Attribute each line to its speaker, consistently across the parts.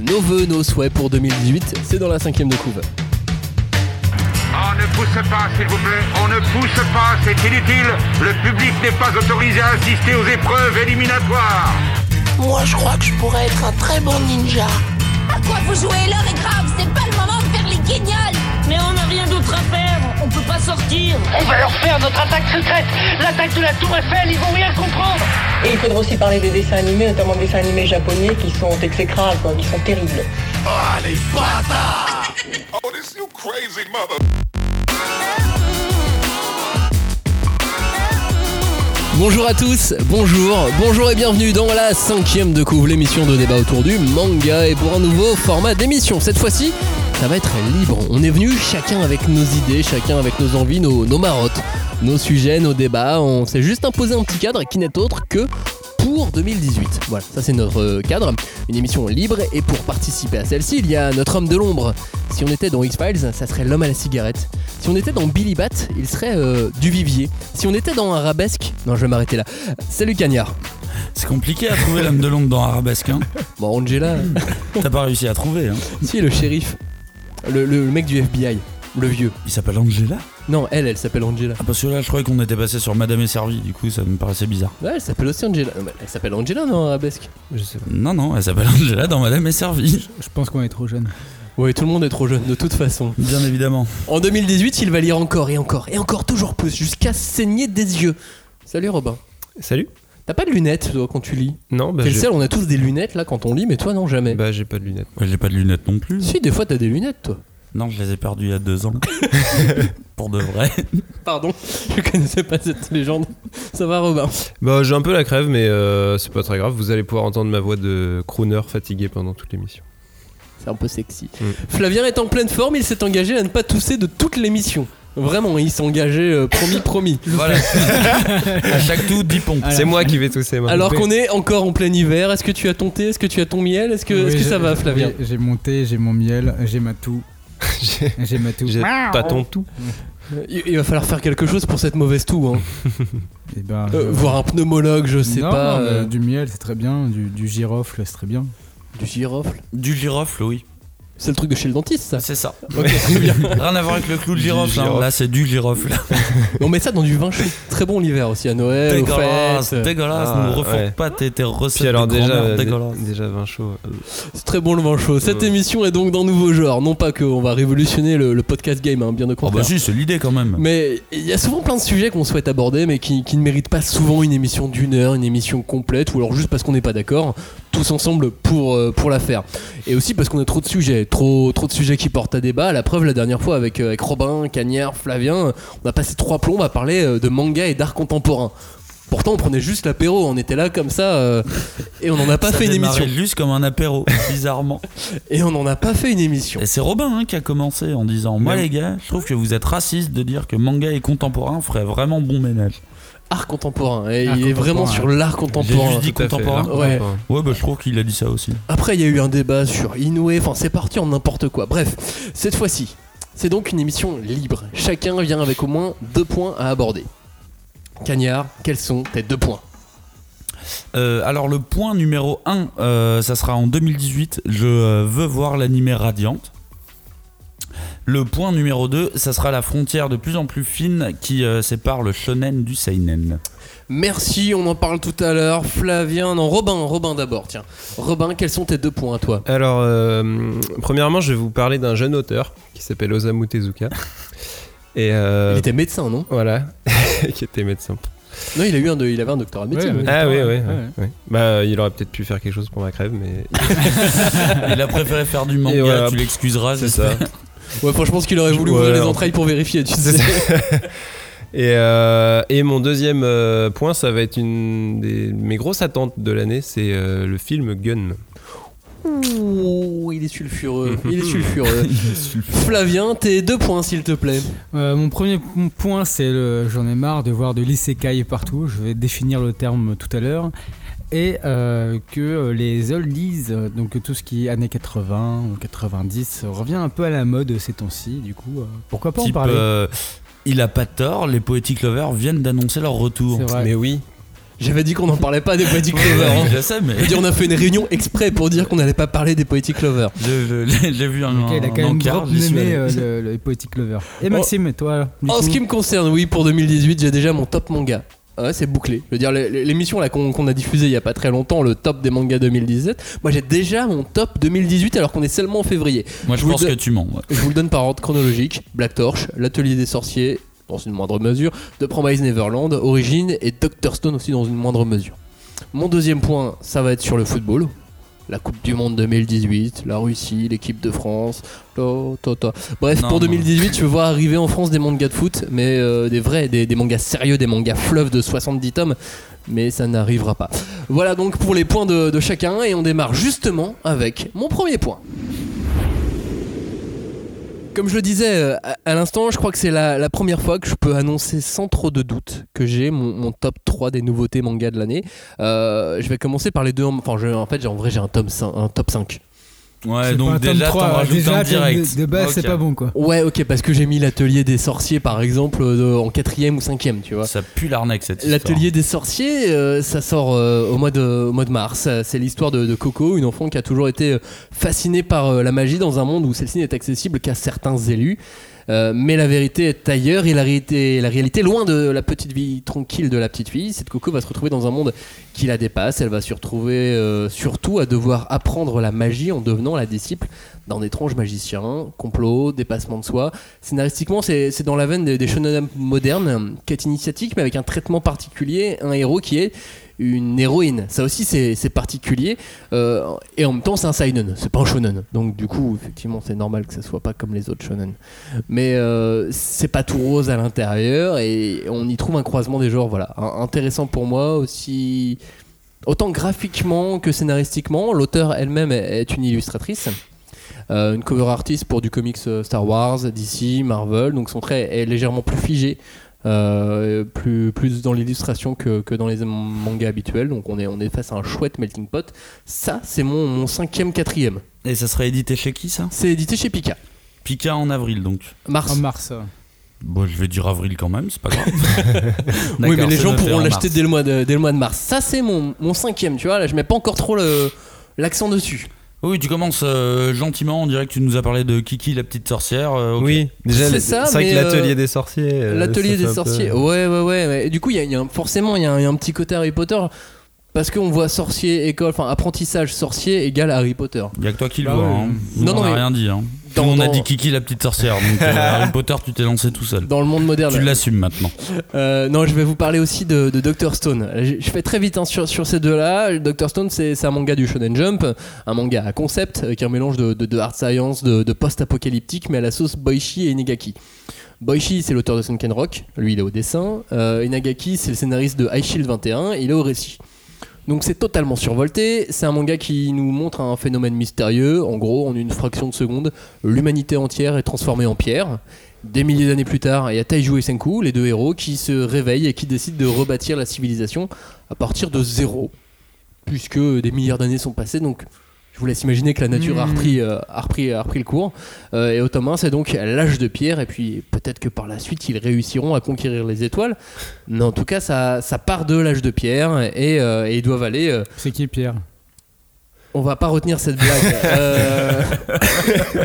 Speaker 1: Nos voeux, nos souhaits pour 2018, c'est dans la cinquième de couve.
Speaker 2: On Ah, ne pousse pas, s'il vous plaît. On ne pousse pas, c'est inutile. Le public n'est pas autorisé à assister aux épreuves éliminatoires.
Speaker 3: Moi, je crois que je pourrais être un très bon ninja.
Speaker 4: À quoi vous jouez L'heure est grave, c'est pas le moment de faire les guignols
Speaker 5: Mais on n'a rien d'autre à faire, on peut pas sortir
Speaker 6: On va leur faire notre attaque secrète L'attaque de la Tour Eiffel, ils vont rien comprendre
Speaker 7: Et il faudra aussi parler des dessins animés, notamment des dessins animés japonais qui sont exécrables, quoi, qui sont terribles.
Speaker 8: Oh, les bâtards
Speaker 9: Oh, this you crazy mother...
Speaker 1: Bonjour à tous, bonjour, bonjour et bienvenue dans la cinquième de couvre, l'émission de débat autour du manga et pour un nouveau format d'émission. Cette fois-ci, ça va être libre. On est venu chacun avec nos idées, chacun avec nos envies, nos, nos marottes, nos sujets, nos débats. On s'est juste imposé un petit cadre qui n'est autre que pour 2018. Voilà, ça c'est notre euh, cadre. Une émission libre et pour participer à celle-ci, il y a notre homme de l'ombre. Si on était dans X-Files, ça serait l'homme à la cigarette. Si on était dans Billy Bat, il serait euh, du vivier. Si on était dans Arabesque, non, je vais m'arrêter là. Salut Cagnard.
Speaker 10: C'est compliqué à trouver l'homme de l'ombre dans Arabesque. Hein.
Speaker 1: Bon, Angela,
Speaker 10: T'as pas réussi à trouver. Hein.
Speaker 1: si le shérif, le, le- le mec du FBI, le vieux.
Speaker 10: Il s'appelle Angela
Speaker 1: Non, elle, elle s'appelle Angela.
Speaker 10: Ah, parce que là, je croyais qu'on était passé sur Madame et Servie, du coup, ça me paraissait bizarre.
Speaker 1: Ouais, elle s'appelle aussi Angela. Euh, bah, Elle s'appelle Angela, non, Arabesque
Speaker 11: Je sais pas.
Speaker 10: Non, non, elle s'appelle Angela dans Madame et Servie,
Speaker 11: Je pense qu'on est trop jeune.
Speaker 1: Ouais, tout le monde est trop jeune, de toute façon.
Speaker 10: bien évidemment.
Speaker 1: En 2018, il va lire encore et encore et encore, toujours plus, jusqu'à saigner des yeux. Salut Robin.
Speaker 11: Salut.
Speaker 1: T'as pas de lunettes, toi, quand tu lis
Speaker 11: Non, bah
Speaker 1: T'es le
Speaker 11: j'ai-
Speaker 1: seul, on a tous des lunettes, là, quand on lit, mais toi, non, jamais.
Speaker 11: bah, j'ai pas de lunettes.
Speaker 10: Ouais, j'ai pas de lunettes non plus.
Speaker 1: Si, des fois, t'as des lunettes, toi.
Speaker 10: Non, je les ai perdues il y a deux ans. Pour de vrai.
Speaker 1: Pardon, je connaissais pas cette légende. Ça va, Robin
Speaker 11: Bah j'ai un peu la crève, mais euh, c'est pas très grave. Vous allez pouvoir entendre ma voix de crooner fatigué pendant toute l'émission.
Speaker 1: C'est un peu sexy.
Speaker 11: Mm.
Speaker 1: Flavien est en pleine forme, il s'est engagé à ne pas tousser de toute l'émission. Vraiment, il s'est engagé, euh, promis, promis.
Speaker 10: Voilà. à chaque tout, 10 pompes.
Speaker 11: C'est moi qui vais tousser. Maintenant.
Speaker 1: Alors qu'on est encore en plein hiver, est-ce que tu as ton thé Est-ce que tu as ton miel Est-ce que, est-ce que ça va, Flavien
Speaker 12: J'ai mon thé, j'ai mon miel, j'ai ma toux.
Speaker 11: J'ai-
Speaker 12: J'ai ma toux.
Speaker 11: j'ai pas ton tout.
Speaker 1: il, il va falloir faire quelque chose pour cette mauvaise toux. Hein.
Speaker 12: Eh ben,
Speaker 1: Euh,
Speaker 12: je-
Speaker 1: voir un pneumologue, je sais
Speaker 12: Non,
Speaker 1: pas.
Speaker 12: non, mais
Speaker 1: euh,
Speaker 12: Du miel, c'est très bien. Du, du girofle, c'est très bien.
Speaker 1: Du girofle.
Speaker 10: Du girofle, oui.
Speaker 1: C'est le truc de chez le dentiste, ça.
Speaker 10: C'est ça.
Speaker 1: Ok, très bien.
Speaker 10: Rien à voir avec le clou de
Speaker 11: Du
Speaker 10: girofle. hein.
Speaker 11: girofle.
Speaker 10: Là, c'est du girofle.
Speaker 1: On met ça dans du vin chaud. Très bon l'hiver aussi, à Noël, aux
Speaker 10: Dégueulasse,
Speaker 1: fêtes.
Speaker 10: dégueulasse.
Speaker 11: Ah,
Speaker 10: ne refonds
Speaker 11: ouais.
Speaker 10: pas tes, tes recettes.
Speaker 11: Puis alors
Speaker 10: de
Speaker 11: déjà,
Speaker 10: grand-mère,
Speaker 11: euh,
Speaker 10: dégueulasse.
Speaker 11: dé- déjà vin chaud. euh,
Speaker 1: C'est très bon le vin chaud. Cette
Speaker 11: Mm.
Speaker 1: émission est donc d'un nouveau genre. Non pas qu'on va révolutionner le, le podcast game, hein, bien au
Speaker 10: Oh,
Speaker 1: contraire.
Speaker 10: bah si, c'est l'idée quand même.
Speaker 1: Mais il y a souvent plein de sujets qu'on souhaite aborder, mais qui, qui ne méritent pas souvent une émission d'une heure, une émission complète, ou alors juste parce qu'on n'est pas d'accord, tous ensemble pour, euh, pour la faire. Et aussi parce qu'on a trop de sujets, trop, trop de sujets qui portent à débat. La preuve, la dernière fois avec, euh, avec Robin, Cagnard, Flavien, on a passé trois plombs à parler euh, de manga et d'art contemporain. Pourtant, on prenait juste l'apéro, on était là comme ça, euh, et on n'en a pas
Speaker 10: Ça
Speaker 1: fait une
Speaker 10: démarrait
Speaker 1: émission.
Speaker 10: juste comme un apéro, bizarrement.
Speaker 1: Et on n'en a pas fait une émission.
Speaker 10: Et c'est Robin hein, qui a commencé en disant Moi, les gars, je trouve que vous êtes raciste de dire que manga et contemporain ferait vraiment bon ménage.
Speaker 1: Art contemporain, et
Speaker 12: Art
Speaker 1: il est vraiment
Speaker 12: contemporain.
Speaker 1: sur l'art
Speaker 10: J'ai
Speaker 1: contemporain.
Speaker 10: juste dit
Speaker 11: tout à fait,
Speaker 10: contemporain.
Speaker 11: là.
Speaker 1: Ouais.
Speaker 10: Ouais, bah je trouve qu'il a dit ça aussi.
Speaker 1: Après, il y a eu un débat sur Inoue, enfin, c'est parti en n'importe quoi. Bref, cette fois-ci, c'est donc une émission libre. Chacun vient avec au moins deux points à aborder. Cagnard, quels sont tes deux points
Speaker 10: Euh, alors, le point numéro 1, ça sera en 2018. Je euh, veux voir l'animé Radiante. Le point numéro 2, ça sera la frontière de plus en plus fine qui euh, sépare le shonen du seinen.
Speaker 1: Merci, on en parle tout à l'heure. Flavien, non, Robin, Robin d'abord, tiens. Robin, quels sont tes deux points à toi
Speaker 11: Alors, euh, premièrement, je vais vous parler d'un jeune auteur qui s'appelle Osamu Tezuka. Et euh,
Speaker 1: Il était médecin, non
Speaker 11: voilà, qui était médecin.
Speaker 1: Non, il, a eu un de- il avait un doctorat de médecine.
Speaker 12: Ouais, ouais.
Speaker 11: Ah oui, oui.
Speaker 12: ouais,
Speaker 11: oui,
Speaker 12: ouais.
Speaker 11: oui. Bah, il aurait peut-être pu faire quelque chose pour ma crève, mais
Speaker 10: Il a préféré faire du manga,
Speaker 11: Et voilà.
Speaker 10: tu l'excuseras.
Speaker 11: c'est ça.
Speaker 1: Ouais, enfin, je pense qu'il aurait voulu
Speaker 11: Ouais,
Speaker 1: ouvrir les
Speaker 11: en-
Speaker 1: entrailles pour vérifier, tu
Speaker 11: C'est
Speaker 1: sais.
Speaker 11: ça. Et, euh, et mon deuxième euh, point, ça va être une des mes grosses attentes de l'année, c'est euh, le film Gun.
Speaker 1: Ouh, Oh, il est sulfureux, il est sulfureux. Flavien, tes deux points, s'il te plaît.
Speaker 12: Euh, mon premier p- point, c'est le j'en ai marre de voir de l'isekai partout. Je vais définir le terme tout à l'heure. Et euh, que les oldies, euh, donc tout ce qui est années 80 ou 90, revient un peu à la mode ces temps-ci. Du coup, euh, pourquoi pas en
Speaker 10: Type,
Speaker 12: parler
Speaker 10: euh, il a pas tort, les Poetic Lovers viennent d'annoncer leur retour.
Speaker 12: C'est vrai.
Speaker 11: Mais oui.
Speaker 1: J'avais dit qu'on n'en parlait pas des Poetic Clover. hein.
Speaker 10: Je sais, mais.
Speaker 1: Je veux dire, on a fait une réunion exprès pour dire qu'on n'allait pas parler des Poetic Clover.
Speaker 10: Je- je- J'ai j'ai vu un.
Speaker 1: Ok,
Speaker 12: il a
Speaker 10: un
Speaker 12: quand même
Speaker 10: encart,
Speaker 12: drop
Speaker 10: j'y suis
Speaker 12: nommé
Speaker 10: allé.
Speaker 12: euh, le, le Poetic Lover. Et Eh, Maxime, toi du
Speaker 1: En
Speaker 12: coup
Speaker 1: ce qui me concerne, oui, pour 2018, j'ai déjà mon top manga. Ouais, c'est bouclé. Je veux dire, l- l- l'émission là qu'on qu'on a diffusée il y a pas très longtemps, le top des mangas 2017, moi j'ai déjà mon top 2018 alors qu'on est seulement en février.
Speaker 10: Moi, je
Speaker 1: vous le
Speaker 10: pense que
Speaker 1: don-
Speaker 10: tu mens. ouais.
Speaker 1: Je vous le donne par ordre chronologique Black Torch, L'Atelier des Sorciers, dans une moindre mesure, The Promise Neverland, Origine et Dr. Stone aussi dans une moindre mesure. Mon deuxième point, ça va être sur le football. La Coupe du Monde 2018, la Russie, l'équipe de France. to, to, to. Bref,
Speaker 10: Non,
Speaker 1: pour
Speaker 10: non.
Speaker 1: 2018, je vois arriver en France des mangas de foot, mais euh, des vrais, des, des mangas sérieux, des mangas fleuves de 70 tomes, mais ça n'arrivera pas. Voilà donc pour les points de- de chacun, et on démarre justement avec mon premier point. Comme je le disais euh, à- à l'instant, je crois que c'est la, la première fois que je peux annoncer sans trop de doute que j'ai mon, mon top 3 des nouveautés manga de l'année. Euh, je vais commencer par les deux. en- Enfin, je- en fait, j'ai- en vrai, j'ai un, tome cin- un top 5.
Speaker 10: Ouais,
Speaker 12: C'est pas un
Speaker 10: donc
Speaker 12: tome
Speaker 10: déjà, t'en
Speaker 12: trois,
Speaker 10: rajoutes
Speaker 12: déjà,
Speaker 10: un
Speaker 12: t'as une-
Speaker 10: direct.
Speaker 12: De base, c'est
Speaker 10: Ok.
Speaker 12: pas bon quoi.
Speaker 1: Ouais, ok, parce que j'ai mis l'atelier des sorciers, par exemple, euh, en quatrième ou cinquième, tu vois.
Speaker 10: Ça pue l'arnaque cette histoire.
Speaker 1: L'atelier des sorciers, euh, ça sort euh, au, mois de, au mois de mars. Euh, C'est l'histoire de, de Coco, une enfant qui a toujours été euh, fascinée par euh, la magie dans un monde où celle-ci n'est accessible qu'à certains élus. Euh, mais la vérité est ailleurs et la réalité, la réalité est loin de la petite vie tranquille de la petite fille. Cette Coco va se retrouver dans un monde qui la dépasse. Elle va se retrouver euh, surtout à devoir apprendre la magie en devenant la disciple d'un étrange magicien. Complot, dépassement de soi. Scénaristiquement, c'est c'est dans la veine des, des shonen modernes, quête initiatique, mais avec un traitement particulier, un héros qui est une héroïne. Ça aussi, c'est c'est particulier. Euh, et en même temps, c'est un seinen, c'est pas un shonen. Donc, du coup, effectivement, c'est normal que ça soit pas comme les autres shonen. Mais euh, c'est pas tout rose à l'intérieur et on y trouve un croisement des genres, voilà. Un- intéressant pour moi aussi. Autant graphiquement que scénaristiquement, l'auteur elle-même est est une illustratrice. Euh, une cover artist pour du comics euh, Star Wars, DC, Marvel, donc son trait est légèrement plus figé, euh, plus, plus dans l'illustration que, que dans les mangas habituels, donc on est, on est face à un chouette melting pot. Ça, c'est mon, mon cinquième, quatrième.
Speaker 10: Et ça serait édité chez qui ça
Speaker 1: C'est édité chez Pika.
Speaker 10: Pika en avril donc.
Speaker 1: Mars.
Speaker 12: En mars.
Speaker 10: Bon, je vais dire avril quand même, c'est pas grave.
Speaker 1: oui, mais
Speaker 10: D'accord,
Speaker 1: les
Speaker 10: c'est
Speaker 1: gens
Speaker 10: noté
Speaker 1: pourront
Speaker 10: en
Speaker 1: l'acheter
Speaker 10: mars.
Speaker 1: dès, le mois de- dès le mois de mars. Ça, c'est mon, mon cinquième, tu vois, là, je mets pas encore trop le- l'accent dessus.
Speaker 10: Oui, tu commences euh, gentiment. On dirait que tu nous as parlé de Kiki, la petite sorcière. euh, ok.
Speaker 11: Oui, déjà,
Speaker 1: C'est
Speaker 11: c'est
Speaker 1: ça,
Speaker 11: vrai que
Speaker 1: mais, euh,
Speaker 11: l'atelier des sorciers. euh,
Speaker 1: L'atelier
Speaker 11: ça
Speaker 1: des
Speaker 11: fait un peu-
Speaker 1: sorciers. oh. Ouais, ouais, ouais. mais du coup, il y a, il y a un- forcément, il y, a un- il y a un petit côté Harry Potter. Parce qu'on voit sorcier, école, enfin apprentissage sorcier égale Harry Potter.
Speaker 10: Il y a que toi qui le
Speaker 12: Bah
Speaker 10: vois.
Speaker 12: ouais.
Speaker 10: hein. Nous,
Speaker 1: Non, non,
Speaker 10: on
Speaker 1: mais-
Speaker 10: a rien dit. Hein.
Speaker 1: Dans-
Speaker 10: Nous, on a
Speaker 1: dans-
Speaker 10: dit Kiki, la petite sorcière. Donc, euh, Harry Potter, tu t'es lancé tout seul.
Speaker 1: Dans le monde
Speaker 12: Ah
Speaker 1: moderne.
Speaker 10: Tu l'assumes maintenant.
Speaker 1: Euh, non, je vais vous parler aussi de, de Dr. Stone. Je, je fais très vite hein, sur, sur ces deux-là. Dr. Stone, c'est c'est un manga du Shonen Jump, un manga à concept, avec un mélange de, de, de hard science, de, de post-apocalyptique, mais à la sauce Boichi et Inagaki. Boichi, c'est l'auteur de Sunken Rock, lui il est au dessin. Euh, Inagaki, c'est le scénariste de High Shield 21, il est au récit. Donc c'est totalement survolté, c'est un manga qui nous montre un phénomène mystérieux, en gros en une fraction de seconde, l'humanité entière est transformée en pierre. Des milliers d'années plus tard, il y a Taiju et Senku, les deux héros, qui se réveillent et qui décident de rebâtir la civilisation à partir de zéro, puisque des milliards d'années sont passées, donc je vous laisse imaginer que la nature a,
Speaker 12: Mhm.
Speaker 1: repris, euh, a, repris, a repris le cours. Euh, et Ottoman, c'est donc l'âge de pierre, et puis peut-être que par la suite, ils réussiront à conquérir les étoiles. Mais en tout cas, ça, ça part de l'âge de pierre, et, euh, et ils doivent aller... euh,
Speaker 12: C'est qui Pierre
Speaker 1: on va pas retenir cette blague. Euh,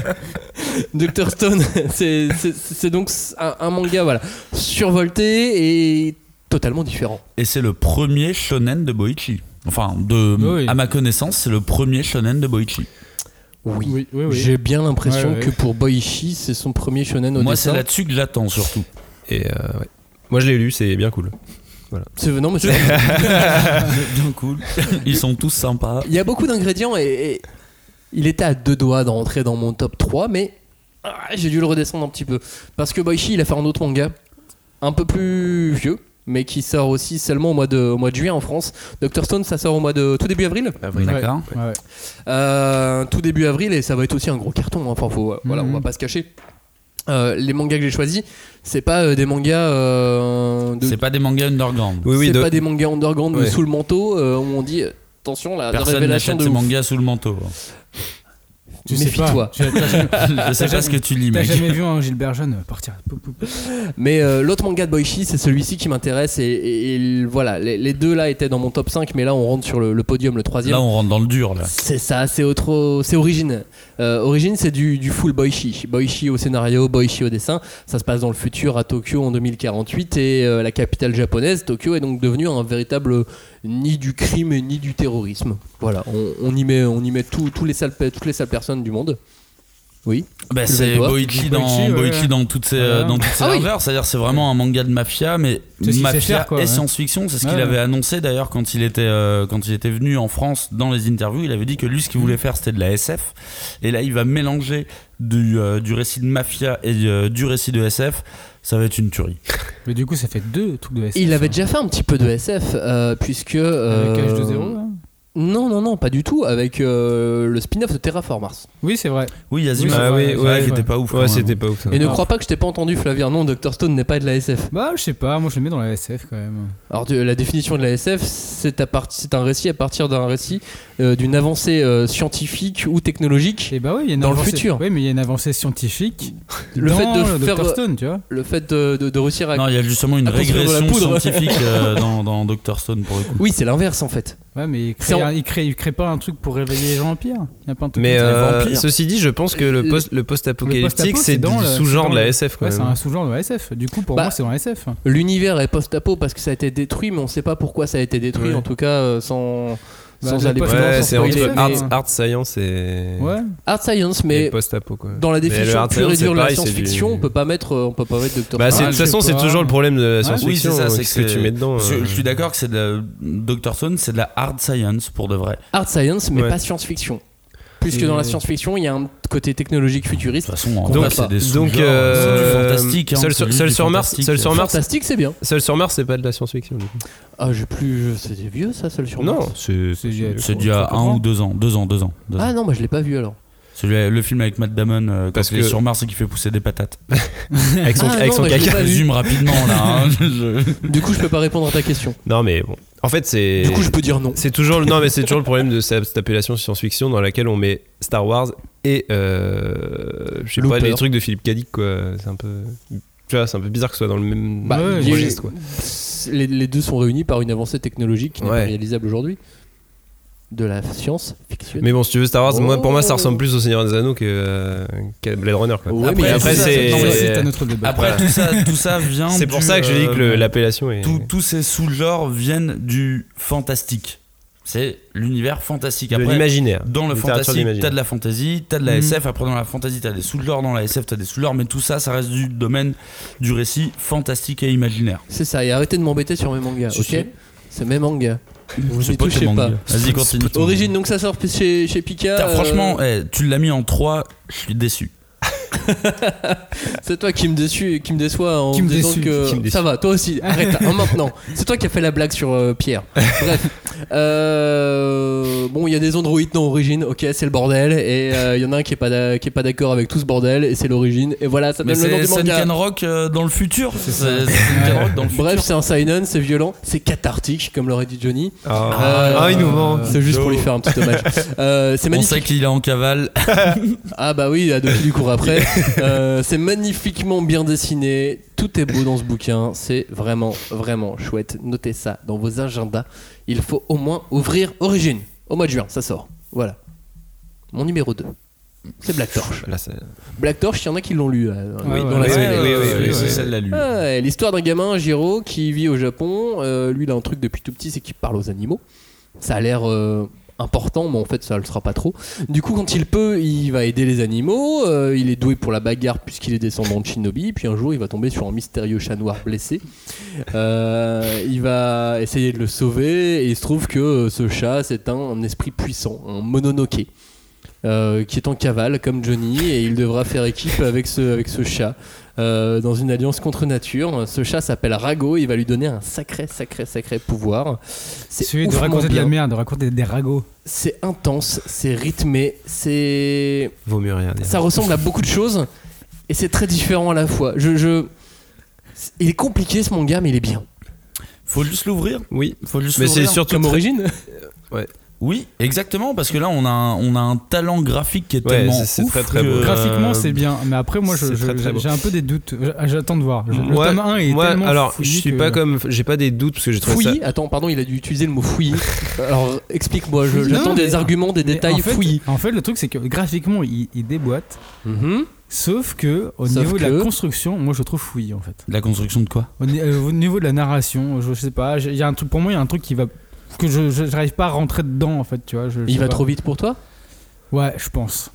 Speaker 1: Dr Stone, c'est- c'est c'est donc un, un manga voilà, survolté et totalement différent.
Speaker 10: Et c'est le premier shonen de Boichi. Enfin, de,
Speaker 12: Oui.
Speaker 10: à ma connaissance, c'est le premier shonen de Boichi.
Speaker 1: Oui.
Speaker 12: Oui, oui, oui.
Speaker 1: J'ai bien l'impression
Speaker 12: Ouais, ouais.
Speaker 1: que pour Boichi, c'est son premier shonen au
Speaker 10: Moi, c'est
Speaker 1: dessin.
Speaker 10: là-dessus que j'attends surtout.
Speaker 11: Et euh, ouais. Moi, je l'ai lu, c'est bien cool.
Speaker 1: C'est- non, mais c'est-
Speaker 10: Bien cool. Ils sont tous sympas.
Speaker 1: Il y a beaucoup d'ingrédients et, et il était à deux doigts de rentrer dans mon top 3, mais ah, j'ai dû le redescendre un petit peu. Parce que Boichi, il a fait un autre manga, un peu plus vieux, mais qui sort aussi seulement au mois de, au mois de juillet en France. Dr Stone, ça sort au mois de tout début avril.
Speaker 10: D'accord.
Speaker 12: Ouais, ouais.
Speaker 1: Euh, tout début avril et ça va être aussi un gros carton. hein. Enfin, faut, euh, voilà,
Speaker 12: Mhm.
Speaker 1: on va pas se cacher. Euh, les mangas que j'ai choisis, c'est pas euh, des mangas euh, de-
Speaker 10: C'est pas des mangas underground.
Speaker 11: Oui, oui,
Speaker 1: c'est
Speaker 11: de-
Speaker 1: pas des mangas underground
Speaker 11: Ouais.
Speaker 1: sous le manteau euh, où on dit euh, attention la, la
Speaker 10: Personne
Speaker 1: révélation
Speaker 10: n'achète
Speaker 1: de
Speaker 10: ces
Speaker 1: ouf.
Speaker 10: mangas sous le manteau.
Speaker 12: Tu sais pas.
Speaker 1: Méfie-toi.
Speaker 12: Tu as- t'as jamais-
Speaker 10: Je sais
Speaker 12: t'as
Speaker 10: pas ce que tu lis,
Speaker 12: T'as
Speaker 10: mec.
Speaker 12: jamais vu un Gilbert Jeune partir. Pou, pou, pou.
Speaker 1: Mais euh, l'autre manga de Boichi, c'est celui-ci qui m'intéresse. Et, et- et voilà, les, les deux là étaient dans mon top 5, mais là on rentre sur le, le podium, le troisième.
Speaker 10: Là, on rentre dans le dur, là.
Speaker 1: C'est ça, c'est autre, c'est Origine. Euh, Origine, c'est du, du full boishi. Boishi au scénario, boishi au dessin. Ça se passe dans le futur à Tokyo en 2048 et euh, la capitale japonaise, Tokyo, est donc devenue un véritable nid du crime et ni du terrorisme. Voilà, on, on y met, on y met tout- tous les sales, pe- toutes les sales personnes du monde. Oui.
Speaker 10: Bah,
Speaker 1: Levez
Speaker 10: c'est
Speaker 1: le doigt.
Speaker 10: Boichi dans, Boichi dans toutes ses,
Speaker 1: Voilà.
Speaker 10: dans toutes ses
Speaker 1: Ah oui.
Speaker 10: larveurs. C'est-à-dire, c'est vraiment un manga de mafia, mais
Speaker 1: C'est ce qu'il sait
Speaker 10: mafia
Speaker 1: faire, quoi,
Speaker 10: et
Speaker 1: ouais.
Speaker 10: science-fiction. C'est ce qu'il
Speaker 1: Ouais,
Speaker 10: avait
Speaker 1: ouais.
Speaker 10: annoncé d'ailleurs quand il était euh, quand il était venu en France dans les interviews. Il avait dit que lui, ce qu'il voulait faire, c'était de la SF. Et là, il va mélanger du, euh, du récit de mafia et euh, du récit de SF. Ça va être une tuerie.
Speaker 12: Mais du coup, ça fait deux trucs de SF.
Speaker 1: Il avait déjà fait un petit peu de SF, euh, puisque. euh,
Speaker 12: Avec H2O, là
Speaker 1: Non, non, non, pas du tout, avec euh, le spin-off de Terraform Mars.
Speaker 12: Oui, c'est vrai.
Speaker 10: Oui,
Speaker 12: Yazim,
Speaker 10: Yazim,
Speaker 12: Ah oui, ouais, ouais. Ouais, c'était pas ouf, ça.
Speaker 1: Et ne
Speaker 12: Ah.
Speaker 1: crois pas que je t'ai pas entendu, Flavien. Non, Dr. Stone n'est pas de la SF.
Speaker 12: Bah, je sais pas, moi je le mets dans la SF quand même.
Speaker 1: Alors, de- la définition de la SF, c'est à part- c'est un récit à partir d'un récit euh, d'une avancée euh, scientifique ou technologique
Speaker 12: une
Speaker 1: dans le
Speaker 12: avancée-
Speaker 1: futur.
Speaker 12: Oui, mais Eh bah il y a une avancée scientifique.
Speaker 1: Le
Speaker 12: dans
Speaker 1: fait de
Speaker 12: Dr.
Speaker 11: euh,
Speaker 1: faire-
Speaker 12: Stone, tu vois.
Speaker 1: Le fait de, de- de réussir à.
Speaker 10: Non, il y a justement une
Speaker 1: à construire de la
Speaker 10: régression
Speaker 1: poudre.
Speaker 10: scientifique euh, dans, dans Doctor Stone pour le coup.
Speaker 1: Oui, c'est l'inverse en fait.
Speaker 12: Ouais, mais il
Speaker 1: C'est
Speaker 12: crée,
Speaker 1: en-
Speaker 12: un- il, crée, il crée pas un truc pour réveiller les gens en pire. Il y a pas un truc
Speaker 11: Mais
Speaker 12: comme ça.
Speaker 11: euh, ceci dit, je pense que le post- le
Speaker 12: Le
Speaker 11: post-apocalyptique,
Speaker 12: post-apo,
Speaker 11: c'est du
Speaker 12: dans le-
Speaker 11: sous-genre
Speaker 12: c'est dans
Speaker 11: de la
Speaker 12: le-
Speaker 11: SF. quand
Speaker 12: Ouais, c'est
Speaker 11: même.
Speaker 12: un sous-genre de la SF. Du coup, pour
Speaker 1: Bah,
Speaker 12: moi, c'est dans la SF.
Speaker 1: L'univers est post-apo parce que ça a été détruit, mais on sait pas pourquoi ça a été détruit,
Speaker 12: Ouais.
Speaker 1: en tout cas, euh, sans.
Speaker 12: Bah,
Speaker 1: sans
Speaker 12: le
Speaker 1: aller plus loin,
Speaker 11: Ouais,
Speaker 1: sans
Speaker 11: c'est
Speaker 1: spoiler,
Speaker 11: entre
Speaker 1: mais-
Speaker 11: art, art science et.
Speaker 1: Hard science, mais
Speaker 11: Et post-apo, quoi.
Speaker 1: dans la
Speaker 11: Mais le
Speaker 1: définition
Speaker 11: hard
Speaker 1: pure et
Speaker 11: science,
Speaker 1: dure de
Speaker 11: c'est
Speaker 1: la
Speaker 11: pareil, c'est
Speaker 1: science-fiction,
Speaker 11: du-
Speaker 1: on peut pas mettre, euh, on peut pas mettre Doctor.
Speaker 11: Bah,
Speaker 1: Who.
Speaker 10: Ah,
Speaker 11: c'est- de toute façon, c'est toujours le problème de la science-fiction. hein,
Speaker 10: Oui, c'est ça, c'est euh, que
Speaker 11: ce que tu mets dedans.
Speaker 10: Je,
Speaker 11: euh.
Speaker 10: je suis d'accord que c'est de la- Dr. Stone, c'est de la hard science pour de vrai.
Speaker 1: Hard science, mais
Speaker 10: Ouais.
Speaker 1: pas science-fiction. Puisque
Speaker 10: Et-
Speaker 1: dans la science-fiction, il y a un côté technologique futuriste.
Speaker 10: De toute façon, en
Speaker 1: qu'on
Speaker 10: vrai,
Speaker 1: n'a
Speaker 10: c'est
Speaker 1: pas.
Speaker 10: des sous-genres,
Speaker 11: Donc, euh,
Speaker 10: c'est du fantastique. hein,
Speaker 11: Seul
Speaker 10: c'est
Speaker 11: sur,
Speaker 10: juste
Speaker 11: seul
Speaker 10: du
Speaker 11: sur Mars,
Speaker 10: fantastique.
Speaker 11: seul sur Mars.
Speaker 1: Fantastique, c'est bien.
Speaker 11: Seul sur Mars, c'est pas de la science-fiction.
Speaker 1: Ah, j'ai plus. je- C'est vieux ça, seul sur
Speaker 11: Non,
Speaker 1: Mars
Speaker 10: c'est
Speaker 11: c'est-
Speaker 10: c'est dû à un ou deux ans, deux ans, deux ans. deux ans.
Speaker 1: Ah non, moi je l'ai pas vu alors.
Speaker 10: Celui- le film avec Matt Damon euh, quand
Speaker 11: Parce
Speaker 10: il est
Speaker 11: que-
Speaker 10: sur Mars et qui fait pousser des patates.
Speaker 11: Avec son-
Speaker 1: Ah
Speaker 11: avec
Speaker 1: non,
Speaker 11: son
Speaker 1: mais je l'ai
Speaker 11: caca.
Speaker 1: pas vu.
Speaker 10: Résume rapidement là. hein, je-
Speaker 1: Du coup, je peux pas répondre à ta question.
Speaker 11: Non, mais bon. En fait, c'est.
Speaker 1: Du coup, je peux dire non.
Speaker 11: C'est toujours, le- non, mais c'est toujours le problème de cette cette appellation science-fiction dans laquelle on met Star Wars et euh, je sais pas
Speaker 1: Looper.
Speaker 11: les trucs de Philippe Cadic quoi. C'est un peu, tu vois, c'est un peu bizarre que ce soit dans le même
Speaker 1: Bah, il y a eu-
Speaker 11: registre, quoi.
Speaker 1: les, les deux sont réunis par une avancée technologique qui n'est
Speaker 11: Ouais.
Speaker 1: pas réalisable aujourd'hui. De la science fictionnelle.
Speaker 11: Mais bon, si tu veux Star Wars, moi, pour moi, ça
Speaker 1: Oh.
Speaker 11: ressemble plus au Seigneur des Anneaux que euh, qu'à Blade Runner. Quoi.
Speaker 1: Ouais,
Speaker 11: après,
Speaker 1: Ah, mais
Speaker 11: après,
Speaker 1: c'est ça,
Speaker 11: c'est
Speaker 1: non, mais
Speaker 12: c'est un autre débat.
Speaker 10: Après
Speaker 11: Voilà.
Speaker 10: tout ça, tout ça vient.
Speaker 11: C'est pour
Speaker 10: du,
Speaker 11: ça que je dis que le-
Speaker 10: euh,
Speaker 11: l'appellation est.
Speaker 10: tout- tous ces sous-genres viennent du fantastique. C'est l'univers fantastique.
Speaker 11: De
Speaker 10: Après,
Speaker 11: l'imaginaire.
Speaker 10: Dans le
Speaker 11: Littérature
Speaker 10: fantastique,
Speaker 11: d'imaginaire.
Speaker 10: t'as de la fantasy, t'as de la
Speaker 1: Mm.
Speaker 11: Mhm.
Speaker 10: SF. Après, dans la fantasy, t'as des sous-genres. Dans la SF, t'as des sous-genres. Mais tout ça, ça reste du domaine du récit fantastique et imaginaire.
Speaker 1: C'est ça, et arrêtez de m'embêter sur mes mangas,
Speaker 10: Si, si.
Speaker 1: ok C'est mes mangas. Vous
Speaker 10: C'est
Speaker 1: n'y
Speaker 10: pas tes
Speaker 1: touchez pas.
Speaker 10: mangas. Vas-y, continue.
Speaker 1: Origine, donc ça sort chez, chez Pika.
Speaker 10: T'as-
Speaker 1: euh,
Speaker 10: Franchement, eh, tu l'as mis en 3, je suis déçu.
Speaker 1: c'est toi qui me, déçu, qui me déçois en
Speaker 12: Qui me
Speaker 1: disant
Speaker 12: déçu,
Speaker 1: que.
Speaker 12: qui me déçu.
Speaker 1: ça va, toi aussi, arrête hein, maintenant. C'est toi qui as fait la blague sur euh, Pierre. Bref. Euh, bon, il y a des androïdes dans Origine, ok, c'est le bordel. Et euh, il y en a un qui est pas d'a- qui est pas d'accord avec tout ce bordel, et c'est l'origine. Et voilà, ça
Speaker 10: Mais
Speaker 1: donne le nom
Speaker 10: c'est
Speaker 1: du manga.
Speaker 10: Sunken Rock euh, dans le futur. C'est Sunken Rock dans le
Speaker 1: Bref, c'est un seinen, c'est violent, c'est cathartique, comme l'aurait dit Johnny. Euh,
Speaker 11: Ah. Ah, il nous ment.
Speaker 1: C'est juste pour
Speaker 11: Joe.
Speaker 1: lui faire un petit hommage. Euh, c'est
Speaker 10: On
Speaker 1: magnifique.
Speaker 10: sait qu'il est en cavale.
Speaker 1: Ah bah oui, à deux qui lui court après. Euh, c'est magnifiquement bien dessiné. Tout est beau dans ce bouquin. C'est vraiment, vraiment chouette. Notez ça dans vos agendas. Il faut au moins ouvrir Origine. Au mois de juin, ça sort. Voilà. Mon numéro 2. C'est Black Torch.
Speaker 11: Là, c'est-
Speaker 1: Black Torch, il y en a qui l'ont lu. euh,
Speaker 11: Oui,
Speaker 1: dans
Speaker 11: oui,
Speaker 1: la
Speaker 11: oui,
Speaker 1: série.
Speaker 11: oui, oui, oui, oui.
Speaker 10: celle-là, lui.
Speaker 1: Ah, et L'histoire d'un gamin, Jiro, qui vit au Japon. Euh, lui, il a un truc depuis tout petit, c'est qu'il parle aux animaux. Ça a l'air euh, important, mais en fait, ça le sera pas trop. Du coup, quand il peut, il va aider les animaux. Euh, il est doué pour la bagarre puisqu'il est descendant de shinobi. Puis un jour, il va tomber sur un mystérieux chat noir blessé. Euh, il va essayer de le sauver. Et il se trouve que euh, ce chat, c'est un, un esprit puissant, un mononoke. euh, qui est en cavale comme Johnny et il devra faire équipe avec ce, avec ce chat euh, dans une alliance contre nature. Ce chat s'appelle Rago, il va lui donner un sacré, sacré, sacré pouvoir. C'est
Speaker 12: Celui de
Speaker 1: oufement
Speaker 12: raconter de la
Speaker 1: bien.
Speaker 12: merde, de raconter des ragots.
Speaker 1: C'est intense, c'est rythmé, c'est.
Speaker 11: Vaut mieux rien.
Speaker 1: Ça ressemble à beaucoup de choses et c'est très différent à la fois. Je, je... Il est compliqué ce manga, mais il est bien.
Speaker 10: Faut juste l'ouvrir.
Speaker 11: Oui.
Speaker 10: Faut juste
Speaker 11: Mais c'est
Speaker 10: l'ouvrir.
Speaker 11: surtout
Speaker 1: Comme
Speaker 11: très-
Speaker 1: origine
Speaker 11: Ouais.
Speaker 10: Oui, exactement, parce que là, on a un, on a un talent graphique qui est
Speaker 11: Ouais,
Speaker 10: tellement
Speaker 11: c'est- c'est
Speaker 10: ouf
Speaker 11: très, très
Speaker 10: que-
Speaker 11: beau.
Speaker 12: Graphiquement, c'est bien, mais après, moi, je-
Speaker 11: Euh, c'est très, très
Speaker 12: je-
Speaker 11: beau.
Speaker 12: j'ai un peu des doutes. J'attends de voir. Je- Le
Speaker 11: Moi-
Speaker 12: tome 1 est
Speaker 11: moi,
Speaker 12: tellement
Speaker 11: alors,
Speaker 12: fouillis
Speaker 11: je suis
Speaker 12: que-
Speaker 11: pas comme, j'ai pas des doutes parce que j'ai trouvé ça.
Speaker 1: Fouillis Attends, pardon, il a dû utiliser le mot fouillis. Alors, explique-moi, je-
Speaker 12: Non,
Speaker 1: j'attends des
Speaker 12: mais-
Speaker 1: arguments, des
Speaker 12: mais
Speaker 1: détails
Speaker 12: en fait,
Speaker 1: fouillis.
Speaker 12: En fait, le truc, c'est que graphiquement, il, il déboîte. Sauf que, au
Speaker 1: Mhm. Sauf
Speaker 12: niveau de
Speaker 1: que-
Speaker 12: la construction, moi, je le trouve fouillis, en fait.
Speaker 10: La construction de quoi
Speaker 12: Au, ni- euh, au niveau de la narration, je sais pas. j'ai- Il y a un truc, pour moi, il y a un truc qui va. que je je- j'arrive pas à rentrer dedans, en fait, tu vois. je- je
Speaker 1: Il
Speaker 12: sais
Speaker 1: va
Speaker 12: pas.
Speaker 1: trop vite pour toi
Speaker 12: Ouais, je pense.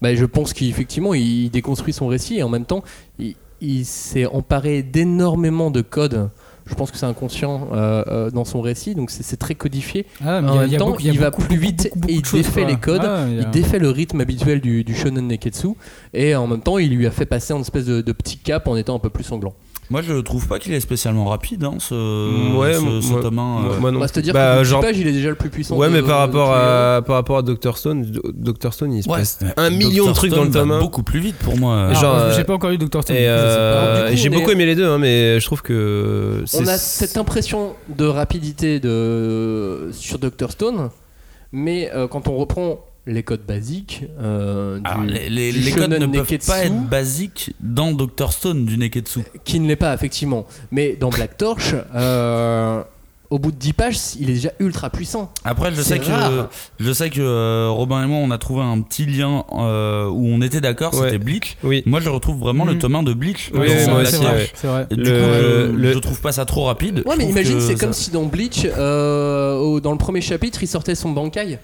Speaker 1: Bah, je pense qu'effectivement, il déconstruit son récit et en même temps, il, il s'est emparé d'énormément de codes. Je pense que c'est inconscient euh, euh, dans son récit, donc c'est c'est très codifié.
Speaker 12: Ah, mais il y
Speaker 1: en
Speaker 12: a-
Speaker 1: même
Speaker 12: il y a
Speaker 1: temps,
Speaker 12: beaucoup- il y a
Speaker 1: il va
Speaker 12: beaucoup,
Speaker 1: plus
Speaker 12: beaucoup,
Speaker 1: vite
Speaker 12: beaucoup, beaucoup
Speaker 1: et il
Speaker 12: de choses,
Speaker 1: défait
Speaker 12: quoi.
Speaker 1: les codes,
Speaker 12: Ah, il y a-
Speaker 1: il défait le rythme habituel du, du shonen neketsu et en même temps, il lui a fait passer un espèce de, de petit cap en étant un peu plus sanglant.
Speaker 10: Moi, je trouve pas qu'il est spécialement rapide, hein, ce,
Speaker 11: Ouais,
Speaker 10: ce, ce
Speaker 11: moi-
Speaker 10: tome un, euh,
Speaker 11: moi- moi non
Speaker 1: Bah,
Speaker 11: plus.
Speaker 1: c'est-à-dire
Speaker 11: Bah,
Speaker 1: que le
Speaker 11: genre-
Speaker 1: page, il est déjà le plus puissant. euh,
Speaker 11: Ouais,
Speaker 1: de-
Speaker 11: mais par
Speaker 1: de tous
Speaker 11: rapport
Speaker 1: les-
Speaker 11: à par rappor à Dr Stone, Do- Dr Stone, il se
Speaker 10: Ouais.
Speaker 11: passe
Speaker 10: Ouais.
Speaker 11: un million de
Speaker 10: Dr.
Speaker 11: trucs dans
Speaker 10: Stone
Speaker 11: le
Speaker 10: va
Speaker 11: tome un.
Speaker 10: beaucoup plus vite pour moi.
Speaker 11: Et
Speaker 10: euh,
Speaker 11: genre,
Speaker 12: Ah,
Speaker 11: euh,
Speaker 12: j'ai pas encore lu Dr. Stone, donc je
Speaker 11: Et
Speaker 12: sais pas.
Speaker 11: euh,
Speaker 1: Alors, du coup,
Speaker 11: j'ai
Speaker 1: on
Speaker 11: beaucoup
Speaker 1: est-
Speaker 11: aimé les deux, hein, mais je trouve que
Speaker 1: On
Speaker 11: c'est-
Speaker 1: a cette impression de rapidité de, sur Dr. Stone, mais euh, quand on reprend les codes basiques euh, du,
Speaker 11: Ah,
Speaker 10: alors, Ah, les, les-
Speaker 1: du
Speaker 10: les codes ne
Speaker 1: shonen
Speaker 10: peuvent
Speaker 1: neketsu,
Speaker 10: pas être basiques dans Dr Stone du Neketsu.
Speaker 1: qui ne l'est pas effectivement, mais dans Black Torch, euh, au bout de 10 pages, il est déjà ultra puissant.
Speaker 11: Euh,
Speaker 10: Après, je
Speaker 1: C'est
Speaker 10: sais que
Speaker 1: rare.
Speaker 10: je sais que euh, Robin et moi, on a trouvé un petit lien euh, où on était d'accord.
Speaker 11: Ouais.
Speaker 10: C'était Bleach.
Speaker 11: Oui.
Speaker 10: Moi, je retrouve vraiment le
Speaker 12: Mhm.
Speaker 10: tome 1 de Bleach.
Speaker 11: Oui,
Speaker 10: dans
Speaker 11: oui,
Speaker 10: la
Speaker 11: moi aussi,
Speaker 10: démarche.
Speaker 11: ouais.
Speaker 12: C'est vrai.
Speaker 10: Et Du
Speaker 11: Le-
Speaker 10: coup, je,
Speaker 11: le-
Speaker 10: je trouve pas ça trop rapide.
Speaker 1: Ouais,
Speaker 10: Je
Speaker 1: mais
Speaker 10: trouve
Speaker 1: imagine,
Speaker 10: que
Speaker 1: c'est
Speaker 10: ça-
Speaker 1: comme si dans Bleach, euh, au- dans le premier chapitre, il sortait son bancaï.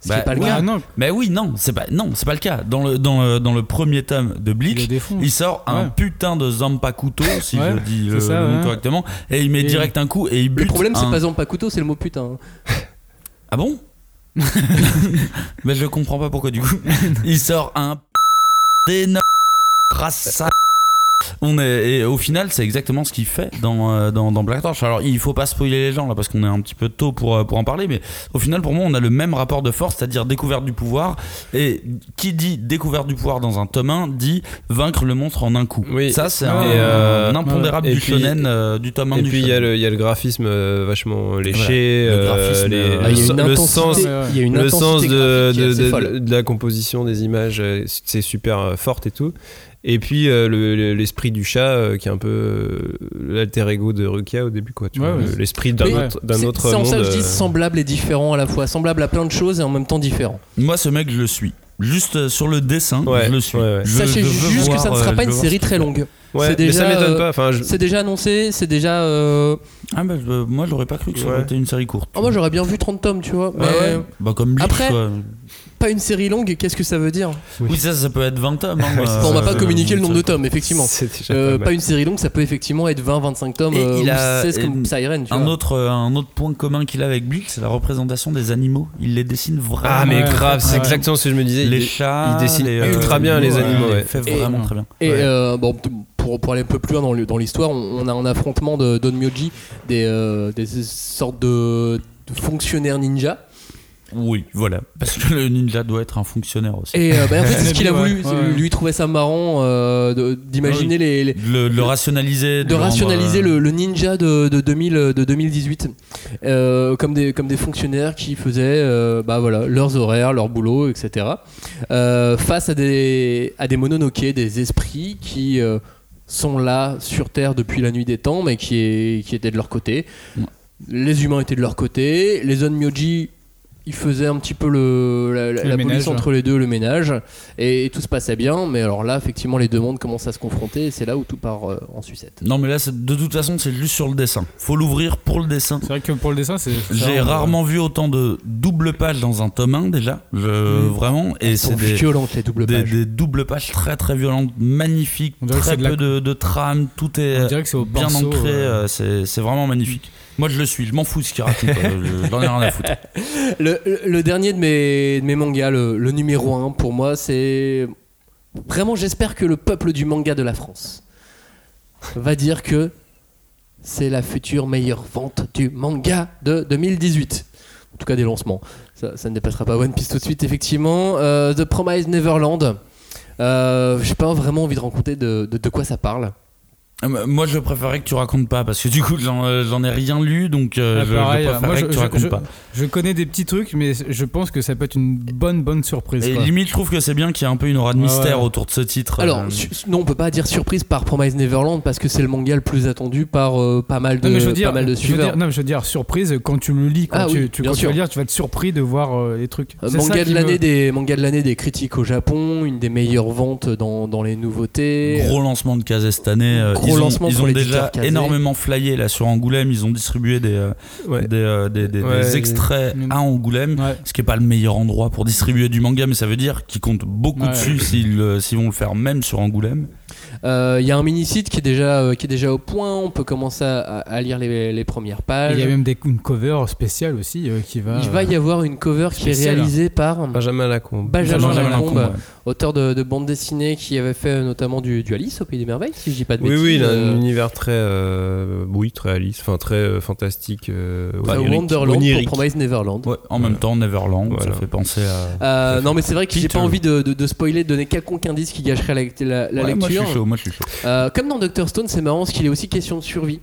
Speaker 1: Ce qui
Speaker 10: Bah,
Speaker 1: n'est pas le
Speaker 10: ouais,
Speaker 1: cas.
Speaker 12: Ah non,
Speaker 10: Mais oui, non, c'est pas non, c'est pas le cas. Dans le dans le, dans le premier tome de
Speaker 12: il le
Speaker 10: Bleach,
Speaker 12: défonce.
Speaker 10: il sort un
Speaker 12: Ouais.
Speaker 10: putain de Zampakuto, si
Speaker 12: Ouais,
Speaker 10: je dis euh,
Speaker 12: c'est
Speaker 10: le
Speaker 12: ça,
Speaker 10: nom
Speaker 12: ouais.
Speaker 10: correctement, et il met
Speaker 12: Et-
Speaker 10: direct un coup et il bute.
Speaker 1: Le problème, c'est
Speaker 10: un-
Speaker 1: pas Zanpakuto, c'est le mot putain. hein.
Speaker 10: Ah bon Mais je comprends pas pourquoi du coup. Il sort un énorme race à- On est, et au final, c'est exactement ce qu'il fait dans, euh, dans, dans Black Torch. Alors, il faut pas spoiler les gens là parce qu'on est un petit peu tôt pour, euh, pour en parler, mais au final, pour moi, on a le même rapport de force, c'est-à-dire découverte du pouvoir. Et qui dit découverte du pouvoir dans un tome 1 dit vaincre le monstre en un coup.
Speaker 11: Oui.
Speaker 10: Ça, c'est
Speaker 11: Ah,
Speaker 10: un,
Speaker 11: et, euh,
Speaker 10: un impondérable
Speaker 11: et
Speaker 10: du
Speaker 11: puis-
Speaker 10: shonen, euh, du tome 1
Speaker 11: Et
Speaker 10: du
Speaker 11: puis il y, a
Speaker 10: shonen.
Speaker 11: le- il y a le graphisme euh, vachement léché,
Speaker 10: Voilà. Le
Speaker 11: euh,
Speaker 10: graphisme,
Speaker 11: les-
Speaker 10: euh,
Speaker 1: Ah, il y a
Speaker 11: le,
Speaker 1: une
Speaker 11: le
Speaker 1: intensité-
Speaker 11: sens,
Speaker 1: il y a une
Speaker 11: le
Speaker 1: intensité
Speaker 11: sens de,
Speaker 1: graphique qui est
Speaker 11: de-
Speaker 1: assez
Speaker 11: de-
Speaker 1: folle.
Speaker 11: de la composition des images, euh, c'est super euh, forte et tout. Et puis euh, le- le- l'esprit du chat euh, qui est un peu euh, l'alter ego de Rukia au début, quoi. tu
Speaker 12: Ouais,
Speaker 11: vois,
Speaker 12: ouais.
Speaker 11: le- L'esprit d'un
Speaker 1: Mais
Speaker 11: autre, d'un
Speaker 1: C'est
Speaker 11: autre
Speaker 1: c'est en
Speaker 11: monde.
Speaker 1: ça que je dis
Speaker 11: euh,
Speaker 1: semblable et différent à la fois. Semblable à plein de choses et en même temps différent.
Speaker 10: Moi, ce mec, je le suis. Juste euh, sur le dessin,
Speaker 11: Ouais,
Speaker 10: je le suis.
Speaker 11: ouais, ouais.
Speaker 10: Je-
Speaker 1: Sachez
Speaker 10: je veux
Speaker 1: juste que
Speaker 10: voir,
Speaker 1: ça ne
Speaker 10: euh,
Speaker 1: sera
Speaker 10: je
Speaker 1: pas
Speaker 10: veux
Speaker 1: une
Speaker 10: voir
Speaker 1: série
Speaker 10: ce
Speaker 1: très
Speaker 10: qu'il fait.
Speaker 1: longue.
Speaker 11: ouais,
Speaker 1: c'est
Speaker 11: mais
Speaker 1: déjà,
Speaker 11: ça m'étonne
Speaker 1: euh,
Speaker 11: pas. Enfin, je-
Speaker 1: C'est déjà annoncé, c'est déjà. euh,
Speaker 10: Ah bah, je- moi, j'aurais pas cru que ça aurait
Speaker 11: Ouais.
Speaker 10: été une série courte.
Speaker 1: oh, moi j'aurais bien vu 30 tomes, tu vois. Mais
Speaker 10: Ouais, ouais. Bah, comme Bleach,
Speaker 1: Après-
Speaker 10: quoi.
Speaker 1: pas une série longue, qu'est-ce que ça veut dire
Speaker 10: Oui, ça, ça peut être 20 tomes. hein,
Speaker 11: Ouais,
Speaker 10: euh,
Speaker 1: Enfin, On va pas
Speaker 10: euh,
Speaker 1: communiquer le nombre de
Speaker 10: ça-
Speaker 1: tomes, effectivement.
Speaker 11: c'est déjà
Speaker 1: Euh,
Speaker 11: pas
Speaker 1: pas
Speaker 11: mal.
Speaker 1: une série longue, ça peut effectivement être 20, 25 tomes,
Speaker 10: Et
Speaker 1: euh,
Speaker 10: il
Speaker 1: ou
Speaker 10: a
Speaker 1: 16 comme
Speaker 10: une-
Speaker 1: Siren, tu
Speaker 10: Un
Speaker 1: vois.
Speaker 10: autre, euh, un autre point commun qu'il a avec Bleach, c'est la représentation des animaux. Il les dessine vraiment.
Speaker 11: Ah, mais
Speaker 12: Ouais,
Speaker 11: grave, c'est
Speaker 12: ouais.
Speaker 11: exactement ce que je me disais.
Speaker 10: les
Speaker 11: il-
Speaker 10: chats.
Speaker 11: il dessine
Speaker 10: les, euh,
Speaker 11: ultra bien, les animaux,
Speaker 10: Il
Speaker 11: ouais.
Speaker 10: fait
Speaker 1: Et-
Speaker 10: vraiment très bien.
Speaker 1: Et
Speaker 11: Ouais.
Speaker 1: euh, bon, p- pour, pour aller un peu plus loin dans le- dans l'histoire, on, on a un affrontement de Don Myoji, des, euh, des sortes de, de fonctionnaires ninja.
Speaker 10: Oui, voilà. Parce que le ninja doit être un fonctionnaire aussi.
Speaker 1: Et euh, bah, en fait, c'est ce qu'il a
Speaker 12: Ouais,
Speaker 1: voulu.
Speaker 12: ouais. Ah
Speaker 1: Lui, il trouvait ça marrant euh, de- d'imaginer les- les,
Speaker 10: Le, le rationaliser.
Speaker 1: de
Speaker 10: rendre,
Speaker 1: rationaliser
Speaker 10: euh,
Speaker 1: le, le ninja de, de, 2000, de 2018 euh, comme, des, comme des fonctionnaires qui faisaient euh, bah voilà, leurs horaires, leur boulot, etc. euh, face à des, à des mononoke, des esprits qui euh, sont là sur Terre depuis la nuit des temps, mais qui, est- qui étaient de leur côté.
Speaker 10: Ouais.
Speaker 1: Les humains étaient de leur côté. Les Onmyoji, ils faisaient un petit peu le, la, la-
Speaker 12: Le
Speaker 1: la
Speaker 12: ménage,
Speaker 1: police
Speaker 12: ouais.
Speaker 1: entre les deux, le ménage. Et, et tout se passait bien, mais alors là, effectivement, les deux mondes commencent à se confronter, et c'est là où tout part euh, en sucette.
Speaker 10: Non, mais là, c'est- de toute façon, c'est juste sur le dessin. Faut l'ouvrir pour le dessin.
Speaker 12: C'est vrai que pour le dessin, c'est. c'est
Speaker 10: J'ai
Speaker 12: rare.
Speaker 10: rarement vu autant de double pages dans un tome 1 déjà, Je-
Speaker 12: Mm.
Speaker 10: vraiment, et
Speaker 1: Elles sont
Speaker 10: c'est des,
Speaker 1: violentes les doubles
Speaker 10: des-
Speaker 1: pages.
Speaker 10: des doubles pages très très violentes, magnifiques,
Speaker 12: On dirait que
Speaker 10: très
Speaker 12: c'est de la-
Speaker 10: peu de, de trame, tout est
Speaker 12: On
Speaker 10: euh,
Speaker 12: dirait que c'est au
Speaker 10: bien
Speaker 12: pinceau,
Speaker 10: ancré,
Speaker 12: euh.
Speaker 10: euh, c'est c'est vraiment magnifique. Moi je le suis, je m'en fous de ce qu'il raconte, euh, je- j'en ai rien à foutre.
Speaker 1: Le, le dernier de mes, de mes mangas, le, le numéro 1 pour moi, c'est vraiment j'espère que le peuple du manga de la France va dire que c'est la future meilleure vente du manga de 2018. En tout cas des lancements. Ça, ça ne dépassera pas One Piece tout de suite, effectivement. Euh, The Promised Neverland. Euh, J'ai pas vraiment envie de raconter de, de- de quoi ça parle.
Speaker 10: Euh, Moi, je préférais que tu racontes pas parce que du coup, j'en euh, j'en ai rien lu, donc euh,
Speaker 12: Ah,
Speaker 10: je, je
Speaker 12: pareil,
Speaker 10: préférais
Speaker 12: moi, je-
Speaker 10: que tu
Speaker 12: je-
Speaker 10: racontes
Speaker 12: je-
Speaker 10: pas.
Speaker 12: Je connais des petits trucs, mais je pense que ça peut être une bonne, bonne surprise.
Speaker 10: Et
Speaker 12: quoi.
Speaker 10: limite, je trouve que c'est bien qu'il y ait un peu une aura de
Speaker 12: Ouais,
Speaker 10: mystère
Speaker 12: ouais.
Speaker 10: autour de ce titre.
Speaker 1: Alors,
Speaker 10: Euh,
Speaker 1: su- non, on peut pas dire surprise par Promise Neverland parce que c'est le manga le plus attendu par euh, pas mal de,
Speaker 12: Non, mais je veux dire,
Speaker 1: pas mal de
Speaker 12: je veux
Speaker 1: suiveurs.
Speaker 12: dire, non, mais je veux dire, surprise, quand tu le lis, quand,
Speaker 1: Ah
Speaker 12: tu,
Speaker 1: oui,
Speaker 12: tu-
Speaker 1: bien
Speaker 12: quand tu
Speaker 1: sûr.
Speaker 12: vas le lire, tu vas être surpris de voir euh, les trucs.
Speaker 1: Euh,
Speaker 12: C'est ça
Speaker 1: Manga
Speaker 12: qui
Speaker 1: de l'année
Speaker 12: me-
Speaker 1: des manga de l'année des critiques au Japon, une des meilleures ventes dans, dans les nouveautés.
Speaker 10: Gros lancement de Kazé cette année. euh,
Speaker 1: Gros
Speaker 10: ils ont,
Speaker 1: lancement
Speaker 10: ils
Speaker 1: pour
Speaker 10: ont
Speaker 1: l'éditeur
Speaker 10: déjà
Speaker 1: Kazé.
Speaker 10: énormément flyé là sur Angoulême. Ils ont distribué des, euh, des, euh, des- des- des
Speaker 11: Ouais,
Speaker 10: extraits à Angoulême, ce qui est pas le meilleur endroit pour distribuer du manga, mais ça veut dire qu'ils comptent beaucoup
Speaker 1: Ouais.
Speaker 10: dessus s'ils euh, s'ils vont le faire même sur Angoulême.
Speaker 1: Euh, Il y a un mini site qui est déjà euh, qui est déjà au point. On peut commencer à, à lire les, les premières
Speaker 12: Et
Speaker 1: pages.
Speaker 12: Il y a même des, une cover spéciale aussi euh, qui va.
Speaker 1: Il va y avoir une cover qui est
Speaker 12: spéciale.
Speaker 1: réalisée par
Speaker 11: Benjamin Lacombe.
Speaker 1: Benjamin,
Speaker 12: Benjamin
Speaker 1: Lacombe,
Speaker 12: Lacombe, ouais.
Speaker 1: auteur de, de bande dessinée qui avait fait euh, notamment du, du Alice au Pays des Merveilles, si je dis pas de
Speaker 11: Oui,
Speaker 1: bêtises.
Speaker 11: oui, il a
Speaker 1: euh,
Speaker 11: un univers très, euh, oui, très Alice, enfin très euh, fantastique, euh,
Speaker 1: Enfin,
Speaker 11: onirique.
Speaker 1: Wonderland
Speaker 11: Onirique.
Speaker 1: pour Promise Neverland.
Speaker 10: En même temps, Neverland, ça fait penser à.
Speaker 1: Euh, non mais c'est vrai que j'ai
Speaker 10: Peter.
Speaker 1: pas envie de, de, de spoiler, de donner quelconque indice qui gâcherait la, la- la
Speaker 10: Ouais,
Speaker 1: lecture.
Speaker 10: moi, je suis chaud, moi, je suis chaud.
Speaker 1: Euh, comme dans Doctor Stone, c'est marrant parce qu'il est aussi question de survie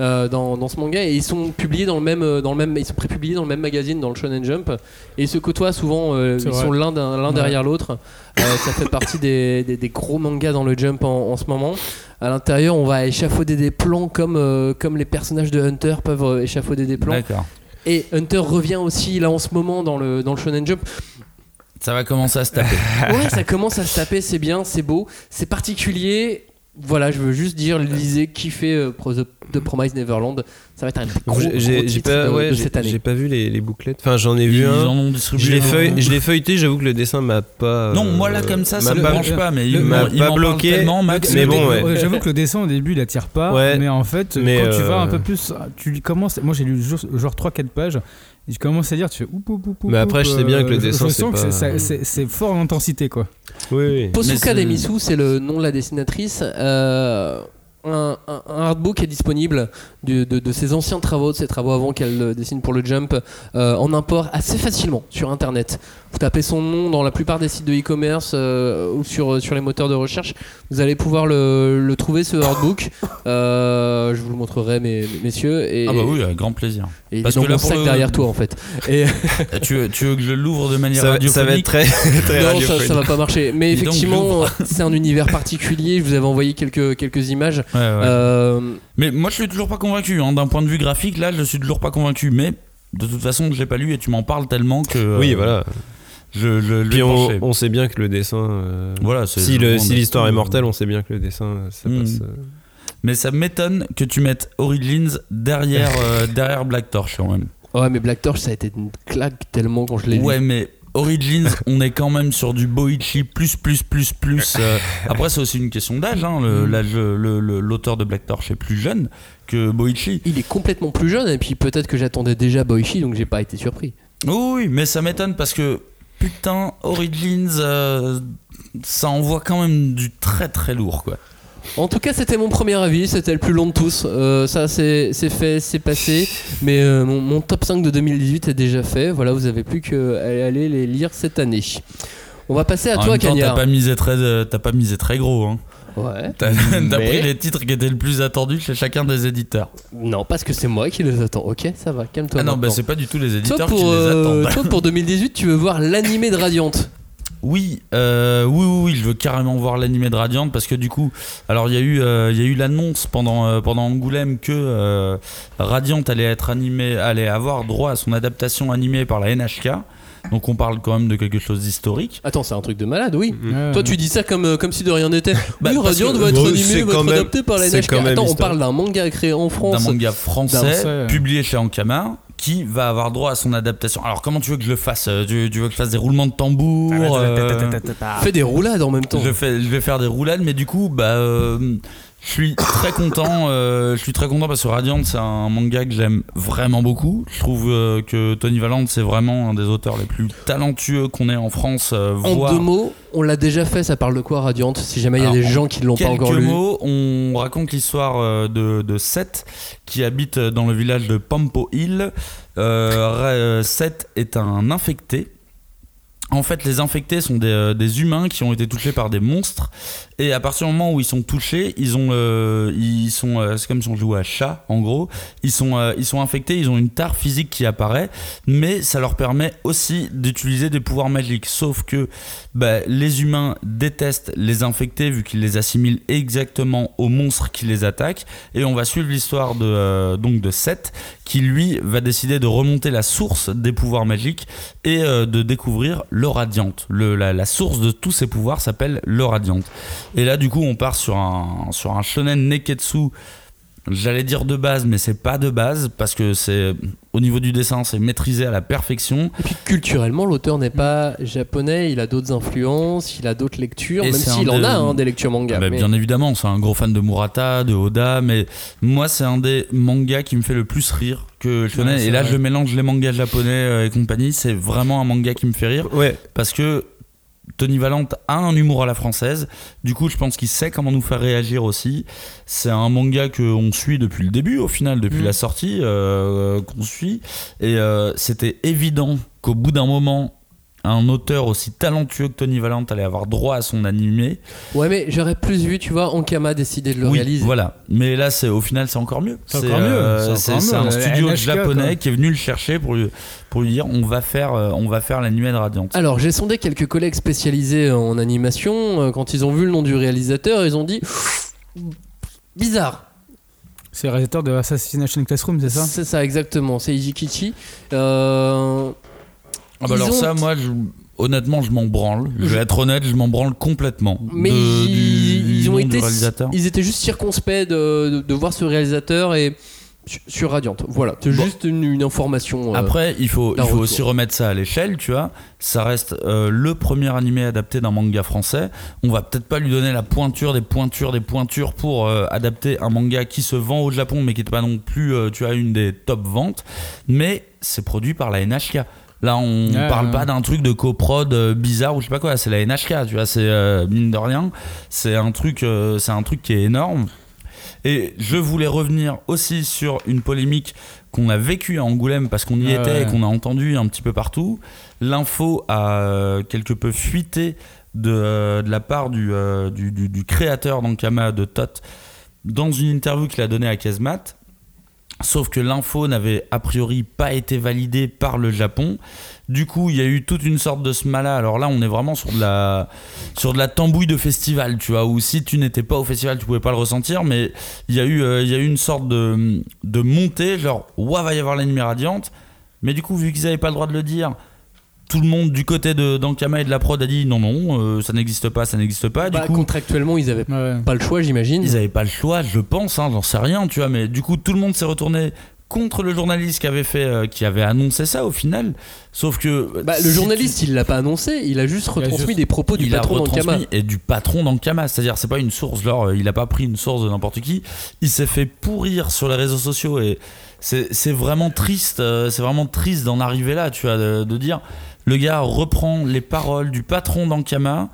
Speaker 1: euh, dans, dans ce manga et ils sont publiés dans le même euh, dans le même ils sont prépubliés dans le même magazine dans le Shonen Jump et ils se côtoient souvent euh,
Speaker 12: C'est
Speaker 1: ils
Speaker 12: vrai.
Speaker 1: sont l'un d'un- l'un
Speaker 12: Ouais.
Speaker 1: derrière l'autre. Euh, ça fait partie des, des- des gros mangas dans le Jump en, en ce moment. À l'intérieur, on va échafauder des plans comme euh, comme les personnages de Hunter peuvent euh, échafauder des plans.
Speaker 10: D'accord.
Speaker 1: Et Hunter revient aussi là en ce moment dans le dans le Shonen Jump.
Speaker 10: Ça va commencer à se taper.
Speaker 1: Ouais, ça commence à se taper, c'est bien, c'est beau, c'est particulier. Voilà, je veux juste dire, lisez, kiffez euh, Pro- The, The Promise Neverland. Ça va être un gros, gros
Speaker 11: J'ai- J'ai j'ai
Speaker 1: titre
Speaker 11: pas,
Speaker 1: de,
Speaker 11: ouais,
Speaker 1: de
Speaker 11: j'ai-
Speaker 1: cette année.
Speaker 11: j'ai pas vu les, les bouclettes. Enfin, j'en ai vu
Speaker 10: Ils
Speaker 11: un.
Speaker 10: en ont distribué
Speaker 11: je l'ai
Speaker 10: un.
Speaker 11: feuille- je l'ai feuilleté. J'avoue que le dessin m'a pas.
Speaker 10: Non,
Speaker 11: euh,
Speaker 10: moi, là, comme ça, ça
Speaker 11: m'a
Speaker 10: me branche pas, mais il m'en-
Speaker 11: m'a
Speaker 10: il
Speaker 11: pas
Speaker 10: m'en parle
Speaker 11: bloqué.
Speaker 10: tellement, Max,
Speaker 11: Mais bon,
Speaker 12: Ouais,
Speaker 11: ouais.
Speaker 12: J'avoue que le dessin au début il attire pas,
Speaker 11: Ouais.
Speaker 12: mais en fait
Speaker 11: Mais,
Speaker 12: quand tu
Speaker 11: euh,
Speaker 12: vas un peu plus, tu lis- commences. Moi j'ai lu genre, 3-4 pages, et tu commences à lire, tu fais oup oup oup oup,
Speaker 11: Mais après,
Speaker 12: oup,
Speaker 11: je sais bien
Speaker 12: euh,
Speaker 11: que le
Speaker 12: je-
Speaker 11: dessin,
Speaker 12: je
Speaker 11: c'est
Speaker 12: sens que
Speaker 11: pas-
Speaker 12: c'est- ça- c'est c'est fort en intensité quoi.
Speaker 11: Oui, oui.
Speaker 1: Posuka
Speaker 12: Mais c'est-
Speaker 1: Demisu, c'est le nom de la dessinatrice. Euh, un, un- un artbook est disponible du- de, de ses anciens travaux, de ses travaux avant qu'elle euh, dessine pour le Jump, euh, en import assez facilement sur Internet. Vous tapez son nom dans la plupart des sites de e-commerce euh, ou sur, sur les moteurs de recherche, vous allez pouvoir le, le trouver ce artbook. Euh, je vous le montrerai, mes, mes- messieurs. Et,
Speaker 10: Ah bah oui, avec grand plaisir.
Speaker 1: Et il est dans mon
Speaker 10: pour
Speaker 1: sac derrière toi, en fait. Et-
Speaker 10: Euh, tu, veux, tu veux que je l'ouvre de manière
Speaker 11: Ça va-
Speaker 10: radiophonique
Speaker 11: ça va être très- très
Speaker 1: non, ça-
Speaker 11: radiophonique.
Speaker 1: Ça, va pas marcher. Mais
Speaker 10: Eh, Dis donc,
Speaker 1: effectivement,
Speaker 10: j'ouvre.
Speaker 1: c'est un univers particulier. Je vous avais envoyé quelques, quelques images.
Speaker 10: Ouais, ouais.
Speaker 1: Euh,
Speaker 10: Mais moi, je suis toujours pas convaincu. hein. D'un point de vue graphique, là, je suis toujours pas convaincu. Mais de toute façon, je l'ai pas lu et tu m'en parles tellement que. euh,
Speaker 11: Oui, voilà.
Speaker 10: Je, je l'ai
Speaker 11: Puis on,
Speaker 10: penché.
Speaker 11: on sait bien que le dessin. euh,
Speaker 10: Voilà, c'est-
Speaker 11: Si
Speaker 10: je
Speaker 11: le-
Speaker 10: demande.
Speaker 11: si l'histoire
Speaker 12: euh,
Speaker 11: est mortelle, on sait bien que le dessin, euh, ça
Speaker 10: Mm.
Speaker 12: Hmm.
Speaker 11: passe. euh,
Speaker 10: Mais ça m'étonne que tu mettes Origins derrière, euh, derrière Black Torch quand même.
Speaker 1: Ouais, mais Black Torch, ça a été une claque tellement quand je l'ai lu.
Speaker 10: Ouais, mais Origins, on est quand même sur du Boichi plus, plus, plus, plus. euh. Après, c'est aussi une question d'âge. hein. Le-
Speaker 11: Mm.
Speaker 10: l'âge- le- le- L'auteur de Black Torch est plus jeune que Boichi.
Speaker 1: Il est complètement plus jeune, et puis peut-être que j'attendais déjà Boichi, donc j'ai pas été surpris.
Speaker 10: Oui, oui, mais ça m'étonne parce que putain, Origins, euh, ça envoie quand même du très très lourd quoi.
Speaker 1: En tout cas, c'était mon premier avis, c'était le plus long de tous. Euh, ça, c'est c'est fait, c'est passé. Mais euh, mon, mon top 5 de 2018 est déjà fait. Voilà, vous avez plus qu'à aller les lire cette année. On va passer à
Speaker 10: En
Speaker 1: toi,
Speaker 10: même temps,
Speaker 1: Cagnard.
Speaker 10: T'as pas misé très, euh, t'as pas misé très gros. Hein.
Speaker 1: Ouais.
Speaker 10: T'as t'as
Speaker 1: Mais-
Speaker 10: pris les titres qui étaient le plus attendus chez chacun des éditeurs.
Speaker 1: Non, parce que c'est moi qui les attends. Ok, ça va, calme-toi.
Speaker 10: Ah non, bah
Speaker 1: maintenant.
Speaker 10: c'est pas du tout les
Speaker 1: Toi
Speaker 10: éditeurs
Speaker 1: pour,
Speaker 10: qui
Speaker 1: euh,
Speaker 10: les attendent.
Speaker 1: toi, pour 2018, tu veux voir l'animé de Radiante.
Speaker 10: Oui, euh, oui, oui, oui, je veux carrément voir l'animé de Radiant parce que du coup, alors il y a eu, euh, il y a eu l'annonce pendant euh, pendant Angoulême que euh, Radiant allait être animé, allait avoir droit à son adaptation animée par la NHK. Donc on parle quand même de quelque chose d'historique.
Speaker 1: Attends, c'est un truc de malade, oui.
Speaker 12: Ouais.
Speaker 1: Toi, tu dis ça comme, euh, comme si de rien n'était.
Speaker 10: Mm. Bah,
Speaker 1: oui,
Speaker 10: parce
Speaker 1: Radiant
Speaker 10: que-
Speaker 1: va être
Speaker 10: Bah,
Speaker 1: animé,
Speaker 10: c'est
Speaker 1: va
Speaker 10: quand
Speaker 1: être
Speaker 10: même-
Speaker 1: adapté par la
Speaker 10: c'est
Speaker 1: NHK.
Speaker 10: quand même
Speaker 1: Attends, on
Speaker 10: histoire-
Speaker 1: parle d'un manga créé en
Speaker 10: d'un
Speaker 1: France.
Speaker 10: manga français,
Speaker 1: D'un français.
Speaker 10: publié chez Ankama qui va avoir droit à son adaptation. Alors comment tu veux que je le fasse Euh, tu, tu veux que je fasse des roulements de tambour euh,
Speaker 1: Fais des roulades en même temps.
Speaker 10: Je, fais- je vais faire des roulades, mais du coup, bah, euh, je suis très content. euh, je suis très content parce que Radiant, c'est un manga que j'aime vraiment beaucoup. Je trouve euh, que Tony Valente, c'est vraiment un des auteurs les plus talentueux qu'on ait en France. euh,
Speaker 1: En
Speaker 10: voire-
Speaker 1: deux mots, on l'a déjà fait, ça parle de quoi Radiante Si jamais il y a
Speaker 10: Alors,
Speaker 1: des
Speaker 10: en
Speaker 1: gens qui l'ont pas
Speaker 10: quelques
Speaker 1: encore lu.
Speaker 10: mots, on raconte l'histoire euh, de, de Seth qui habite dans le village euh, de Pampo Hill. Euh, Ra- euh, Seth est un infecté En fait, les infectés sont des, euh, des humains qui ont été touchés par des monstres. Et à partir du moment où ils sont touchés, ils ont, euh, ils sont, euh, c'est comme si on jouait à chat, en gros. Ils sont, euh, ils sont infectés, ils ont une tare physique qui apparaît, mais ça leur permet aussi d'utiliser des pouvoirs magiques. Sauf que bah, les humains détestent les infectés vu qu'ils les assimilent exactement aux monstres qui les attaquent. Et on va suivre l'histoire de, euh, donc de Seth qui lui va décider de remonter la source des pouvoirs magiques et euh, de découvrir le radiante. Le- la, la source de tous ces pouvoirs s'appelle le radiante. Et là, du coup, on part sur un, sur un shonen neketsu. J'allais dire de base, mais c'est pas de base parce que c'est au niveau du dessin, c'est maîtrisé à la perfection.
Speaker 1: Et puis culturellement, l'auteur n'est pas japonais, il a d'autres influences, il a d'autres lectures,
Speaker 10: Et
Speaker 1: même
Speaker 10: c'est un
Speaker 1: s'il en
Speaker 10: des-
Speaker 1: a hein, des lectures manga.
Speaker 10: Ah bah,
Speaker 1: mais-
Speaker 10: Bien évidemment, c'est un gros fan de Murata, de Oda, mais moi, c'est un des mangas qui me fait le plus rire que je connais.
Speaker 11: Ouais, c'est
Speaker 10: et là,
Speaker 11: vrai.
Speaker 10: je mélange les mangas japonais euh, et compagnie. C'est vraiment un manga qui me fait rire. Parce que Tony Valente a un humour à la française. Du coup, je pense qu'il sait comment nous faire réagir aussi. C'est un manga qu'on suit depuis le début, au final,
Speaker 11: Mm.
Speaker 10: depuis la sortie, euh, qu'on suit. Et euh, c'était évident qu'au bout d'un moment, un auteur aussi talentueux que Tony Valente allait avoir droit à son animé.
Speaker 1: Ouais, mais j'aurais plus vu, tu vois, Ankama décider de le
Speaker 10: Oui,
Speaker 1: réaliser.
Speaker 10: voilà. Mais là, c'est au final, c'est encore mieux.
Speaker 1: C'est encore mieux, c'est
Speaker 10: c'est
Speaker 1: encore
Speaker 10: c'est un
Speaker 1: mieux.
Speaker 10: studio
Speaker 1: NHK,
Speaker 10: japonais
Speaker 1: quoi.
Speaker 10: qui est venu le chercher pour lui, pour lui dire on va faire, euh, on va faire l'animé de Radiante.
Speaker 1: Alors, j'ai sondé quelques collègues spécialisés en animation. euh, Quand ils ont vu le nom du réalisateur, ils ont dit bizarre.
Speaker 12: C'est le réalisateur de Assassination Classroom, c'est ça
Speaker 1: C'est ça, exactement. C'est Ijikichi. Euh...
Speaker 10: Ah
Speaker 1: ils
Speaker 10: bah alors
Speaker 1: ont-
Speaker 10: ça, moi, je- honnêtement, je m'en branle. Je vais être honnête, je m'en branle complètement.
Speaker 1: Mais
Speaker 10: de-
Speaker 1: ils,
Speaker 10: du-
Speaker 1: ils
Speaker 10: du
Speaker 1: ont
Speaker 10: nom
Speaker 1: été,
Speaker 10: du réalisateur.
Speaker 1: ils étaient juste circonspects de, de- de voir ce réalisateur et sur- sur Radiante. Voilà, c'est juste une, une information. euh,
Speaker 10: Après, il faut,
Speaker 1: d'un
Speaker 10: il faut
Speaker 1: retour.
Speaker 10: aussi remettre ça à l'échelle, tu vois. Ça reste euh, le premier animé adapté d'un manga français. On va peut-être pas lui donner la pointure des pointures des pointures pour euh, adapter un manga qui se vend au Japon, mais qui n'est pas non plus, euh, tu as une des top ventes. Mais c'est produit par la NHK. Là, on
Speaker 12: Ouais,
Speaker 10: parle
Speaker 12: ouais.
Speaker 10: pas d'un truc de coprod euh, bizarre ou je sais pas quoi. C'est la NHK, tu vois. C'est euh, mine de rien, c'est un truc, euh, c'est un truc qui est énorme. Et je voulais revenir aussi sur une polémique qu'on a vécue à Angoulême parce qu'on y
Speaker 12: Ouais,
Speaker 10: était et
Speaker 12: ouais.
Speaker 10: qu'on a entendu un petit peu partout. L'info a euh, quelque peu fuité de, euh, de la part du, euh, du, du- du créateur d'Ankama, de Tot, dans une interview qu'il a donnée à Kesmat. Sauf que l'info n'avait a priori pas été validée par le Japon. Du coup, il y a eu toute une sorte de smala. Alors là, on est vraiment sur de la, sur de la tambouille de festival, tu vois, où si tu n'étais pas au festival, tu pouvais pas le ressentir. Mais il y a eu, euh, il y a eu une sorte de, de montée, genre, ouah, va y avoir l'ennemi radiante. Mais du coup, vu qu'ils n'avaient pas le droit de le dire, tout le monde du côté de d'Ankama et de la prod a dit non, non, euh, ça n'existe pas, ça n'existe pas. Du
Speaker 1: bah,
Speaker 10: coup,
Speaker 1: contractuellement, ils avaient pas le choix, j'imagine.
Speaker 10: ils n'avaient pas le choix, je pense, hein, j'en sais rien, tu vois, mais du coup, tout le monde s'est retourné contre le journaliste qui avait fait, euh, qui avait annoncé ça au final. Sauf que. euh,
Speaker 1: Bah, le
Speaker 10: si
Speaker 1: journaliste, il l'a pas annoncé, il a juste retransmis des propos du
Speaker 10: il a
Speaker 1: patron d'Ankama.
Speaker 10: retransmis et du patron d'Ankama. C'est-à-dire, c'est pas une source, genre, euh, il a pas pris une source de n'importe qui. Il s'est fait pourrir sur les réseaux sociaux et c'est c'est vraiment triste, euh, c'est vraiment triste d'en arriver là, tu vois, de, de dire le gars reprend les paroles du patron d'Ankama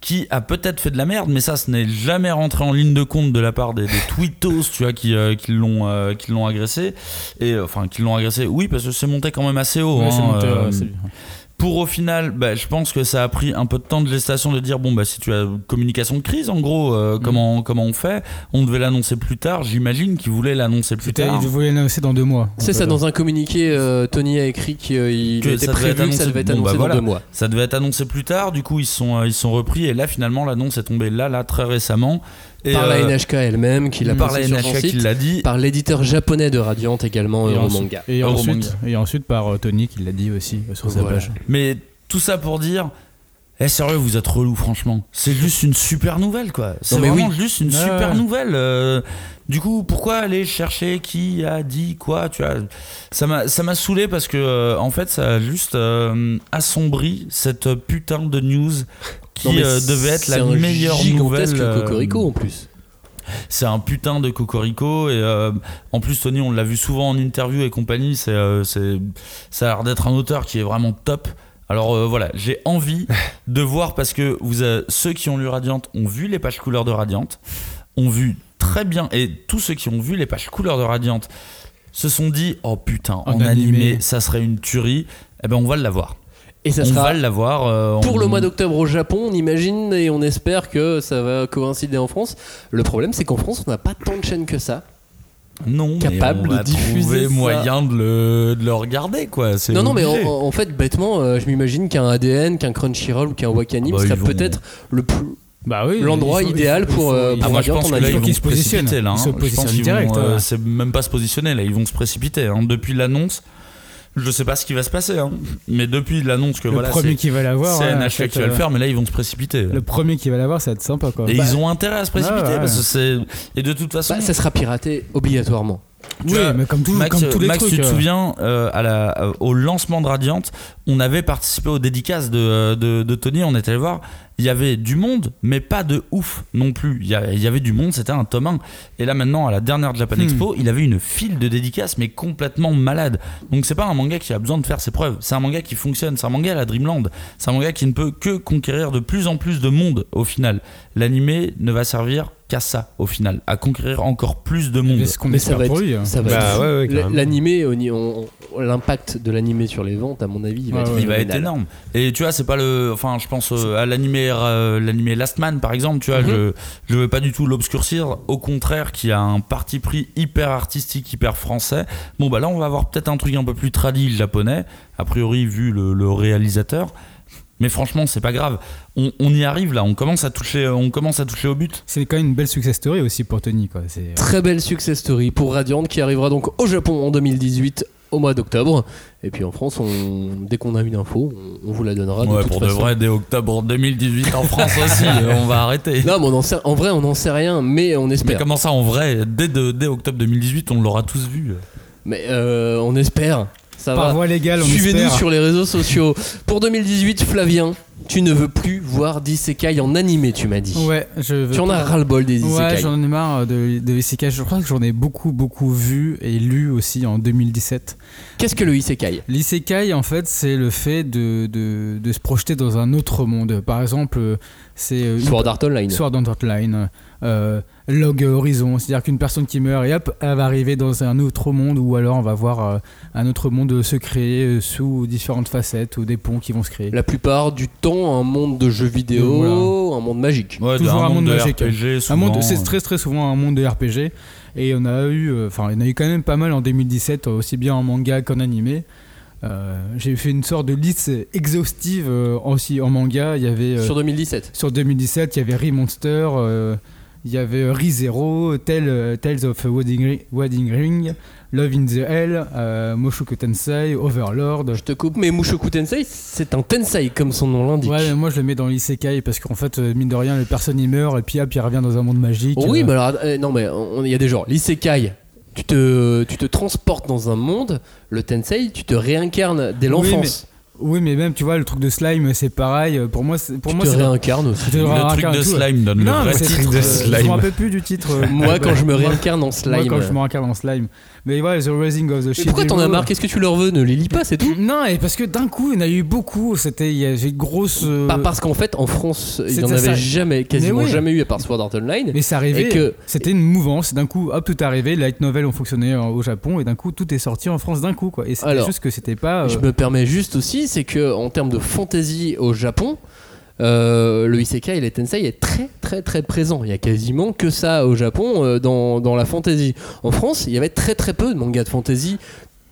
Speaker 10: qui a peut-être fait de la merde, mais ça, ce n'est jamais rentré en ligne de compte de la part des, des tweetos, tu vois, qui, euh, qui l'ont euh, qui l'ont agressé. Et euh, enfin, qui l'ont agressé, oui, parce que c'est monté quand même assez haut.
Speaker 12: Ouais, c'est
Speaker 10: hein,
Speaker 12: monté, ouais, c'est-
Speaker 10: pour au final, bah, je pense que ça a pris un peu de temps de gestation de dire bon bah si tu as communication de crise en gros euh, comment comment on fait On devait l'annoncer plus tard. J'imagine qu'ils voulaient l'annoncer plus
Speaker 12: Putain,
Speaker 10: tard.
Speaker 12: il voulait l'annoncer dans deux mois.
Speaker 1: C'est ça, dans un communiqué, euh, Tony a écrit qu'il euh,
Speaker 10: Que
Speaker 1: était
Speaker 10: ça devait
Speaker 1: prévu
Speaker 10: être
Speaker 1: que ça
Speaker 10: annoncé-
Speaker 1: devait être
Speaker 10: bon, bah,
Speaker 1: annoncé
Speaker 10: voilà.
Speaker 1: dans deux mois.
Speaker 10: Ça devait être annoncé plus tard. Du coup ils se sont euh, ils se sont repris et là finalement l'annonce est tombée là là très récemment. Et,
Speaker 1: par la
Speaker 10: euh,
Speaker 1: NHK elle-même, qui l'a
Speaker 10: par
Speaker 1: posté
Speaker 10: la
Speaker 1: sur
Speaker 10: NHK
Speaker 1: son
Speaker 10: qui
Speaker 1: site,
Speaker 10: l'a dit.
Speaker 1: Par l'éditeur japonais de Radiante également,
Speaker 12: Et ensuite,
Speaker 1: Euromanga.
Speaker 12: et ensuite, et ensuite par euh, Tony qui l'a dit aussi euh, sur sa
Speaker 1: Voilà.
Speaker 12: page.
Speaker 10: Mais tout ça pour dire. Eh sérieux, vous êtes relou, franchement. C'est juste une super nouvelle, quoi. C'est
Speaker 1: mais
Speaker 10: vraiment
Speaker 1: oui.
Speaker 10: juste une
Speaker 1: Ouais,
Speaker 10: super
Speaker 1: ouais.
Speaker 10: nouvelle. euh, du coup, pourquoi aller chercher qui a dit quoi Tu vois, ça m'a ça m'a saoulé parce que euh, en fait, ça a juste euh, assombri cette putain de news qui
Speaker 1: Non, mais
Speaker 10: euh, devait être
Speaker 1: c'est
Speaker 10: la
Speaker 1: un
Speaker 10: meilleure
Speaker 1: gigantesque
Speaker 10: nouvelle. euh,
Speaker 1: cocorico, en plus.
Speaker 10: c'est un putain de cocorico et euh, en plus Tony on l'a vu souvent en interview et compagnie c'est euh, c'est- ça a l'air d'être un auteur qui est vraiment top alors euh, voilà j'ai envie de voir parce que vous euh, ceux qui ont lu Radiante ont vu les pages couleurs de Radiante ont vu très bien et tous ceux qui ont vu les pages couleurs de Radiante se sont dit oh putain en,
Speaker 12: En
Speaker 10: animé,
Speaker 12: animé.
Speaker 10: ça serait une tuerie eh ben on va l'avoir
Speaker 1: Et ça
Speaker 10: on
Speaker 1: sera
Speaker 10: va l'avoir euh, en-
Speaker 1: pour le mois d'octobre au Japon, on imagine et on espère que ça va coïncider en France. Le problème, c'est qu'en France, on n'a pas tant de chaînes que ça.
Speaker 10: non, mais
Speaker 1: capable
Speaker 10: on va
Speaker 1: de diffuser
Speaker 10: trouver
Speaker 1: ça.
Speaker 10: moyen de le, de le regarder quoi. c'est
Speaker 1: Non, non, mais en,
Speaker 10: obligé.
Speaker 1: en fait, bêtement, euh, je m'imagine qu'un ADN, qu'un Crunchyroll ou qu'un Wakanim
Speaker 10: Ah bah,
Speaker 1: serait
Speaker 10: ils vont-
Speaker 1: peut-être le plus.
Speaker 12: Bah oui,
Speaker 1: L'endroit
Speaker 12: il faut-
Speaker 1: idéal
Speaker 12: il faut-
Speaker 1: pour,
Speaker 12: il faut-
Speaker 1: euh,
Speaker 12: il
Speaker 1: pour
Speaker 10: Ah, moi, je
Speaker 1: regarder
Speaker 10: pense
Speaker 1: ton
Speaker 10: que là,
Speaker 1: avis.
Speaker 10: ils vont
Speaker 12: qu'ils
Speaker 10: se
Speaker 12: se positionnent.
Speaker 10: précipiter, là,
Speaker 12: Ils se
Speaker 10: hein. Je pense
Speaker 12: positionnent
Speaker 10: qu'ils vont,
Speaker 12: direct,
Speaker 10: euh,
Speaker 12: ouais.
Speaker 10: C'est même pas se positionner là, ils vont se précipiter. hein. Depuis l'annonce, je sais pas ce qui va se passer, hein. mais depuis l'annonce que
Speaker 12: Le
Speaker 10: voilà,
Speaker 12: premier
Speaker 10: c'est-
Speaker 12: qui va l'avoir,
Speaker 10: c'est
Speaker 12: ouais, en
Speaker 10: NHK
Speaker 12: fait,
Speaker 10: qui va le
Speaker 12: euh,
Speaker 10: faire, mais là ils vont se précipiter. là.
Speaker 12: Le premier qui va l'avoir, ça va être sympa quoi.
Speaker 10: Et
Speaker 12: Bah,
Speaker 10: ils ont intérêt à se précipiter
Speaker 12: Ouais, ouais,
Speaker 10: parce que
Speaker 12: ouais.
Speaker 10: c'est et de toute façon
Speaker 1: Bah, ça sera piraté obligatoirement.
Speaker 10: tu
Speaker 12: Oui,
Speaker 10: vois,
Speaker 12: mais comme, tout,
Speaker 10: Max,
Speaker 12: comme tous les
Speaker 10: Max,
Speaker 12: trucs.
Speaker 10: tu te
Speaker 12: euh,
Speaker 10: souviens euh, à la, euh, au lancement de Radiant, on avait participé aux dédicaces de, euh, de, de Tony, on était allé voir. Il y avait du monde, mais pas de ouf non plus. Il y, a- il y avait du monde, c'était un tome 1. Et là maintenant, à la dernière Japan
Speaker 12: Hmm.
Speaker 10: Expo, il avait une file de dédicaces, mais complètement malade. Donc c'est pas un manga qui a besoin de faire ses preuves. C'est un manga qui fonctionne. C'est un manga à la Dreamland. C'est un manga qui ne peut que conquérir de plus en plus de monde au final. L'animé ne va servir qu'à ça au final, à conquérir encore plus de monde.
Speaker 12: Mais ce qu'on
Speaker 1: Mais ça
Speaker 12: espère
Speaker 1: va
Speaker 12: pour
Speaker 1: être-
Speaker 12: lui. hein.
Speaker 1: ça va
Speaker 11: Bah,
Speaker 1: être fou.
Speaker 11: ouais, ouais,
Speaker 1: L-
Speaker 11: carrément.
Speaker 1: L'animé, on y- on- on- l'impact de l'animé sur les ventes, à mon avis, il va
Speaker 12: Ouais,
Speaker 1: être
Speaker 12: ouais.
Speaker 10: Il va être
Speaker 1: phénoménal.
Speaker 10: énorme. Et tu vois, c'est pas le. Enfin, je pense euh, à l'animé euh, l'animé Last Man, par exemple. Tu vois, je, je veux pas du tout l'obscurcir. Au contraire, qui a un parti pris hyper artistique, hyper français. Bon, bah là, on va avoir peut-être un truc un peu plus tradit japonais, a priori, vu le, le réalisateur. Mais franchement, c'est pas grave. On, on y arrive là. On commence à toucher, on commence à toucher au but.
Speaker 12: C'est quand même une belle success story aussi pour Tony quoi. C'est
Speaker 1: Très belle success story pour Radiant qui arrivera donc au Japon en 2018 au mois d'octobre. Et puis en France, on- dès qu'on a une info, on, on vous la donnera. de
Speaker 10: ouais,
Speaker 1: toute
Speaker 10: pour de
Speaker 1: façon.
Speaker 10: vrai, dès octobre 2018 en France aussi, euh, on va arrêter.
Speaker 1: Non, mais on en, sait- en vrai, on n'en sait rien, mais on
Speaker 10: Mais
Speaker 1: espère.
Speaker 10: comment ça, en vrai, dès, de- dès octobre 2018, on l'aura tous vu.
Speaker 1: Mais euh, on espère. Ça
Speaker 12: par
Speaker 1: va.
Speaker 12: voie légale, on
Speaker 1: Suivez-nous
Speaker 12: espère.
Speaker 1: sur les réseaux sociaux. Pour 2018, Flavien, tu ne veux plus voir d'Isekai en animé, tu m'as dit.
Speaker 12: Ouais, je veux
Speaker 1: Tu en
Speaker 12: pas-
Speaker 1: as ras-le-bol des
Speaker 12: Ouais,
Speaker 1: Isekai.
Speaker 12: j'en ai marre de, de Isekai. Je crois que j'en ai beaucoup, beaucoup vu et lu aussi en 2017.
Speaker 1: Qu'est-ce que le Isekai
Speaker 12: L'isekai, en fait, c'est le fait euh, de, de, de se projeter dans un autre monde. Par exemple, c'est. euh,
Speaker 1: Sword Art Online.
Speaker 12: Sword Art Online, euh, Log Horizon, c'est-à-dire qu'une personne qui meurt et hop, elle va arriver dans un autre monde ou alors on va voir euh, un autre monde se créer euh, sous différentes facettes ou des ponts qui vont se créer.
Speaker 1: La plupart du temps, un monde de jeux vidéo, un monde magique.
Speaker 10: Ouais,
Speaker 12: Toujours
Speaker 10: d'un
Speaker 12: un monde
Speaker 10: de
Speaker 12: magique.
Speaker 10: RPG,
Speaker 12: Un
Speaker 10: souvent,
Speaker 12: monde,
Speaker 10: euh.
Speaker 12: c'est très très souvent un monde de RPG et on a eu, euh, enfin, il y en a eu quand même pas mal en 2017, euh, aussi bien en manga qu'en animé. Euh, J'ai fait une sorte de liste exhaustive euh, aussi en manga. Il y avait euh,
Speaker 1: Sur 2017.
Speaker 12: Sur 2017, il y avait Remonster, euh, il y avait ReZero, Tale- euh, Tales of Wedding, Ri- Wedding Ring, Love in the Hell, euh, Mushoku Tensei, Overlord.
Speaker 1: Je te coupe, mais Mushoku Tensei, c'est un Tensei comme son nom l'indique.
Speaker 12: Ouais, mais moi je le mets dans l'Isekai parce qu'en fait, euh, mine de rien, les personnes y meurent et puis hop, il revient dans un monde magique.
Speaker 1: oui,
Speaker 12: euh,
Speaker 1: mais alors, euh, non, mais on- il y a des genres. L'Isekai, tu te, tu te transportes dans un monde. Le Tensei, tu te réincarnes dès
Speaker 12: Oui,
Speaker 1: l'enfance.
Speaker 12: oui, mais même, tu vois, le truc de slime, c'est pareil. euh, Pour moi, c'est- pour
Speaker 1: tu
Speaker 12: moi
Speaker 1: te
Speaker 12: c'est.
Speaker 1: réincarnes aussi.
Speaker 12: c'est
Speaker 10: Le truc
Speaker 12: rancard
Speaker 10: de
Speaker 12: et tout, ouais.
Speaker 10: slime donne
Speaker 12: Non,
Speaker 10: le
Speaker 12: mais
Speaker 10: vrai
Speaker 12: c'est
Speaker 10: titre
Speaker 12: trop- euh,
Speaker 10: de
Speaker 12: Je me
Speaker 10: slime.
Speaker 12: rappelle plus du titre. euh,
Speaker 1: Moi, quand je me
Speaker 12: moi-
Speaker 1: réincarne en slime.
Speaker 12: Moi, quand je me réincarne en slime. Mais voilà, The Rising of the
Speaker 1: Mais
Speaker 12: Shield.
Speaker 1: pourquoi t'en as
Speaker 12: Hero.
Speaker 1: marre Qu'est-ce que tu leur veux Ne les lis pas, c'est tout.
Speaker 12: Non, et parce que d'un coup, il y en a eu beaucoup. C'était, il y a j'ai une grosse. euh,
Speaker 1: Pas parce qu'en fait, en France, il
Speaker 12: C'était
Speaker 1: n'y en avait
Speaker 12: ça.
Speaker 1: jamais, quasiment
Speaker 12: Mais oui.
Speaker 1: jamais eu à part Sword Art Online.
Speaker 12: Mais ça arrivait.
Speaker 1: et que-
Speaker 12: C'était une mouvance. D'un coup, hop, tout est arrivé. Les light novels ont fonctionné en- au Japon et d'un coup, tout est sorti en France d'un coup, quoi. Et c'est
Speaker 1: Alors,
Speaker 12: juste que c'était pas. euh,
Speaker 1: Je me permets juste aussi, c'est que en termes de fantasy au Japon, euh, le isekai et les tensei est très très très présent. Il y a quasiment que ça au Japon euh, dans, dans la fantasy. En France, il y avait très très peu de mangas de fantasy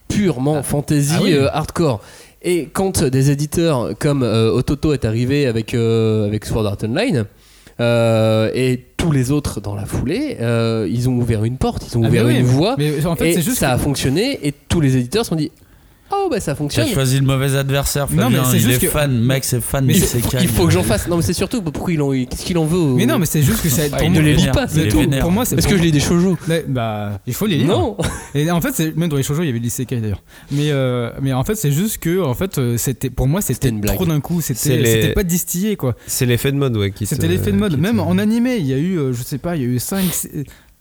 Speaker 1: purement fantasy
Speaker 12: ah oui.
Speaker 1: euh, hardcore. Et quand des éditeurs comme euh, Ototo est arrivé avec, euh, avec Sword Art Online euh, et tous les autres dans la foulée, euh, ils ont ouvert une porte, ils ont
Speaker 12: ah, mais
Speaker 1: ouvert
Speaker 12: oui,
Speaker 1: une
Speaker 12: mais-
Speaker 1: voie.
Speaker 12: Mais en fait,
Speaker 1: et
Speaker 12: c'est juste.
Speaker 1: ça a
Speaker 12: que-
Speaker 1: fonctionné et tous les éditeurs se sont dit Oh bah ça
Speaker 10: Tu as
Speaker 1: fonctionne
Speaker 10: choisi le mauvais adversaire,
Speaker 12: Non,
Speaker 10: Fabien.
Speaker 12: mais c'est
Speaker 10: il
Speaker 12: juste
Speaker 10: est
Speaker 12: que-
Speaker 10: fan, mec, c'est fan.
Speaker 12: Mais
Speaker 10: il
Speaker 12: il
Speaker 10: s'est
Speaker 1: Il
Speaker 10: calme.
Speaker 1: faut que j'en fasse. Non, mais c'est surtout pourquoi il en, qu'est-ce qu'il en veut au-
Speaker 12: Mais non, mais c'est juste que ça.
Speaker 10: Ah,
Speaker 12: pour
Speaker 10: il
Speaker 12: moi-
Speaker 10: ne les lit
Speaker 12: pour-
Speaker 10: pas, c'est
Speaker 12: pour-
Speaker 10: vénère.
Speaker 12: Pour moi, c'est.
Speaker 1: Parce que je lis des shoujo.
Speaker 12: Mais, Bah, il faut les lire.
Speaker 1: Non
Speaker 12: Et en fait, c'est- même dans les shoujo, il y avait l'isekai d'ailleurs. Mais, euh, mais en fait, c'est juste que, en fait, euh, c'était pour moi,
Speaker 1: C'était
Speaker 12: c'était
Speaker 1: une blague.
Speaker 12: trop d'un coup.
Speaker 11: C'est
Speaker 12: C'était
Speaker 11: les-
Speaker 12: c'était pas distillé, quoi.
Speaker 11: C'est l'effet de mode, ouais. qui te-
Speaker 12: C'était l'effet de mode.
Speaker 11: euh, qui
Speaker 12: Même
Speaker 11: te-
Speaker 12: en animé, il y a eu, euh, je sais pas, il y a eu 5,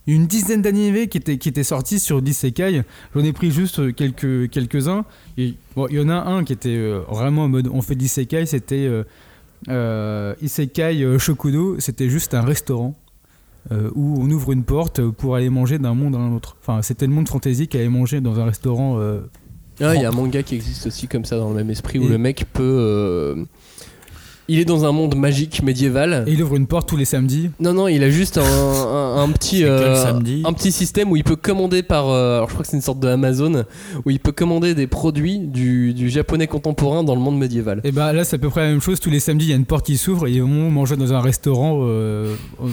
Speaker 12: une dizaine d'animés qui étaient, qui étaient sortis sur l'Isekai. J'en ai pris juste euh, quelques- quelques-uns. Et bon, il y en a un qui était euh, vraiment en mode on fait de l'Isekai, c'était euh, euh, Isekai euh, Shokudo. C'était juste un restaurant. euh, où on ouvre une porte pour aller manger d'un monde à un autre. Enfin, c'était le monde fantasy qui allait manger dans un restaurant euh,
Speaker 1: Ah, Il y a un manga qui existe aussi comme ça dans le même esprit où le mec peut. euh, il est dans un monde magique médiéval.
Speaker 12: Et il ouvre une porte tous les samedis.
Speaker 1: Non, non, il a juste un, un- un petit,
Speaker 12: quel
Speaker 1: euh,
Speaker 12: samedi
Speaker 1: un petit système où il peut commander par. euh, alors je crois que c'est une sorte de Amazon où il peut commander des produits du, du japonais contemporain dans le monde médiéval.
Speaker 12: Et bah là, c'est à peu près la même chose. Tous les samedis, il y a une porte qui s'ouvre et ils vont manger dans un restaurant euh, euh,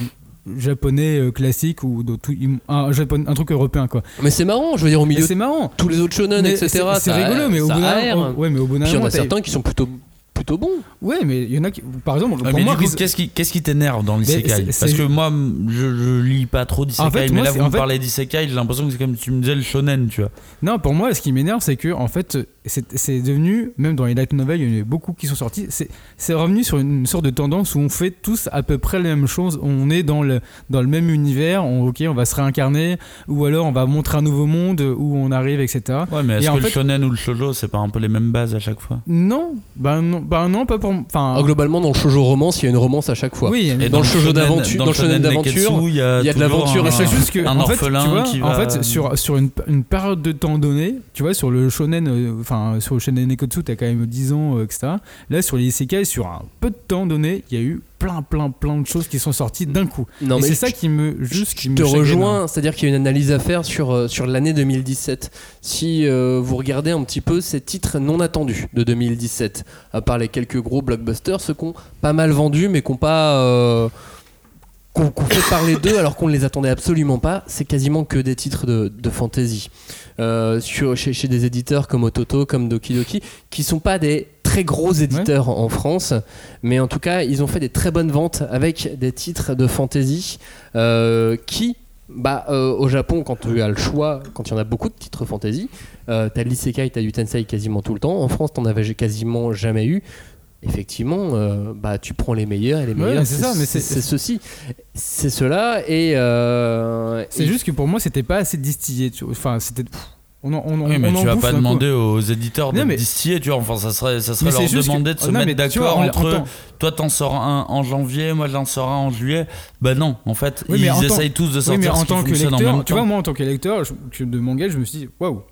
Speaker 12: japonais euh, classique ou de tout- un, Japon- un truc européen quoi.
Speaker 1: Mais c'est marrant, je veux dire au milieu.
Speaker 12: Mais c'est marrant.
Speaker 1: Tous les autres shonen,
Speaker 12: Mais
Speaker 1: etc.
Speaker 12: c'est- C'est
Speaker 1: ça-
Speaker 12: rigolo, mais au
Speaker 1: ça
Speaker 12: bout d'un
Speaker 1: aère.
Speaker 12: moment. Ouais, mais au bout d'un
Speaker 1: Puis il y en
Speaker 12: moment,
Speaker 1: a
Speaker 12: t'as-
Speaker 1: certains qui sont plutôt plutôt bons.
Speaker 12: Ouais, mais il y en a qui. Par exemple,
Speaker 10: Ah,
Speaker 12: pour
Speaker 10: mais
Speaker 12: moi,
Speaker 10: du coup,
Speaker 12: Riz-
Speaker 10: qu'est-ce qui qu'est-ce qui t'énerve dans l'isekai
Speaker 12: Mais c'est-
Speaker 10: Parce
Speaker 12: c'est-
Speaker 10: que moi, m- je, je lis pas trop d'isekai,
Speaker 12: En fait,
Speaker 10: mais
Speaker 12: moi,
Speaker 10: là,
Speaker 12: c'est-
Speaker 10: vous
Speaker 12: en
Speaker 10: me
Speaker 12: fait-
Speaker 10: parlez d'isekai, j'ai l'impression que c'est comme tu me disais le shonen, tu vois.
Speaker 12: Non, pour moi, ce qui m'énerve, c'est que en fait, c'est c'est devenu, même dans les light novels, il y en a beaucoup qui sont sortis. C'est c'est revenu sur une sorte de tendance où on fait tous à peu près la même chose. On est dans le dans le même univers. On, ok, on va se réincarner, ou alors on va montrer un nouveau monde où on arrive, etc.
Speaker 10: Ouais, mais est-ce
Speaker 12: Et
Speaker 10: que
Speaker 12: en
Speaker 10: le
Speaker 12: fait-
Speaker 10: shonen ou le shoujo, c'est pas un peu les mêmes bases à chaque fois
Speaker 12: Non, bah non, bah non, pas pour. Enfin,
Speaker 1: Ah, globalement, dans le shoujo romance, il y a une romance à chaque fois.
Speaker 12: Oui,
Speaker 1: et
Speaker 12: mais
Speaker 1: dans, le shoujo
Speaker 10: shonen-
Speaker 1: d'aventure,
Speaker 10: dans
Speaker 1: dans le
Speaker 10: le
Speaker 1: shonen
Speaker 10: shonen
Speaker 1: d'aventure,
Speaker 10: Neketsu,
Speaker 1: il y a de l'aventure.
Speaker 10: un-
Speaker 1: et
Speaker 12: Mais c'est juste que
Speaker 10: un
Speaker 12: en fait,
Speaker 10: orphelin
Speaker 12: tu vois,
Speaker 10: qui
Speaker 12: en
Speaker 10: va-
Speaker 12: fait, sur sur une, une période de temps donnée, tu vois, sur le shonen, euh, enfin sur le shonen Nekotsu, t'as quand même 10 ans, euh, etc. Là, sur les isekai, sur un peu de temps donné, il y a eu plein, plein, plein de choses qui sont sorties d'un coup.
Speaker 1: Non,
Speaker 12: Et
Speaker 1: mais
Speaker 12: c'est
Speaker 1: je-
Speaker 12: ça qui me juste qui
Speaker 1: Je
Speaker 12: me
Speaker 1: te
Speaker 12: chagrine. hein.
Speaker 1: rejoins, c'est-à-dire qu'il y a une analyse à faire sur, euh, sur l'année 2017. Si euh, vous regardez un petit peu ces titres non attendus de 2017, à part les quelques gros blockbusters, ceux qui ont pas mal vendu mais qui n'ont pas. euh, qu'on qu'on fait parler d'eux alors qu'on ne les attendait absolument pas, c'est quasiment que des titres de, de fantasy. Euh, sur, chez, chez des éditeurs comme Ototo, comme Doki Doki, qui sont pas des très gros éditeurs en France, mais en tout cas, ils ont fait des très bonnes ventes avec des titres de fantasy euh, qui, bah, euh, au Japon, quand tu as le choix, quand il y en a beaucoup de titres fantasy, euh, t'as de l'isekai, t'as du tensei quasiment tout le temps. En France, t'en avais quasiment jamais eu. Effectivement, euh, bah, tu prends les meilleurs et les
Speaker 12: Ouais,
Speaker 1: meilleurs.
Speaker 12: mais c'est ça, mais c'est-
Speaker 1: c'est ceci, c'est cela, et euh,
Speaker 12: C'est
Speaker 1: et-
Speaker 12: juste que pour moi, c'était pas assez distillé. tu vois. Enfin, c'était. pff, On en, on, en-
Speaker 10: Oui, mais
Speaker 12: on en
Speaker 10: tu vas
Speaker 12: bouffe
Speaker 10: pas
Speaker 12: d'un coup.
Speaker 10: demander aux éditeurs
Speaker 12: Non,
Speaker 10: de
Speaker 12: mais-
Speaker 10: distiller, tu vois. Enfin, ça serait, ça serait
Speaker 12: Mais c'est
Speaker 10: leur
Speaker 12: juste
Speaker 10: demander
Speaker 12: que-
Speaker 10: de se
Speaker 12: non,
Speaker 10: mettre
Speaker 12: mais tu vois,
Speaker 10: d'accord
Speaker 12: en- en
Speaker 10: entre
Speaker 12: temps-
Speaker 10: toi t'en sors un en janvier, moi j'en sors un en juillet. Bah non, en fait,
Speaker 12: Oui,
Speaker 10: ils
Speaker 12: mais en tant-
Speaker 10: essayent tous de
Speaker 12: oui,
Speaker 10: sortir
Speaker 12: mais en
Speaker 10: ce qui
Speaker 12: tant que
Speaker 10: fonctionne en
Speaker 12: lecteur,
Speaker 10: même
Speaker 12: tu vois,
Speaker 10: temps.
Speaker 12: moi en tant que lecteur je- je- de manga, je me suis dit, waouh,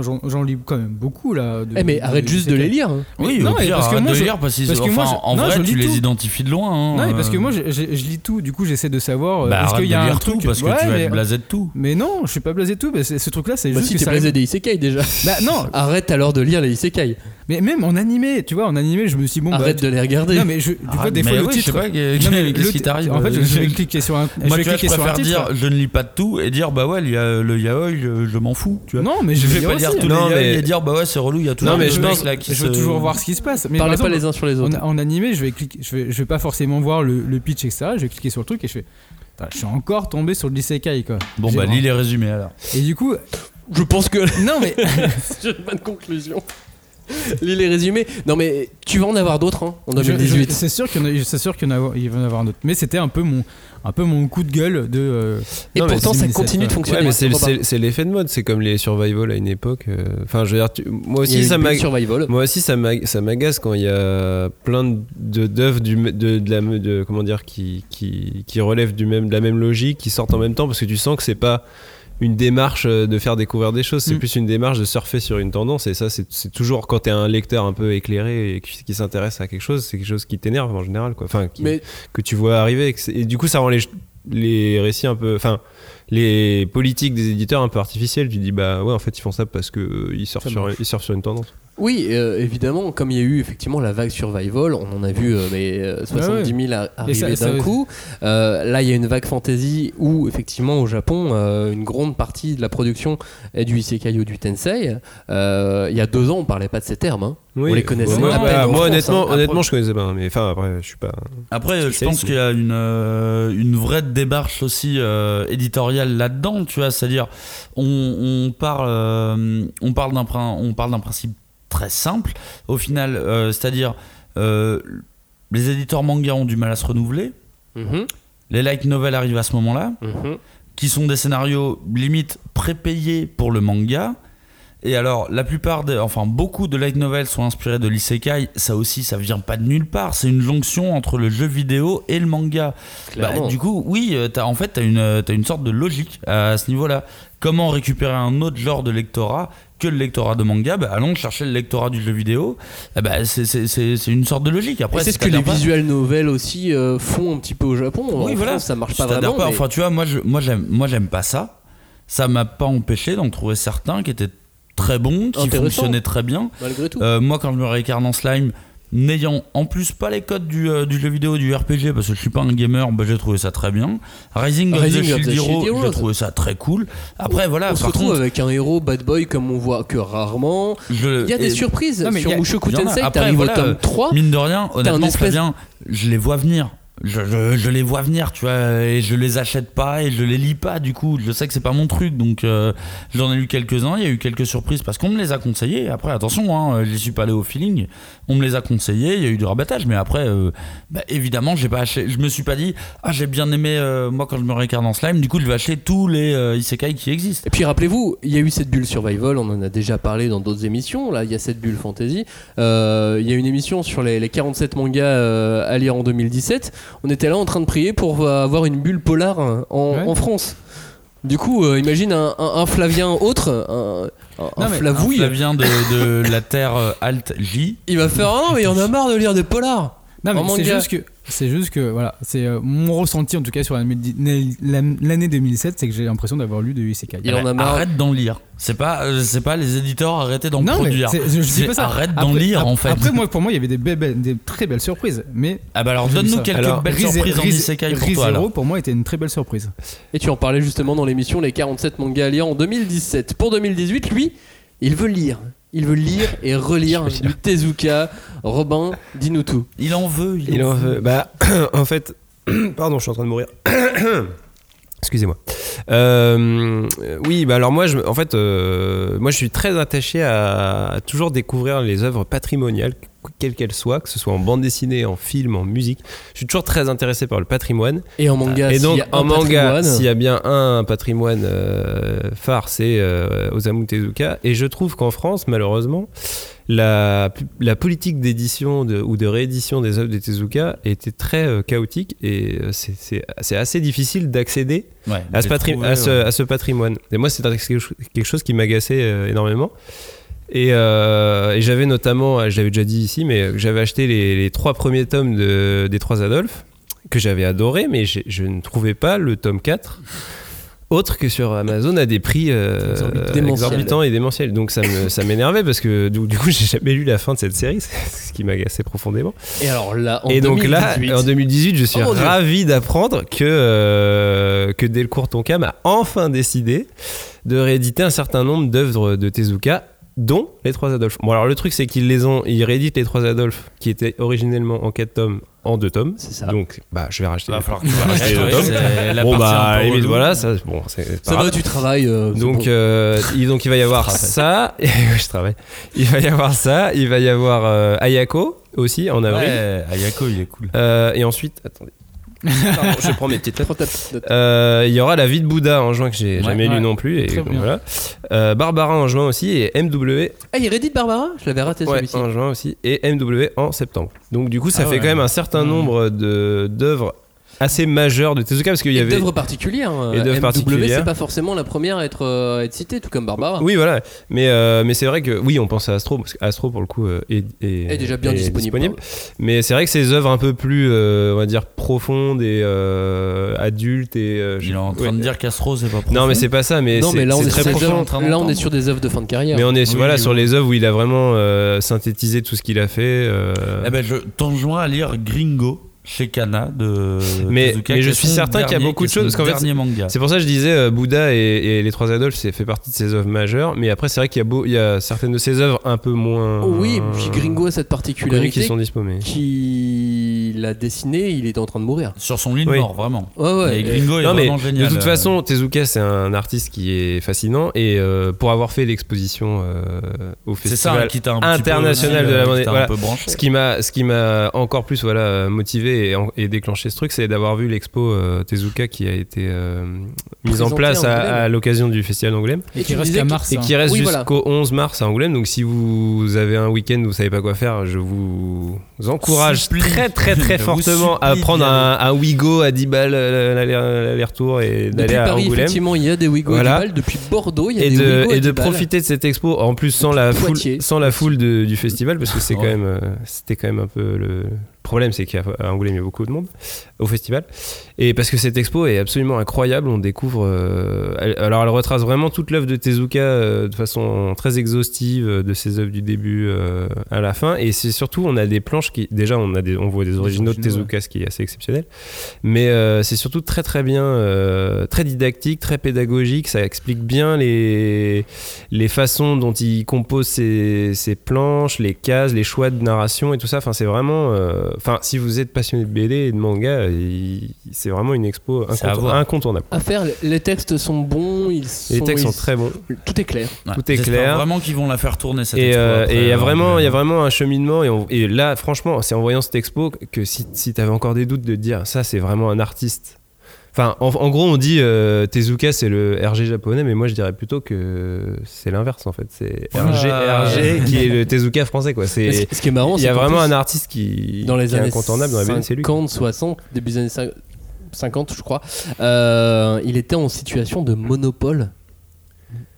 Speaker 12: j'en j'en lis quand même beaucoup là. de-
Speaker 1: Eh, mais arrête juste de les lire. hein.
Speaker 10: Oui, au
Speaker 12: mais
Speaker 10: pire, arrête de lire parce, qu'ils-
Speaker 12: parce que moi,
Speaker 10: enfin,
Speaker 12: je-
Speaker 10: en
Speaker 12: non,
Speaker 10: vrai,
Speaker 12: je
Speaker 10: tu
Speaker 12: lis
Speaker 10: les
Speaker 12: tout.
Speaker 10: identifies de loin. hein,
Speaker 12: Non, mais parce que
Speaker 10: euh.
Speaker 12: moi, je, je- je lis tout. Du coup, j'essaie de savoir. euh,
Speaker 10: Bah,
Speaker 12: est-ce
Speaker 10: arrête
Speaker 12: qu'il y a
Speaker 10: de
Speaker 12: un
Speaker 10: lire
Speaker 12: truc
Speaker 10: tout, parce que
Speaker 12: Ouais,
Speaker 10: tu vas
Speaker 12: mais-
Speaker 10: être blasé de tout.
Speaker 12: Mais non, je suis pas blasé de tout. mais c'est- ce truc-là, c'est
Speaker 1: Bah,
Speaker 12: juste
Speaker 1: si
Speaker 12: que
Speaker 1: t'es
Speaker 12: ça-
Speaker 1: blasé des isekai déjà.
Speaker 12: Bah non.
Speaker 1: Arrête alors de lire les isekai.
Speaker 12: Mais même en animé, tu vois, en animé, je me suis dit, bon. bah,
Speaker 1: Arrête
Speaker 12: tu-
Speaker 1: de les regarder.
Speaker 12: Non, mais je, tu vois,
Speaker 10: Arrête,
Speaker 12: des
Speaker 10: mais
Speaker 12: fois le
Speaker 10: oui, je sais
Speaker 12: titre.
Speaker 10: pas, qu'est-
Speaker 12: Non, mais
Speaker 10: qu'est-ce
Speaker 12: le
Speaker 10: qui
Speaker 12: ti-
Speaker 10: t'arrive euh,
Speaker 12: En fait, je- je vais cliquer sur un. je
Speaker 10: Moi,
Speaker 12: vais
Speaker 10: tu vois, je
Speaker 12: cliquer sur un
Speaker 10: préfère
Speaker 12: titre.
Speaker 10: dire je ne lis pas de tout et dire bah ouais, il y a le yaoi, je, je m'en fous. Tu vois.
Speaker 12: Non, mais
Speaker 10: je
Speaker 12: je
Speaker 10: vais
Speaker 12: veux
Speaker 10: pas
Speaker 12: dire
Speaker 10: dire
Speaker 12: aussi.
Speaker 10: tous
Speaker 12: Non,
Speaker 10: les yaoi
Speaker 12: mais-
Speaker 10: et dire bah ouais, c'est relou, il y a tout
Speaker 12: Non,
Speaker 10: le
Speaker 12: mais
Speaker 10: monde
Speaker 12: je
Speaker 10: mec
Speaker 12: pense-
Speaker 10: là qui
Speaker 12: je veux
Speaker 10: se-
Speaker 12: toujours voir ce qui se passe. Mais
Speaker 1: Parlez
Speaker 12: par
Speaker 1: pas
Speaker 12: exemple,
Speaker 1: les uns sur les autres.
Speaker 12: En, en animé, je vais, cliquer, je, vais, je vais pas forcément voir le, le pitch, etc. Je vais cliquer sur le truc et je fais. Putain, Je suis encore tombé sur le isekai quoi.
Speaker 10: Bon,
Speaker 12: J'ai-
Speaker 10: bah lis les résumés alors.
Speaker 12: Et du coup.
Speaker 1: Je pense que.
Speaker 12: Non, mais.
Speaker 1: J'ai pas de conclusion. Lis les résumés. Non, mais tu vas en avoir d'autres hein, en
Speaker 12: Je- je-
Speaker 1: 2018.
Speaker 12: C'est sûr qu'il y en a- c'est sûr qu'il y en a- il va y en avoir un autre. Mais c'était un peu mon, un peu mon coup de gueule de. euh,
Speaker 1: Et
Speaker 12: non, mais
Speaker 1: pourtant,
Speaker 12: c'est
Speaker 1: ça
Speaker 12: une-
Speaker 1: continue de
Speaker 12: c'est-
Speaker 1: fonctionner.
Speaker 11: Ouais, mais
Speaker 1: hein,
Speaker 11: c'est-
Speaker 1: je comprends
Speaker 11: c'est
Speaker 1: pas.
Speaker 11: c'est l'effet de mode, c'est comme les survival à une époque. euh, Enfin, je veux dire, tu- moi
Speaker 1: Il y a
Speaker 11: aussi
Speaker 1: eu
Speaker 11: ça
Speaker 1: une bulle
Speaker 11: m'ag-
Speaker 1: survival.
Speaker 11: Moi aussi ça m'ag- ça m'agace quand il y a plein de- de d'œuvres du m- de, de la me- de- comment dire qui qui, qui relèvent du même de la même logique, qui sortent en même temps parce que tu sens que c'est pas une démarche euh, de faire découvrir des choses, c'est plus une démarche de surfer sur une tendance et ça c'est c'est toujours quand t'es un lecteur un peu éclairé et qui, qui s'intéresse à quelque chose, c'est quelque chose qui t'énerve en général quoi. Enfin, qui-
Speaker 1: Mais-
Speaker 11: que tu vois arriver et, que c'est- et du coup ça rend les les récits un peu enfin les politiques des éditeurs un peu artificielles tu dis bah ouais en fait ils font ça parce que euh, ils surfent sur, ils surfent sur une tendance
Speaker 1: Oui, euh, évidemment, comme il y a eu effectivement la vague survival, on en a vu euh, mais, euh, 70 000 a-
Speaker 12: Ah ouais. Bah Et ça-
Speaker 1: arriver
Speaker 12: ça-
Speaker 1: d'un coup. Euh, là, il y a une vague fantasy où, effectivement, au Japon, euh, une grande partie de la production est du isekai ou du tensei. Euh, il y a deux ans, on parlait pas de ces termes. hein.
Speaker 11: Oui.
Speaker 1: On les connaissait
Speaker 11: moi,
Speaker 1: à peine
Speaker 11: bah,
Speaker 1: en
Speaker 11: moi,
Speaker 1: France,
Speaker 11: honnêtement,
Speaker 1: hein. Après-
Speaker 11: honnêtement je connaissais pas mais enfin après je suis pas
Speaker 10: Après, je pense
Speaker 11: spécialiste,
Speaker 10: qu'il y a une, euh, une vraie démarche aussi euh, éditoriale là-dedans, tu vois, c'est-à-dire on, on parle, euh, on parle d'un prin- on parle d'un principe très simple. Au final, euh, c'est-à-dire euh, les éditeurs manga ont du mal à se renouveler.
Speaker 1: Mhm.
Speaker 10: Les light novels arrivent à ce moment-là,
Speaker 1: Mhm.
Speaker 10: qui sont des scénarios limite prépayés pour le manga. Et alors, la plupart, des, enfin beaucoup de light novels sont inspirés de l'isekai. Ça aussi, ça vient pas de nulle part. C'est une jonction entre le jeu vidéo et le manga. Bah, du coup, oui, euh, t'as- en fait, t'as une, euh, t'as une sorte de logique à, à ce niveau-là. Comment récupérer un autre genre de lectorat que le lectorat de manga Bah, Allons chercher le lectorat du jeu vidéo. Eh bah, c'est- c'est c'est- c'est une sorte de logique. Après,
Speaker 1: Et c'est
Speaker 10: si
Speaker 1: ce que
Speaker 10: t'adhères
Speaker 1: les
Speaker 10: pas- hein.
Speaker 1: visual novels aussi euh, font un petit peu au Japon. hein.
Speaker 10: oui,
Speaker 1: En
Speaker 10: voilà.
Speaker 1: France, ça marche
Speaker 10: Si
Speaker 1: pas
Speaker 10: t'adhères
Speaker 1: vraiment. mais-
Speaker 10: Enfin, tu vois, moi, je, moi, j'aime, moi, j'aime pas ça. Ça m'a pas empêché d'en trouver certains qui étaient très bons, qui
Speaker 1: Intéressant.
Speaker 10: fonctionnaient très bien.
Speaker 1: Malgré tout.
Speaker 10: Euh, moi, quand je me réincarne en slime, n'ayant en plus pas les codes du, euh, du jeu vidéo du RPG, parce que je suis pas un gamer, bah, j'ai trouvé ça très bien. Rising,
Speaker 1: Rising
Speaker 10: of the
Speaker 1: of
Speaker 10: Shield
Speaker 1: the Shield
Speaker 10: Hero,
Speaker 1: Heroes.
Speaker 10: j'ai trouvé ça très cool. Après, voilà,
Speaker 1: on se
Speaker 10: ah, par
Speaker 1: retrouve
Speaker 10: contre,
Speaker 1: avec un héros bad boy comme on voit que rarement.
Speaker 10: je-
Speaker 1: Il y a des
Speaker 10: Euh, et-
Speaker 1: surprises
Speaker 10: Non, mais il y
Speaker 1: sur
Speaker 10: a-
Speaker 1: Mushoku
Speaker 10: il y en a.
Speaker 1: Tensei.
Speaker 10: Après,
Speaker 1: T'arrives
Speaker 10: voilà,
Speaker 1: au tome
Speaker 10: euh,
Speaker 1: 3.
Speaker 10: Mine de rien,
Speaker 1: Oh. t'as un
Speaker 10: honnêtement,
Speaker 1: espèce-
Speaker 10: Fabien, je les vois venir. Je, je- je les vois venir, tu vois, et je les achète pas et je les lis pas, du coup, je sais que c'est pas mon truc, donc euh, j'en ai lu quelques-uns, il y a eu quelques surprises parce qu'on me les a conseillés. Après, attention, hein, j'y suis pas allé au feeling, on me les a conseillés, il y a eu du rabattage, mais après, euh, bah, évidemment, j'ai pas acheté, je me suis pas dit, ah, j'ai bien aimé, euh, moi, quand je me réincarne en slime, du coup, je vais acheter tous les euh, isekai qui existent.
Speaker 1: Et puis rappelez-vous, il y a eu cette bulle survival, on en a déjà parlé dans d'autres émissions, là il y a cette bulle fantasy, Euh, il y a une émission sur les, les 47 mangas euh, à lire en 2017, on était là en train de prier pour euh, avoir une bulle polar hein, en, en France. Du coup, euh, imagine un, un- un Flavien autre, un, un- un Flavouille,
Speaker 10: Ça vient de, de la terre euh, Alt J.
Speaker 1: il va faire Ah non mais il y en a marre de lire des polars
Speaker 12: Non,
Speaker 1: En
Speaker 12: mais c'est
Speaker 1: manga.
Speaker 12: juste que c'est juste que voilà, c'est euh, mon ressenti en tout cas sur l'année la- l'année 2007, c'est que j'ai l'impression d'avoir lu de Isekai.
Speaker 10: Eh ben, Arrête d'en lire. C'est pas, euh, c'est pas les éditeurs arrêtez d'en
Speaker 12: Non, mais
Speaker 10: produire.
Speaker 12: c'est- je, je dis
Speaker 10: C'est
Speaker 12: pas ça.
Speaker 10: Arrête d'en
Speaker 12: Après-
Speaker 10: lire
Speaker 12: ap-
Speaker 10: en fait.
Speaker 12: Après, moi, pour moi, il y avait des, belles- belles- des très belles surprises. Mais
Speaker 10: Ah bah alors,
Speaker 12: j'ai lu
Speaker 10: donne-nous
Speaker 12: ça.
Speaker 10: quelques belles
Speaker 12: Rise-
Speaker 10: surprises en
Speaker 12: Rise-
Speaker 10: Isekai pour
Speaker 12: Rise
Speaker 10: toi,
Speaker 12: Hero,
Speaker 10: alors.
Speaker 12: pour moi, était une très belle surprise.
Speaker 1: Et tu en parlais justement dans l'émission Les 47 mangas à lire en 2017. Pour 2018, lui, il veut lire. Il veut lire et relire du Tezuka. Robin, dis-nous tout.
Speaker 10: Il en veut. Il,
Speaker 11: Il
Speaker 10: en
Speaker 11: en
Speaker 10: veut.
Speaker 11: veut- Bah, en fait, pardon, je suis en train de mourir. Excusez-moi. Euh, euh, oui, bah alors moi, je, en fait, euh, moi, je suis très attaché à, à toujours découvrir les œuvres patrimoniales, quelles qu'elles soient, que ce soit en bande dessinée, en film, en musique. Je suis toujours très intéressé par le patrimoine.
Speaker 1: Et en manga,
Speaker 11: Et
Speaker 1: s'il
Speaker 11: donc,
Speaker 1: y a
Speaker 11: en
Speaker 1: un
Speaker 11: manga,
Speaker 1: patrimoine-
Speaker 11: s'il y a bien un patrimoine euh, phare, c'est euh, Osamu Tezuka. Et je trouve qu'en France, malheureusement, la, la politique d'édition de- ou de réédition des œuvres de Tezuka était très euh, chaotique et euh, c'est- c'est c'est assez difficile d'accéder
Speaker 10: Ouais, euh,
Speaker 11: à, ce
Speaker 10: de les
Speaker 11: patri- euh,
Speaker 10: trouver,
Speaker 11: à ce-
Speaker 10: ouais.
Speaker 11: à ce patrimoine. Et moi, c'est quelque chose- quelque chose qui m'agaçait euh, énormément. Et, euh, et j'avais notamment, je l'avais déjà dit ici, mais euh, j'avais acheté les, les trois premiers tomes de- des trois Adolphes, que j'avais adoré, mais j'ai- je ne trouvais pas le tome 4 autre que sur Amazon à des prix euh,
Speaker 1: Exorbitant.
Speaker 11: exorbitants et démentiels. Donc ça me- ça m'énervait parce que du, du coup, j'ai jamais lu la fin de cette série, c'est ce qui m'agaçait profondément.
Speaker 1: Et alors là, en
Speaker 11: et donc
Speaker 1: 2018,
Speaker 11: là, en 2018, je suis
Speaker 1: Oh mon Dieu.
Speaker 11: ravi d'apprendre que, euh, que Delcourt Tonkam a enfin décidé de rééditer un certain nombre d'œuvres de Tezuka, dont les trois Adolphes. Bon, alors le truc, c'est qu'ils les ont, ils rééditent les trois Adolphes, qui étaient originellement en 4 tomes, en 2 tomes.
Speaker 1: C'est ça.
Speaker 11: Donc, bah, je vais racheter.
Speaker 10: Va
Speaker 11: les-
Speaker 10: falloir que tu vas
Speaker 11: racheter les
Speaker 10: racheter,
Speaker 11: deux tomes.
Speaker 10: c'est euh, la
Speaker 11: Bon,
Speaker 10: partie un
Speaker 11: bah,
Speaker 10: peu
Speaker 11: à la limite,
Speaker 10: relou.
Speaker 11: voilà, ça, bon, c'est c'est pas
Speaker 1: ça va,
Speaker 11: grave.
Speaker 1: tu travailles. euh, c'est
Speaker 11: Ah. Donc,
Speaker 1: bon.
Speaker 11: euh, il, donc il va y avoir
Speaker 10: Oh, Je travaille.
Speaker 11: ça. Et, oui, je travaille. Il va y avoir ça. Il va y avoir euh, Ayako aussi en avril.
Speaker 10: Ouais, Ayako, il est cool.
Speaker 11: Euh, et ensuite, attendez. Pardon, je prends mes petites notes.
Speaker 1: Prends ta petite note.
Speaker 11: Euh, Il y aura la vie de Bouddha en juin que j'ai
Speaker 10: Ouais.
Speaker 11: jamais
Speaker 12: Ouais.
Speaker 11: lu non plus. Et
Speaker 12: Très
Speaker 11: donc
Speaker 12: bien.
Speaker 11: voilà. Euh, Barbara en juin aussi et MW
Speaker 1: Ah, il Reddit Barbara Je l'avais raté
Speaker 11: ouais,
Speaker 1: celui-ci.
Speaker 11: en juin aussi et MW en septembre. Donc du coup, ça
Speaker 10: Ah
Speaker 11: fait
Speaker 10: ouais.
Speaker 11: quand même un certain
Speaker 10: Mmh.
Speaker 11: nombre de d'œuvres assez majeures de Tezuka parce qu'il y
Speaker 1: Et
Speaker 11: avait
Speaker 1: d'œuvres particulières. euh,
Speaker 11: Et d'œuvres
Speaker 1: MW, c'est
Speaker 11: particulières.
Speaker 1: pas forcément la première à être, euh, à être citée, tout comme Barbara.
Speaker 11: Oui, voilà. Mais, euh, mais c'est vrai que, oui, on pense à Astro, parce que Astro, pour le coup, euh, est, est-
Speaker 1: Est déjà bien disponible.
Speaker 11: Mais c'est vrai que ces œuvres un peu plus, euh, on va dire, profondes et euh, adultes et. euh,
Speaker 10: Il est en train
Speaker 11: ouais.
Speaker 10: de dire qu'Astro, c'est pas
Speaker 11: Non, mais
Speaker 10: profond.
Speaker 11: c'est pas ça, mais
Speaker 1: non,
Speaker 11: c'est
Speaker 1: mais là, on
Speaker 11: c'est
Speaker 1: est,
Speaker 11: très
Speaker 1: sur des
Speaker 11: profond.
Speaker 10: en
Speaker 1: œuvres,
Speaker 10: train
Speaker 1: là, on est
Speaker 10: d'entendre.
Speaker 1: sur des œuvres de fin de carrière.
Speaker 11: Mais on est
Speaker 10: Oui,
Speaker 11: voilà,
Speaker 10: oui.
Speaker 11: sur les œuvres où il a vraiment euh, synthétisé tout ce qu'il a fait. euh,
Speaker 10: Eh ben, je t'enjoins à lire Gringo chez Kana de.
Speaker 11: Mais-
Speaker 10: Tezuka,
Speaker 11: mais je
Speaker 10: qui est
Speaker 11: suis
Speaker 10: son
Speaker 11: certain qu'il y a
Speaker 10: dernier-
Speaker 11: beaucoup de
Speaker 10: qui est son
Speaker 11: choses, parce qu'en fait,
Speaker 10: Dernier manga.
Speaker 11: C'est pour ça que je disais euh, Bouddha et, et les trois Adolphes, c'est fait partie de ses œuvres majeures. Mais après, c'est vrai qu'il y a beau, il y a certaines de ses œuvres un peu moins.
Speaker 1: Oui, puis Gringo a cette
Speaker 11: connues qui
Speaker 1: particularité
Speaker 11: sont dispo, mais-
Speaker 1: qui il l'a dessiné, il est en train de mourir.
Speaker 10: Sur son lit de
Speaker 1: Oui.
Speaker 10: mort, vraiment.
Speaker 1: Ouais, ouais.
Speaker 10: Et Gringo est
Speaker 11: Non, mais
Speaker 10: vraiment génial.
Speaker 11: De toute
Speaker 10: euh,
Speaker 11: façon, Tezuka, c'est un artiste qui est fascinant. Et euh, pour avoir fait l'exposition euh, au
Speaker 10: C'est
Speaker 11: Festival
Speaker 10: ça, hein, qui t'a un petit peu
Speaker 11: international
Speaker 10: aussi,
Speaker 11: de
Speaker 10: euh,
Speaker 11: la
Speaker 10: qui
Speaker 11: Monnaie,
Speaker 10: t'a un
Speaker 11: voilà.
Speaker 10: peu branché.
Speaker 11: Ce qui m'a- ce qui m'a encore plus voilà, euh, motivé et, en- et déclenché ce truc, c'est d'avoir vu l'expo euh, Tezuka qui a été euh, mise en
Speaker 1: Présentée
Speaker 11: place
Speaker 1: à
Speaker 11: à,
Speaker 1: Angoulême.
Speaker 11: à l'occasion du Festival d'Angoulême.
Speaker 12: Et Et qui tu reste disais à qu'il- mars,
Speaker 11: Et
Speaker 12: hein.
Speaker 11: qui reste
Speaker 12: Oui, voilà.
Speaker 11: jusqu'au 11 mars à Angoulême. Donc si vous avez un week-end où vous savez pas quoi faire, je vous encourage
Speaker 10: Supplie.
Speaker 11: très très
Speaker 10: Je
Speaker 11: très
Speaker 10: vous
Speaker 11: fortement à
Speaker 10: supplie
Speaker 11: prendre
Speaker 10: d'y
Speaker 11: un, un Wigo à 10 balles euh, l'aller- l'aller-retour et
Speaker 1: Depuis
Speaker 11: d'aller à
Speaker 1: Paris,
Speaker 11: Angoulême.
Speaker 1: effectivement, il y a des Ouïghours
Speaker 11: Voilà.
Speaker 1: à 10 balles. Depuis Bordeaux, il y a
Speaker 11: Et
Speaker 1: des
Speaker 11: de,
Speaker 1: Ouïghours à
Speaker 11: et de
Speaker 1: 10 balles.
Speaker 11: profiter de cette expo en plus sans la foule,
Speaker 1: Poitiers.
Speaker 11: sans la foule de- du festival parce que c'est quand
Speaker 10: Ouais.
Speaker 11: même euh, c'était quand même un peu le problème c'est qu'à à Angoulême il y a beaucoup de monde au festival et parce que cette expo est absolument incroyable on découvre euh, elle- alors elle retrace vraiment toute l'œuvre de Tezuka euh, de façon très exhaustive euh, de ses œuvres du début euh, à la fin et c'est surtout on a des planches qui déjà on a des on voit des originaux de
Speaker 10: originaux, ouais.
Speaker 11: Tezuka ce qui est assez exceptionnel mais euh, c'est surtout très très bien, euh, très didactique, très pédagogique. Ça explique bien les, les façons dont il compose ses, ses planches, les cases, les choix de narration et tout ça. Enfin, c'est vraiment. euh, Enfin, si vous êtes passionné de BD et de manga, il- c'est vraiment une expo
Speaker 10: C'est à
Speaker 11: incontour-
Speaker 10: voir.
Speaker 11: incontournable.
Speaker 1: À faire, les textes sont bons, ils
Speaker 11: Les
Speaker 1: sont-
Speaker 11: textes
Speaker 1: ils-
Speaker 11: sont très bons.
Speaker 1: Tout est clair.
Speaker 10: ouais,
Speaker 11: tout est
Speaker 10: j'espère
Speaker 11: clair.
Speaker 10: vraiment qu'ils vont la faire tourner cette
Speaker 11: Et
Speaker 10: expo
Speaker 11: euh,
Speaker 10: après,
Speaker 11: et il y a
Speaker 10: euh,
Speaker 11: vraiment, il y a
Speaker 10: mais-
Speaker 11: vraiment un cheminement. Et, on- et là, franchement, c'est en voyant cette expo que si, si t'avais encore des doutes de te dire, ça, c'est vraiment un artiste. Enfin, en, en gros, on dit euh, Tezuka, c'est le RG japonais, mais moi, je dirais plutôt que c'est l'inverse, en fait. C'est RG,
Speaker 10: Ah.
Speaker 11: RG qui est le Tezuka français, quoi.
Speaker 1: Mais Ce
Speaker 11: C'est
Speaker 1: ce qui est marrant,
Speaker 11: il
Speaker 1: c'est
Speaker 11: y a
Speaker 1: qu'en
Speaker 11: vraiment
Speaker 1: plus,
Speaker 11: un artiste qui,
Speaker 1: dans les
Speaker 11: qui est
Speaker 1: années
Speaker 11: incontournable dans la BD, c'est lui.
Speaker 1: 50, 60, début des années 50, 50, je crois, euh, il était en situation de monopole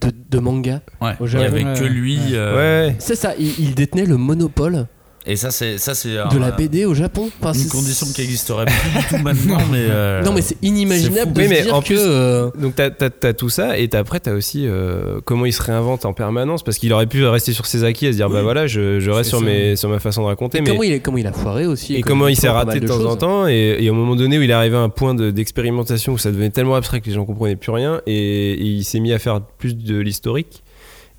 Speaker 1: de, de manga
Speaker 10: Ouais,
Speaker 1: au
Speaker 10: il y
Speaker 1: Japon.
Speaker 10: avait que lui. euh,
Speaker 11: Ouais.
Speaker 1: C'est ça, il, il détenait le monopole
Speaker 10: Et ça, c'est ça, c'est
Speaker 11: Ah,
Speaker 1: de
Speaker 10: un-
Speaker 1: la BD au Japon. Enfin,
Speaker 10: une
Speaker 1: c'est-
Speaker 10: condition qui n'existerait plus du tout maintenant, mais. euh,
Speaker 1: Non, mais c'est inimaginable
Speaker 10: c'est
Speaker 1: de
Speaker 11: Oui,
Speaker 1: se
Speaker 11: mais
Speaker 1: dire
Speaker 11: en
Speaker 1: que.
Speaker 11: plus-
Speaker 1: euh,
Speaker 11: Donc t'as as, tout ça et t'as- après t'as aussi euh, comment il se réinvente en permanence parce qu'il aurait pu rester sur ses acquis et se dire
Speaker 10: Oui.
Speaker 11: bah voilà je, je reste
Speaker 10: C'est
Speaker 11: sur,
Speaker 10: ça.
Speaker 11: mes, sur ma façon de raconter
Speaker 1: et
Speaker 11: mais
Speaker 1: comment, il, est- comment il a foiré aussi.
Speaker 11: Et comment il s'est
Speaker 1: pas mal
Speaker 11: raté de temps en
Speaker 1: choses.
Speaker 11: temps, et, et au moment donné où il est arrivé à un point de- d'expérimentation où ça devenait tellement abstrait que les gens comprenaient plus rien, et, et il s'est mis à faire plus de l'historique.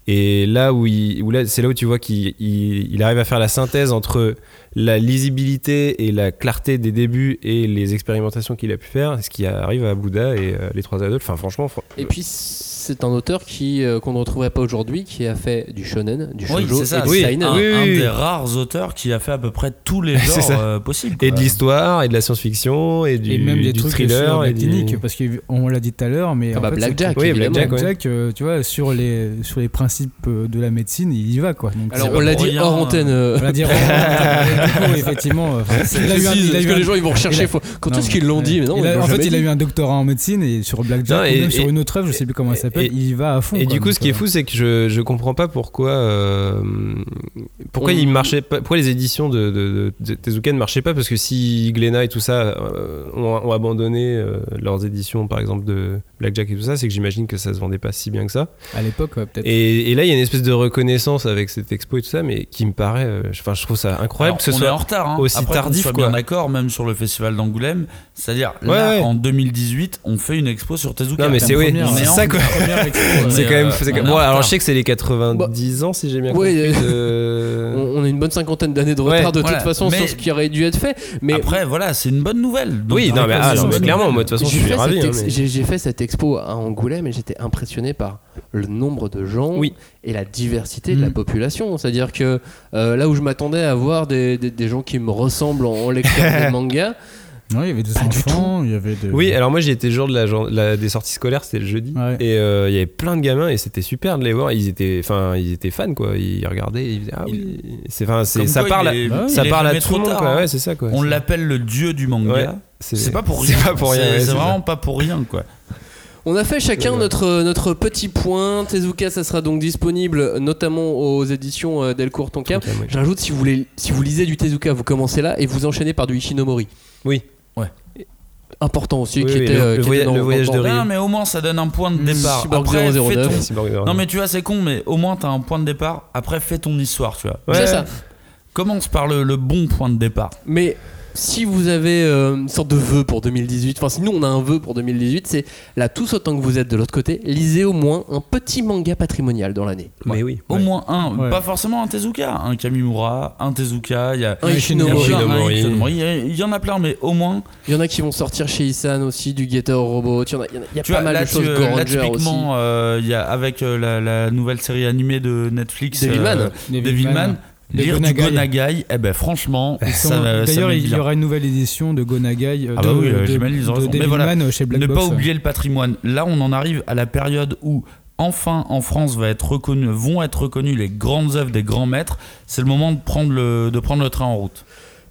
Speaker 11: Et là où, il- où là, c'est là où tu vois qu'il il- il arrive à faire la synthèse entre la lisibilité et la clarté des débuts et les expérimentations qu'il a pu faire, ce qui arrive à Bouddha et euh, les trois adultes. Enfin, franchement, fr-
Speaker 1: Et puis c'est un auteur qui euh, qu'on ne retrouverait pas aujourd'hui, qui a fait du shonen, du
Speaker 10: Oui,
Speaker 1: shoujo
Speaker 10: c'est ça.
Speaker 1: et du
Speaker 11: Oui,
Speaker 1: seinen.
Speaker 12: Ah,
Speaker 10: un,
Speaker 11: oui,
Speaker 10: un
Speaker 11: oui.
Speaker 10: des rares auteurs qui a fait à peu près tous les
Speaker 11: C'est
Speaker 10: genres
Speaker 11: ça.
Speaker 10: euh, possibles.
Speaker 11: et de
Speaker 10: quoi.
Speaker 11: l'histoire, et de la science-fiction, et du,
Speaker 12: bah, et même des
Speaker 11: du
Speaker 12: trucs
Speaker 11: thriller,
Speaker 12: sur
Speaker 11: et
Speaker 12: la
Speaker 11: du-
Speaker 12: technique parce qu'on l'a dit tout à l'heure mais
Speaker 1: Ah
Speaker 12: en
Speaker 1: bah,
Speaker 12: fait,
Speaker 1: Blackjack,
Speaker 12: c'est-
Speaker 11: Oui,
Speaker 1: évidemment.
Speaker 11: Blackjack, ouais.
Speaker 12: Blackjack, euh, tu vois sur les sur les principes euh, de la médecine il y va quoi Donc,
Speaker 1: Alors
Speaker 12: c'est-
Speaker 1: on l'a dit
Speaker 10: brillant,
Speaker 1: hors
Speaker 10: hein.
Speaker 1: antenne. euh,
Speaker 12: on va dire du coup, effectivement euh, il a eu un-
Speaker 1: précise,
Speaker 12: il
Speaker 1: parce
Speaker 12: a eu
Speaker 1: que
Speaker 12: un-
Speaker 1: les gens ils vont rechercher.
Speaker 12: il a-
Speaker 1: faut- Quand
Speaker 12: Non,
Speaker 1: est-ce qu'ils l'ont
Speaker 12: mais-
Speaker 1: dit Mais non,
Speaker 12: il a-
Speaker 1: ils l'ont
Speaker 12: en fait,
Speaker 1: jamais
Speaker 12: il a
Speaker 1: dit.
Speaker 12: eu un doctorat en médecine et sur Blackjack,
Speaker 11: Non,
Speaker 12: ou
Speaker 11: et-
Speaker 12: même sur
Speaker 11: et-
Speaker 12: une autre œuvre, je sais plus comment elle
Speaker 11: et-
Speaker 12: s'appelle, il y va à fond.
Speaker 11: Et
Speaker 12: quoi.
Speaker 11: du coup,
Speaker 12: Donc,
Speaker 11: ce qui est
Speaker 12: euh,
Speaker 11: fou, c'est que je, je comprends pas pourquoi euh, pourquoi
Speaker 1: On-
Speaker 11: il marchait pas, pourquoi les éditions de, de, de- de Tezuka ne marchaient pas parce que si Glénat et tout ça euh, ont, ont abandonné euh, leurs éditions, par exemple de Blackjack et tout ça, c'est que j'imagine que ça se vendait pas si bien que ça.
Speaker 12: à l'époque, ouais, peut-être.
Speaker 11: Et, et là, il y a une espèce de reconnaissance avec cette expo et tout ça, mais qui me paraît, euh, je- enfin, je trouve ça
Speaker 10: Alors,
Speaker 11: incroyable que ce
Speaker 10: on est en
Speaker 11: soit.
Speaker 10: retard, hein.
Speaker 11: aussi
Speaker 10: Après, qu'on
Speaker 11: tardif,
Speaker 10: soit
Speaker 11: quoi.
Speaker 10: bien d'accord, même sur le festival d'Angoulême. C'est-à-dire, là,
Speaker 11: Ouais, ouais.
Speaker 10: en 2018, on fait une expo sur Tezuka.
Speaker 11: Non, mais
Speaker 10: La
Speaker 11: c'est oui,
Speaker 10: première,
Speaker 11: c'est
Speaker 10: mais
Speaker 11: ça
Speaker 10: en-
Speaker 11: quoi.
Speaker 12: Première expo, ouais.
Speaker 11: C'est
Speaker 10: Mais,
Speaker 11: quand même.
Speaker 10: euh,
Speaker 11: c'est
Speaker 10: on
Speaker 11: quand-
Speaker 10: est en
Speaker 11: Bon, alors
Speaker 10: retard.
Speaker 11: je sais que c'est les 90 ans si j'ai bien
Speaker 1: Ouais,
Speaker 11: compris.
Speaker 1: euh,
Speaker 11: de-
Speaker 1: On on a une bonne cinquantaine d'années de
Speaker 11: Ouais,
Speaker 1: retard de
Speaker 10: voilà.
Speaker 1: toute façon sur
Speaker 10: Mais-
Speaker 1: ce qui aurait dû être fait. Mais
Speaker 10: Après, voilà, c'est une bonne nouvelle. Donc,
Speaker 11: oui,
Speaker 10: dans
Speaker 11: non mais,
Speaker 10: les
Speaker 11: ah,
Speaker 10: cas, c'est
Speaker 11: non, mais
Speaker 10: une bonne
Speaker 11: clairement,
Speaker 10: nouvelle.
Speaker 11: moi de toute façon, je
Speaker 1: j'ai
Speaker 11: suis
Speaker 1: fait,
Speaker 11: ravi.
Speaker 1: cette
Speaker 11: hein,
Speaker 1: ex-
Speaker 11: mais-
Speaker 1: j'ai- j'ai fait cette expo à Angoulême et j'étais impressionné par le nombre de gens
Speaker 11: Oui.
Speaker 1: et la diversité de la
Speaker 12: Mm.
Speaker 1: population. C'est-à-dire que euh, là où je m'attendais à voir des, des- des gens qui me ressemblent en, en lecteur de manga,
Speaker 12: Non, il y avait des
Speaker 1: Pas du
Speaker 12: enfants, il y avait de.
Speaker 11: Oui, alors moi j'y étais le jour de la, jour- la- des sorties scolaires, c'était le jeudi,
Speaker 12: Ouais.
Speaker 11: et euh, il y avait plein de gamins et c'était super de les voir. Ils étaient, enfin, ils étaient fans quoi. Ils regardaient, ils faisaient ah oui. C'est, enfin, c'est,
Speaker 10: Comme
Speaker 11: ça
Speaker 10: quoi,
Speaker 11: parle,
Speaker 10: il est-
Speaker 11: à-
Speaker 10: il
Speaker 11: ça
Speaker 10: est
Speaker 11: parle à
Speaker 10: jamais
Speaker 11: tout
Speaker 10: trop
Speaker 11: le monde.
Speaker 10: tard,
Speaker 11: quoi.
Speaker 10: hein.
Speaker 11: Ouais, c'est ça quoi.
Speaker 10: On l'appelle le dieu du manga.
Speaker 11: Ouais,
Speaker 10: hein. C'est pas pour
Speaker 11: C'est
Speaker 10: rien.
Speaker 11: pas pour rien.
Speaker 10: C'est-
Speaker 11: ouais,
Speaker 10: C'est
Speaker 11: c'est
Speaker 10: vraiment pas pour rien, quoi.
Speaker 1: On a fait chacun
Speaker 11: Ouais.
Speaker 1: notre, notre petit point. Tezuka, ça sera donc disponible notamment aux éditions euh, Delcourt
Speaker 11: ça.
Speaker 1: Tonkam. J'ajoute, si vous, voulez, si vous lisez du Tezuka, vous commencez là et vous enchaînez par du Ishinomori.
Speaker 11: Oui.
Speaker 10: Ouais.
Speaker 1: Important aussi,
Speaker 11: Oui,
Speaker 1: qui
Speaker 11: oui,
Speaker 1: était.
Speaker 11: le-
Speaker 1: euh,
Speaker 11: le
Speaker 1: qui était
Speaker 11: voya-
Speaker 1: dans-
Speaker 11: le voyage
Speaker 1: dans-
Speaker 11: de
Speaker 1: dans-
Speaker 11: Ryu.
Speaker 10: Non, mais au moins, ça donne un point de départ.
Speaker 1: Cyborg
Speaker 10: Après,
Speaker 1: 009.
Speaker 10: fais ton-
Speaker 11: Merci, Borgdor.
Speaker 10: Non mais tu vois c'est con mais au moins t'as un point de départ après fais ton histoire tu vois
Speaker 11: Ouais.
Speaker 1: C'est ça.
Speaker 10: commence par le, le bon point de départ
Speaker 1: Mais si vous avez euh, une sorte de vœu pour 2018, enfin si nous on a un vœu pour 2018, c'est là tous autant que vous êtes de l'autre côté, lisez au moins un petit manga patrimonial dans l'année.
Speaker 11: Mais oui.
Speaker 10: Au
Speaker 11: Ouais.
Speaker 10: moins un,
Speaker 11: Ouais.
Speaker 10: pas forcément un Tezuka, un Kamimura, un Tezuka, il y a
Speaker 1: Un Ishinomori.
Speaker 10: il y a plein, un
Speaker 1: Ishinomori.
Speaker 10: Ishinomori, il y a- il y en a plein, mais au moins.
Speaker 1: Il y en a qui vont sortir chez Isan aussi, du Guetta Robot, il y en a, il y en a- il y a
Speaker 10: Tu
Speaker 1: pas
Speaker 10: vois,
Speaker 1: mal
Speaker 10: là,
Speaker 1: de choses,
Speaker 10: tu- euh,
Speaker 1: Go
Speaker 10: là,
Speaker 1: Ranger aussi.
Speaker 10: typiquement, euh, il y a avec euh, la, la nouvelle série animée de Netflix, euh,
Speaker 1: Devilman.
Speaker 10: Devilman,
Speaker 12: Le
Speaker 10: lire du
Speaker 12: Gonagai.
Speaker 10: Gonagai, eh ben franchement,
Speaker 12: Ils sont-
Speaker 10: ça, va- ça
Speaker 12: D'ailleurs,
Speaker 10: met
Speaker 12: il y
Speaker 10: bien.
Speaker 12: aura une nouvelle édition de Gonagai euh,
Speaker 10: Ah
Speaker 12: de,
Speaker 10: bah oui, euh,
Speaker 12: de-
Speaker 10: j'imagine, ils ont
Speaker 12: de
Speaker 10: raison. Mais
Speaker 12: Devilman
Speaker 10: voilà,
Speaker 12: euh, chez Black
Speaker 10: ne
Speaker 12: Box.
Speaker 10: pas oublier le patrimoine. Là, on en arrive à la période où enfin en France va être reconnu, vont être reconnues les grandes œuvres des grands maîtres. C'est le moment de prendre le, de prendre le train en route.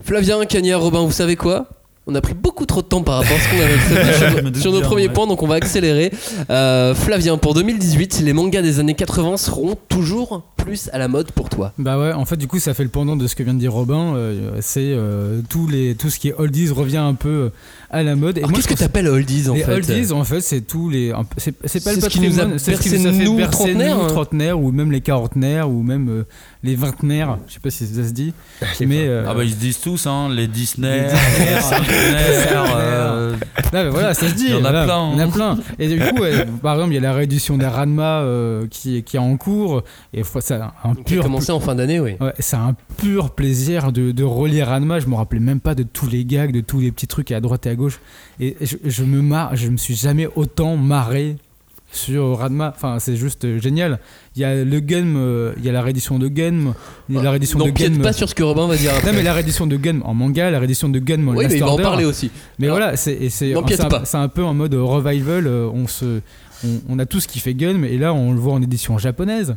Speaker 1: Flavien, Cagnard, Robin, vous savez quoi on a pris beaucoup trop de temps par rapport à ce qu'on avait prévu sur,
Speaker 10: Je me
Speaker 1: nos-
Speaker 10: doute
Speaker 1: sur nos
Speaker 10: bien,
Speaker 1: premiers
Speaker 10: ouais.
Speaker 1: points, donc on va accélérer. Euh, Flavien, pour 2018, les mangas des années 80 seront toujours plus à la mode pour toi.
Speaker 12: Bah ouais, en fait, du coup, ça fait le pendant de ce que vient de dire Robin. euh, c'est euh, tous les, tout ce qui est oldies revient un peu euh, à la mode. Et
Speaker 1: Alors,
Speaker 12: moi,
Speaker 1: Ah, qu'est-ce
Speaker 12: je
Speaker 1: que
Speaker 12: trouve
Speaker 1: t'appelles oldies en
Speaker 12: les
Speaker 1: fait
Speaker 12: oldies, en fait, c'est tous les. un peu- C'est c'est pas
Speaker 1: C'est
Speaker 12: le
Speaker 1: ce qui nous a
Speaker 12: patrimoine, c'est ce qui
Speaker 1: bercé
Speaker 12: nous a fait
Speaker 1: nous,
Speaker 12: bercer
Speaker 1: trentenaires,
Speaker 12: nous,
Speaker 1: hein.
Speaker 12: trentenaires, ou même les quarantenaires, ou même euh, les vingtenaires. Je sais pas si ça se dit. mais. euh,
Speaker 10: Ah bah ils se disent tous, hein, les Disney,
Speaker 12: Disney,
Speaker 10: les Centenaires, euh,
Speaker 12: Non, mais voilà, ça se dit.
Speaker 10: Il y en a
Speaker 12: voilà,
Speaker 10: plein, hein.
Speaker 12: Il y en a plein. Et du coup, ouais, par exemple, il y a la réédition des Ranma euh, qui, qui est en cours. Et faut- ça, a un
Speaker 1: Qui a
Speaker 12: pur.
Speaker 1: commencé en fin d'année, oui.
Speaker 12: Ouais, c'est un pur plaisir de, de relire Ranma. Je me rappelais même pas de tous les gags, de tous les petits trucs à droite et à gauche. Et je, je me marre, je me suis jamais autant marré sur Ranma. Enfin, c'est juste euh, génial. Il y a le Gun, euh, il y a la réédition de Gun, il y a la réédition de
Speaker 1: Bah, N'empiète
Speaker 12: Gun.
Speaker 1: pas sur ce que Robin va dire après.
Speaker 12: Non, mais la réédition de Gun en manga, la hein. réédition de Gun en
Speaker 1: Oui, mais il
Speaker 12: Last
Speaker 1: va en
Speaker 12: Order.
Speaker 1: parler aussi.
Speaker 12: Mais
Speaker 1: Alors,
Speaker 12: voilà, c'est et c'est
Speaker 1: n'empiète
Speaker 12: c'est un,
Speaker 1: pas.
Speaker 12: c'est un peu en mode revival. euh, on se, on, on a tout ce qui fait Gun, mais là on le voit en édition japonaise.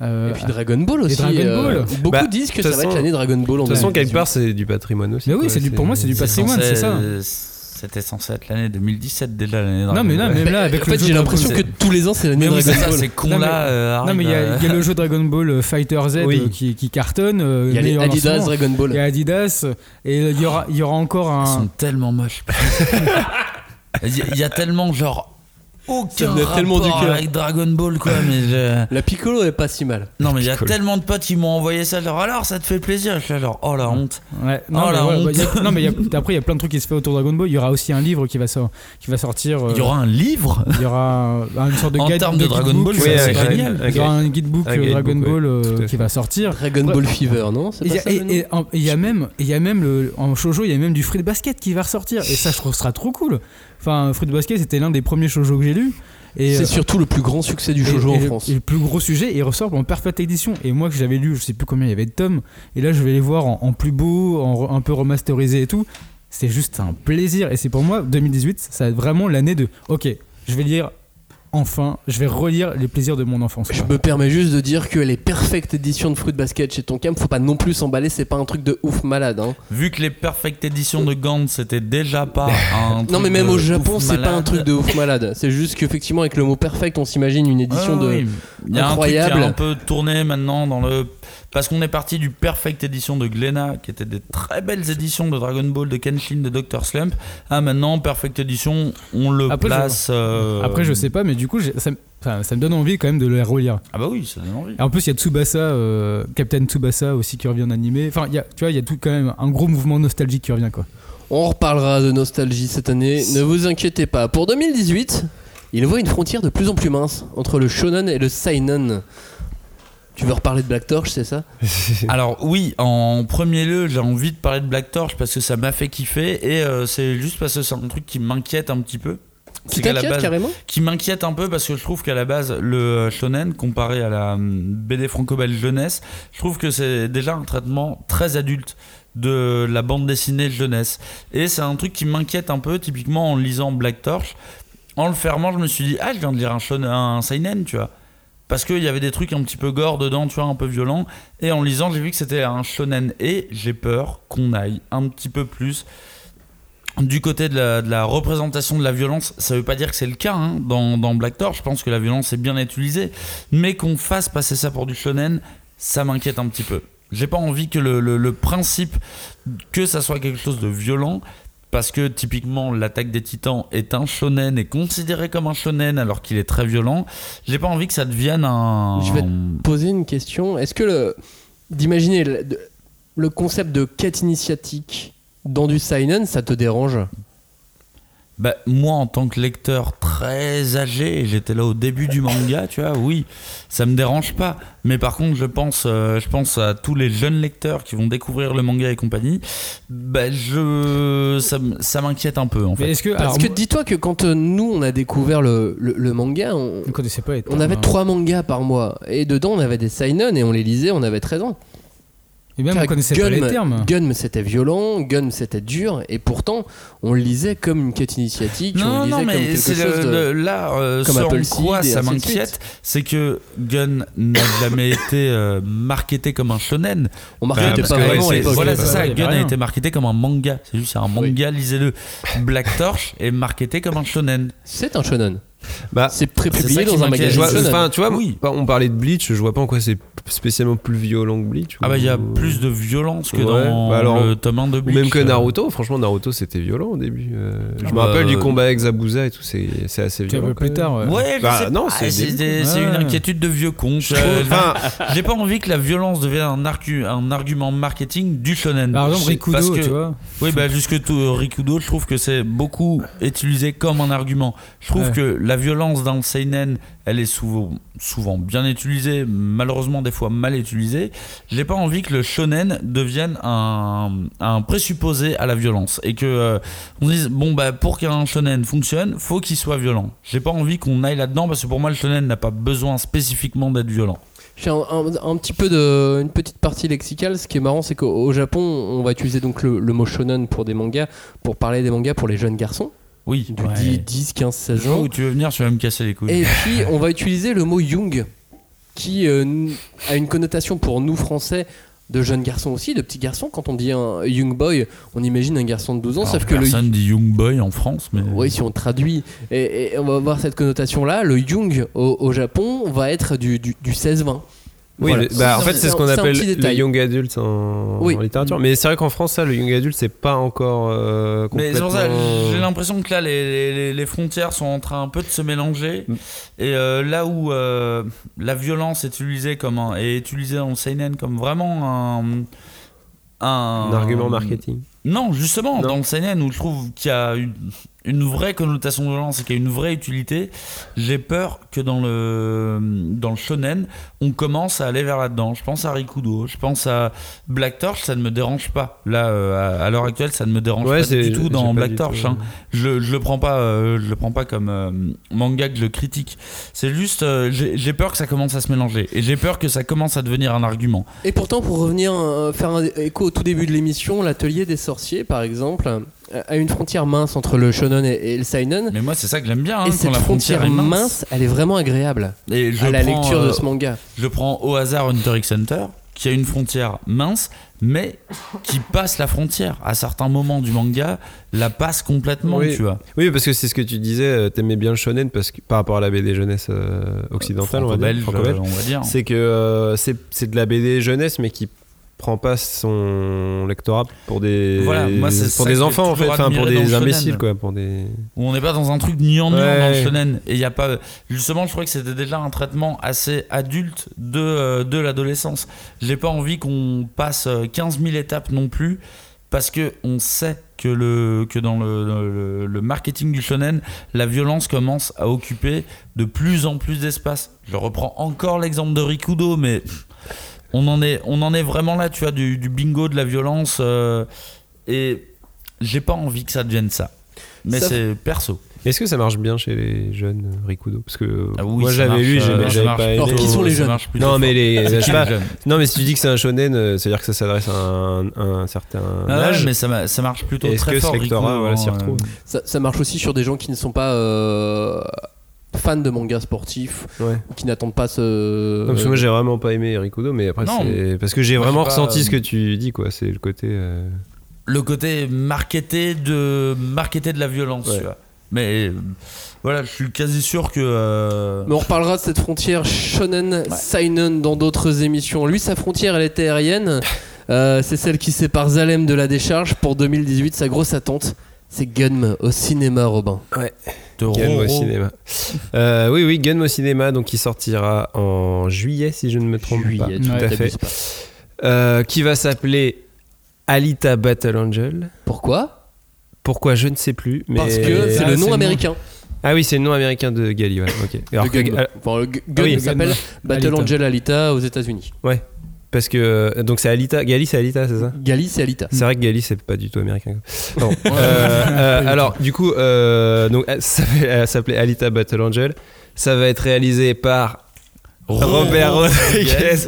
Speaker 12: Euh,
Speaker 1: Et puis Dragon Ball
Speaker 12: et
Speaker 1: aussi.
Speaker 12: Dragon
Speaker 1: euh,
Speaker 12: Ball.
Speaker 1: beaucoup
Speaker 11: Bah,
Speaker 1: disent que
Speaker 11: de
Speaker 1: ça
Speaker 11: toute
Speaker 1: va être
Speaker 11: façon-
Speaker 1: l'année Dragon Ball en
Speaker 11: De toute façon,
Speaker 1: 2018.
Speaker 11: quelque part, c'est du patrimoine aussi.
Speaker 12: Mais oui,
Speaker 11: quoi.
Speaker 12: c'est du- pour moi, c'est du patrimoine,
Speaker 10: censé-
Speaker 12: c'est ça.
Speaker 10: C'était censé être l'année 2017 déjà l'année
Speaker 12: Non, mais là,
Speaker 10: Ball.
Speaker 12: même là, avec
Speaker 1: En
Speaker 12: le
Speaker 1: fait,
Speaker 12: jeu
Speaker 1: j'ai
Speaker 12: de
Speaker 1: l'impression que
Speaker 12: Dragon-
Speaker 1: tous les ans, c'est l'année
Speaker 10: Mais oui,
Speaker 1: Dragon
Speaker 10: c'est ça,
Speaker 1: Ball.
Speaker 10: ces
Speaker 12: Non, mais-
Speaker 10: cons-là. euh,
Speaker 12: non,
Speaker 10: arrivent
Speaker 12: mais il y, a-
Speaker 10: à-
Speaker 12: il y a le jeu Dragon Ball euh, Fighter Z
Speaker 11: Oui.
Speaker 12: qui, qui cartonne. euh,
Speaker 1: Il y a les
Speaker 12: meilleur
Speaker 1: Adidas
Speaker 12: lancement.
Speaker 1: Dragon Ball.
Speaker 12: Il y a Adidas. Et il y aura, il y aura encore
Speaker 10: Ils sont
Speaker 12: un.
Speaker 10: tellement moches. Il y, a- il y a tellement genre
Speaker 1: Ça
Speaker 10: aucun
Speaker 1: venait
Speaker 10: rapport
Speaker 1: tellement du cœur.
Speaker 10: avec Dragon Ball quoi mais je-
Speaker 1: La Piccolo est pas si mal.
Speaker 10: non mais il y a
Speaker 11: Piccolo.
Speaker 10: tellement de potes qui m'ont envoyé ça genre alors ça te fait plaisir je suis là, genre oh la honte
Speaker 12: Ouais, non,
Speaker 10: Oh,
Speaker 12: mais
Speaker 10: la
Speaker 12: voilà,
Speaker 10: honte.
Speaker 12: bah, il y a- non, mais il y a- après, il y a plein de trucs qui se fait autour de Dragon Ball. Il y aura aussi un livre qui va, sor- qui va sortir. euh,
Speaker 10: il y aura un livre
Speaker 12: il y aura un- une sorte de
Speaker 10: En
Speaker 12: guide
Speaker 10: termes de
Speaker 12: guidebook.
Speaker 10: Dragon Ball,
Speaker 11: Oui,
Speaker 10: ça,
Speaker 11: avec
Speaker 10: c'est
Speaker 11: un-
Speaker 10: génial.
Speaker 11: un
Speaker 12: Il y aura un guidebook
Speaker 11: Un
Speaker 12: euh,
Speaker 11: guidebook,
Speaker 12: Dragon
Speaker 11: ouais,
Speaker 12: Ball euh,
Speaker 11: tout à fait.
Speaker 12: qui va sortir.
Speaker 1: Dragon Ball Fever, non C'est
Speaker 12: Et il
Speaker 1: pas
Speaker 12: y,
Speaker 1: ça
Speaker 12: a-
Speaker 1: le
Speaker 12: et-
Speaker 1: nom
Speaker 12: et en- il y a même, il y a même le, en shoujo, il y a même du fruit basket qui va ressortir. Et ça, je trouve ça trop cool. Enfin, fruit basket, c'était l'un des premiers shoujo que j'ai lu. Et
Speaker 1: C'est
Speaker 12: euh,
Speaker 1: surtout le plus grand succès du
Speaker 12: et-
Speaker 1: shoujo
Speaker 12: et
Speaker 1: en
Speaker 12: le-
Speaker 1: France.
Speaker 12: et le plus gros sujet, il ressort en parfaite édition. Et moi, que j'avais lu, je sais plus combien il y avait de tomes. Et là, je vais les voir en, en plus beau, en re- un peu remasterisé et tout. C'est juste un plaisir. Et c'est pour moi, 2018, ça va être vraiment l'année de. Ok, je vais lire enfin, je vais relire les plaisirs de mon enfance.
Speaker 1: Je
Speaker 12: quoi.
Speaker 1: me permets juste de dire que les perfectes éditions de Fruit Basket chez Tonkam, faut pas non plus s'emballer, c'est pas un truc de ouf malade. hein.
Speaker 10: vu que les perfect éditions de Gantz c'était déjà pas un
Speaker 1: Non
Speaker 10: truc
Speaker 1: mais même
Speaker 10: de
Speaker 1: au Japon,
Speaker 10: Euh, ouf
Speaker 1: c'est pas un
Speaker 10: malade.
Speaker 1: truc de ouf malade. C'est juste qu'effectivement avec le mot perfect, on s'imagine une édition
Speaker 10: Ah
Speaker 1: de
Speaker 10: oui. Il y a un
Speaker 1: incroyable.
Speaker 10: truc qui a un peu tourné maintenant dans le parce qu'on est parti du perfect édition de Glénat qui étaient des très belles éditions de Dragon Ball de Kenshin de Dr Slump à maintenant perfect édition on le
Speaker 12: Après, je-
Speaker 10: place euh,
Speaker 12: Après, je sais pas, mais du coup, j'ai- ça, me- enfin, ça me donne envie quand même de le relire.
Speaker 10: ah bah oui ça donne envie
Speaker 12: Et en plus, il y a Tsubasa, euh, Captain Tsubasa aussi qui revient en animé. Enfin, il y a- tu vois, il y a tout quand même un gros mouvement nostalgique qui revient, quoi.
Speaker 1: On reparlera de nostalgie cette année, ne vous inquiétez pas. Pour 2018, il voit une frontière de plus en plus mince entre le shonen et le seinen. Tu veux reparler de Black Torch, c'est ça
Speaker 10: alors oui en premier lieu j'ai envie de parler de Black Torch parce que ça m'a fait kiffer et euh, c'est juste parce que c'est un truc qui m'inquiète un petit peu
Speaker 1: Tu
Speaker 10: C'est qu'à la
Speaker 1: t'inquiètes
Speaker 10: base-
Speaker 1: carrément
Speaker 10: qui m'inquiète un peu parce que je trouve qu'à la base le euh, shonen comparé à la hum, BD franco-belge jeunesse, je trouve que c'est déjà un traitement très adulte de la bande dessinée jeunesse et c'est un truc qui m'inquiète un peu typiquement en lisant Black Torch en le fermant je me suis dit ah je viens de lire un shonen un seinen tu vois parce qu'il y avait des trucs un petit peu gore dedans tu vois un peu violent et en lisant j'ai vu que c'était un shonen et j'ai peur qu'on aille un petit peu plus du côté de la, de la représentation de la violence, ça veut pas dire que c'est le cas hein, dans, dans Black Thor. Je pense que la violence est bien utilisée, mais qu'on fasse passer ça pour du shonen, ça m'inquiète un petit peu. J'ai pas envie que le, le- le principe que ça soit quelque chose de violent, parce que typiquement l'attaque des Titans est un shonen est considéré comme un shonen alors qu'il est très violent. J'ai pas envie que ça devienne un.
Speaker 1: Je vais Poser une question. Est-ce que le d'imaginer le, de- le concept de quête initiatique dans du seinen, ça te dérange
Speaker 10: bah, moi, en tant que lecteur très âgé, j'étais là au début du manga, tu vois, oui, ça me dérange pas. Mais par contre, je pense, euh, je pense à tous les jeunes lecteurs qui vont découvrir le manga et compagnie. Bah, je, ça, m- ça m'inquiète un peu, en fait.
Speaker 1: Parce que, dis-toi que quand euh, nous on a découvert le, le- le manga, on, on avait
Speaker 10: hein.
Speaker 1: trois mangas par mois et dedans on avait des seinen et on les lisait, on avait 13 ans.
Speaker 12: Et même, on
Speaker 1: Car
Speaker 12: connaissait pas les termes.
Speaker 1: Gun c'était violent, Gun c'était dur et pourtant on le lisait comme une quête initiatique, on
Speaker 10: Non,
Speaker 1: le lisait
Speaker 10: non,
Speaker 1: comme
Speaker 10: mais
Speaker 1: quelque
Speaker 10: c'est
Speaker 1: chose
Speaker 10: le-
Speaker 1: de-
Speaker 10: le- là, euh,
Speaker 1: comme
Speaker 10: ce en
Speaker 1: Apple
Speaker 10: quoi
Speaker 1: Seed et
Speaker 10: ça
Speaker 1: ainsi de suite.
Speaker 10: m'inquiète, c'est que Gun n'a jamais été euh, marketé comme un shonen.
Speaker 1: On marketait
Speaker 10: Bah, parce
Speaker 1: pas
Speaker 10: que,
Speaker 1: vraiment à
Speaker 10: c'est-
Speaker 1: l'époque.
Speaker 10: Voilà,
Speaker 1: Bah,
Speaker 10: c'est ça.
Speaker 1: il y avait
Speaker 10: Gun a
Speaker 1: rien.
Speaker 10: été marketé comme un manga. C'est juste c'est un manga, lisez-le. Black Torch est marketé comme un shonen.
Speaker 1: C'est un shonen.
Speaker 11: Bah,
Speaker 1: c'est
Speaker 10: ça
Speaker 1: prépublié
Speaker 10: qui
Speaker 1: dans un
Speaker 10: m'inquiète.
Speaker 1: magasin.
Speaker 10: Je vois-
Speaker 1: shonen.
Speaker 11: Enfin, tu vois, oui. on parlait de Bleach, je vois pas en quoi c'est spécialement plus violent que Bleach.
Speaker 10: Ah bah, il y a
Speaker 11: ou-
Speaker 10: plus de violence que
Speaker 11: Ouais.
Speaker 10: dans
Speaker 11: Bah alors,
Speaker 10: le tome 1 de
Speaker 11: ou
Speaker 10: Bleach.
Speaker 11: Même que
Speaker 10: Euh,
Speaker 11: Naruto, franchement, Naruto c'était violent au début. Euh, je
Speaker 10: Ah
Speaker 11: me
Speaker 10: bah,
Speaker 11: rappelle du
Speaker 10: euh,
Speaker 11: combat avec Zabuza et tout, c'est c'est assez
Speaker 12: Tu
Speaker 11: violent.
Speaker 12: veux
Speaker 11: quand
Speaker 12: plus
Speaker 11: même.
Speaker 12: tard, ouais.
Speaker 10: Ouais, je
Speaker 11: Bah,
Speaker 10: sais
Speaker 11: non,
Speaker 10: pas,
Speaker 11: c'est
Speaker 10: c'est
Speaker 11: des-
Speaker 10: des- c'est une
Speaker 11: Ouais.
Speaker 10: inquiétude de vieux con.
Speaker 11: Je trouve- enfin,
Speaker 10: J'ai pas envie que la violence devienne un, arcu- un argument marketing du shonen.
Speaker 12: Par exemple,
Speaker 10: Je-
Speaker 12: Rikudo,
Speaker 10: parce que-
Speaker 12: tu vois.
Speaker 10: Oui, bah, jusque tout, euh, Rikudo, je trouve que c'est beaucoup utilisé comme un argument. Je trouve
Speaker 12: Ouais.
Speaker 10: que la violence dans le seinen, elle est souvent, souvent bien utilisée, malheureusement des fois mal utilisée. J'ai pas envie que le shonen devienne un, un présupposé à la violence et que euh, on se dise bon bah pour qu'un shonen fonctionne, faut qu'il soit violent. J'ai pas envie qu'on aille là-dedans parce que pour moi le shonen n'a pas besoin spécifiquement d'être violent.
Speaker 1: J'ai un, un- un petit peu de, une petite partie lexicale. Ce qui est marrant, c'est qu'au au Japon, on va utiliser donc le, le mot shonen pour des mangas, pour parler des mangas pour les jeunes garçons.
Speaker 10: Oui.
Speaker 1: Du
Speaker 10: ouais.
Speaker 1: 10, 10, 15, 16 ans.
Speaker 10: Où tu veux venir, tu vas me casser les couilles.
Speaker 1: Et puis, on va utiliser le mot young, qui euh, n- a une connotation pour nous français de jeunes garçons aussi, de petits garçons. Quand on dit un young boy, on imagine un garçon de 12 ans,
Speaker 11: Ah,
Speaker 10: Alors,
Speaker 1: sauf que le
Speaker 10: personne dit young boy en France, mais
Speaker 1: oui, si on traduit, et, et on va voir cette connotation-là, le Jung au, au Japon va être du, du, du 16-20.
Speaker 11: Oui,
Speaker 1: Voilà.
Speaker 11: le- bah, en fait, c'est ce
Speaker 1: un
Speaker 11: qu'on appelle
Speaker 1: petit
Speaker 11: le
Speaker 1: détail.
Speaker 11: young adult en,
Speaker 1: Oui.
Speaker 11: en littérature. Mais c'est vrai qu'en France, ça, le young adult, c'est pas encore euh,
Speaker 10: Mais c'est
Speaker 11: complètement. euh,
Speaker 10: pour ça, j'ai l'impression que là, les, les- les frontières sont en train un peu de se mélanger.
Speaker 11: Mm.
Speaker 10: Et euh, là où euh, la violence est utilisée comme un- est utilisée en seinen comme vraiment un, un,
Speaker 11: Un argument marketing.
Speaker 10: Non, justement, dans le seinen où je trouve qu'il y a une, une vraie connotation de violence et qu'il y a une vraie utilité, j'ai peur que dans le dans le shonen, on commence à aller vers là-dedans. Je pense à Rikudo, je pense à Black Torch, ça ne me dérange pas. Là, euh, à, à l'heure actuelle, ça ne me dérange
Speaker 11: Ouais,
Speaker 10: pas
Speaker 11: c'est-
Speaker 10: du tout
Speaker 11: j'ai
Speaker 10: dans
Speaker 11: pas
Speaker 10: Black
Speaker 11: du
Speaker 10: Torch.
Speaker 11: tout,
Speaker 10: hein. Je, je le prends pas, euh, je le prends pas comme euh, manga que je critique. C'est juste, euh, j'ai j'ai peur que ça commence à se mélanger et j'ai peur que ça commence à devenir un argument.
Speaker 1: Et pourtant, pour revenir euh, faire un écho au tout début de l'émission, l'atelier des sorciers, par exemple, euh, a une frontière mince entre le shonen et, et le seinen.
Speaker 10: Mais moi, c'est ça que j'aime bien. hein,
Speaker 1: et
Speaker 10: quand
Speaker 1: cette
Speaker 10: la
Speaker 1: frontière,
Speaker 10: frontière est
Speaker 1: mince.
Speaker 10: mince.
Speaker 1: elle est vraiment agréable
Speaker 10: Et je
Speaker 1: à la
Speaker 10: prends,
Speaker 1: lecture de
Speaker 10: euh,
Speaker 1: ce manga.
Speaker 10: Je prends au hasard Hunter x Hunter, qui a une frontière mince, mais qui passe la frontière. À certains moments du manga, la passe complètement,
Speaker 11: oui.
Speaker 10: tu vois.
Speaker 11: oui, parce que c'est ce que tu disais, euh, t'aimais bien le shonen parce que, par rapport à la BD jeunesse euh, occidentale, on va
Speaker 10: Franco-belge,
Speaker 11: dire. franco-belge.
Speaker 10: euh, on va dire.
Speaker 11: C'est que euh, c'est c'est de la BD jeunesse, mais qui prend pas son lectorat pour des,
Speaker 10: Voilà, moi, c'est
Speaker 11: pour
Speaker 10: ça
Speaker 11: des
Speaker 10: que j'ai
Speaker 11: enfants en fait,
Speaker 10: toujours
Speaker 11: enfin pour
Speaker 10: admiré dans le
Speaker 11: des
Speaker 10: shonen.
Speaker 11: imbéciles quoi, pour des.
Speaker 10: Où on n'est pas dans un truc niant niant
Speaker 11: Ouais.
Speaker 10: dans le shonen. Et il y a pas. Justement, je crois que c'était déjà un traitement assez adulte de, euh, de l'adolescence. J'ai pas envie qu'on passe euh, 15 000 étapes non plus, parce que on sait que, le, que dans le, le- le marketing du shonen, la violence commence à occuper de plus en plus d'espace. Je reprends encore l'exemple de Rikudo, mais on en est, on en est vraiment là, tu vois, du, du bingo de la violence. euh, et j'ai pas envie que ça devienne ça. Mais
Speaker 11: Ça-
Speaker 10: c'est perso.
Speaker 11: Est-ce que ça marche bien chez les jeunes euh, Rikudo Parce que euh,
Speaker 10: Ah oui,
Speaker 11: moi
Speaker 10: ça
Speaker 11: j'avais
Speaker 10: marche,
Speaker 11: lu,
Speaker 10: euh,
Speaker 11: j'aimais
Speaker 10: ça
Speaker 11: j'avais
Speaker 10: marche
Speaker 11: pas aimé.
Speaker 10: plutôt- Alors, qui sont les ça jeunes marche plutôt
Speaker 11: Non mais les,
Speaker 10: fort.
Speaker 11: je sais
Speaker 10: Qui
Speaker 11: pas.
Speaker 10: les jeunes
Speaker 11: Non mais si tu dis que c'est un shonen, euh, c'est-à-dire que ça s'adresse à un, un certain
Speaker 10: Ah ouais,
Speaker 11: âge.
Speaker 10: mais ça, ma- ça marche plutôt
Speaker 11: Est-ce
Speaker 10: très
Speaker 11: que
Speaker 10: fort.
Speaker 11: ce lectorat,
Speaker 10: Rikudo,
Speaker 11: voilà, s'y
Speaker 10: hein,
Speaker 11: retrouve
Speaker 10: euh,
Speaker 1: Ça, ça marche aussi sur des gens qui ne sont pas euh, fans de mangas sportifs,
Speaker 11: Ouais.
Speaker 1: qui n'attendent pas ce.
Speaker 11: Non, parce que moi j'ai vraiment pas aimé Rikudo, mais après
Speaker 10: Non.
Speaker 11: c'est parce que j'ai
Speaker 10: Moi,
Speaker 11: vraiment
Speaker 10: je sais pas,
Speaker 11: ressenti ce que
Speaker 10: euh,
Speaker 11: tu dis quoi. C'est le côté. euh,
Speaker 10: le côté marketé de marketé de la violence.
Speaker 11: Ouais.
Speaker 10: tu vois. Mais euh, voilà, je suis quasi sûr que. euh,
Speaker 1: Mais on reparlera de cette frontière shonen seinen dans d'autres émissions. Lui, sa frontière, elle était aérienne. Euh, c'est celle qui sépare Zalem de la décharge pour 2018. Sa grosse attente, c'est Gunm au cinéma, Robin.
Speaker 11: Ouais.
Speaker 10: de
Speaker 11: Gun au
Speaker 10: Roro.
Speaker 11: cinéma. Euh, oui, oui, Gun au cinéma, donc qui sortira en juillet, si je ne me trompe pas.
Speaker 1: Juillet, tu
Speaker 11: Tout à
Speaker 1: t'abuses
Speaker 11: fait. Euh, qui va s'appeler Alita Battle Angel.
Speaker 1: Pourquoi
Speaker 11: Pourquoi je ne sais plus. Mais
Speaker 1: Parce que c'est
Speaker 11: Ah,
Speaker 1: le nom américain.
Speaker 11: Ah oui, c'est le nom américain de Gali, ouais. ok.
Speaker 1: Le Gun.
Speaker 11: ah,
Speaker 1: Enfin, le Gun
Speaker 11: ah oui.
Speaker 1: s'appelle Battle
Speaker 11: Alita.
Speaker 1: Angel Alita aux États-Unis.
Speaker 11: Ouais. Parce que euh, donc c'est Alita, Gali c'est Alita, c'est ça
Speaker 1: Gali c'est Alita.
Speaker 11: C'est vrai que Gali c'est pas du tout américain. Pardon.
Speaker 1: Ouais.
Speaker 11: Euh, euh,
Speaker 1: Pas du
Speaker 11: alors du coup, euh, donc elle s'appelait- elle s'appelait Alita Battle Angel. Ça va être réalisé par Robert Rodriguez.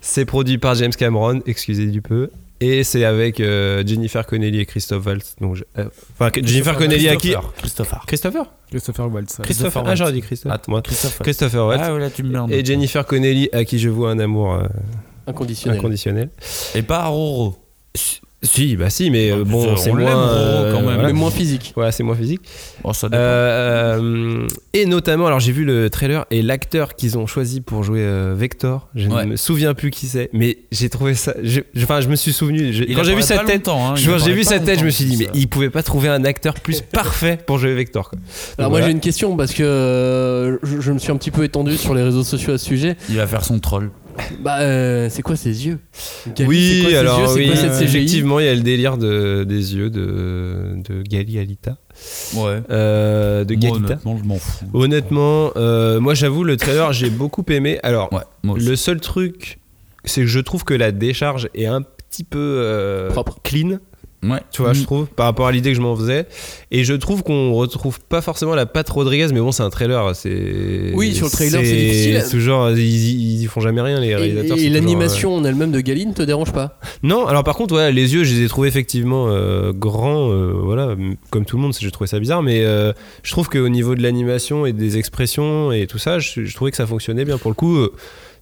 Speaker 11: C'est produit par James Cameron, excusez du peu. Et c'est avec euh, Jennifer Connelly et Christophe Waltz. Donc, je- euh, enfin, que- Jennifer Connelly à qui
Speaker 10: Christopher.
Speaker 11: Christopher
Speaker 12: Christopher Waltz.
Speaker 11: Christopher, ah, j'aurais dit Christophe.
Speaker 10: Attends,
Speaker 11: Moi,
Speaker 10: Christophe.
Speaker 11: Christopher Waltz.
Speaker 10: Ah, ouais, là, tu me merdes.
Speaker 11: Et Jennifer Connelly, à qui je vois un amour euh,
Speaker 1: Inconditionnel.
Speaker 11: inconditionnel.
Speaker 10: Et pas à Roro.
Speaker 11: Si, bah si, mais euh, bon,
Speaker 10: on
Speaker 11: c'est
Speaker 10: l'aime,
Speaker 11: moins. euh,
Speaker 10: Roro, quand même.
Speaker 1: Mais moins physique.
Speaker 11: Voilà, c'est moins physique.
Speaker 10: Bon, Oh, ça dépend.
Speaker 11: Euh, euh, et notamment, alors j'ai vu le trailer et l'acteur qu'ils ont choisi pour jouer euh, Vector, je
Speaker 10: Ouais.
Speaker 11: ne me souviens plus qui c'est, mais j'ai trouvé ça. je- je- Enfin, je me suis souvenu. je-
Speaker 10: Il
Speaker 11: quand j'ai
Speaker 10: apparaît
Speaker 11: vu sa
Speaker 10: pas
Speaker 11: tête,
Speaker 10: longtemps, hein, il
Speaker 11: je- quand j'ai
Speaker 10: apparaît
Speaker 11: vu
Speaker 10: pas
Speaker 11: sa tête, je me
Speaker 10: longtemps,
Speaker 11: suis dit,
Speaker 10: ça.
Speaker 11: mais ils pouvaient pas trouver un acteur plus parfait pour jouer Vector. quoi.
Speaker 1: Alors
Speaker 11: Donc,
Speaker 1: moi
Speaker 11: voilà.
Speaker 1: j'ai une question parce que euh, je, je me suis un petit peu étendu sur les réseaux sociaux à ce sujet.
Speaker 10: Il va faire son troll.
Speaker 1: Bah euh, c'est quoi ces yeux Gali, c'est
Speaker 11: Oui,
Speaker 1: quoi ces yeux
Speaker 11: alors
Speaker 1: C'est
Speaker 11: oui,
Speaker 1: quoi cette
Speaker 11: euh,
Speaker 1: CGI
Speaker 11: effectivement, il y a le délire de, des yeux de, de Gali Alita.
Speaker 10: Ouais.
Speaker 11: Euh, de
Speaker 10: Moi,
Speaker 11: Galita.
Speaker 10: honnêtement, je m'en fous.
Speaker 11: Honnêtement, euh, moi j'avoue, le trailer j'ai beaucoup aimé. Alors,
Speaker 10: moi aussi.
Speaker 11: le seul truc, c'est que je trouve que la décharge est un petit peu euh,
Speaker 1: Propre. Mm.
Speaker 11: clean.
Speaker 10: Ouais.
Speaker 11: Tu vois, je trouve, par rapport à l'idée que je m'en faisais. Et je trouve qu'on retrouve pas forcément la patte Rodriguez, mais bon, c'est un trailer. c'est
Speaker 1: Oui, sur le trailer, c'est difficile.
Speaker 11: Toujours, ils, ils y font jamais rien, les
Speaker 1: Et,
Speaker 11: réalisateurs.
Speaker 1: et
Speaker 11: c'est toujours, euh,
Speaker 1: l'animation en elle-même de Gali ne te dérange pas
Speaker 11: non, alors par contre, ouais, les yeux, je les ai trouvés effectivement euh, grands, euh, voilà, m- comme tout le monde, j'ai trouvé ça bizarre, mais euh, je trouve qu'au niveau de l'animation et des expressions et tout ça, je, je trouvais que ça fonctionnait bien. Pour le coup, euh,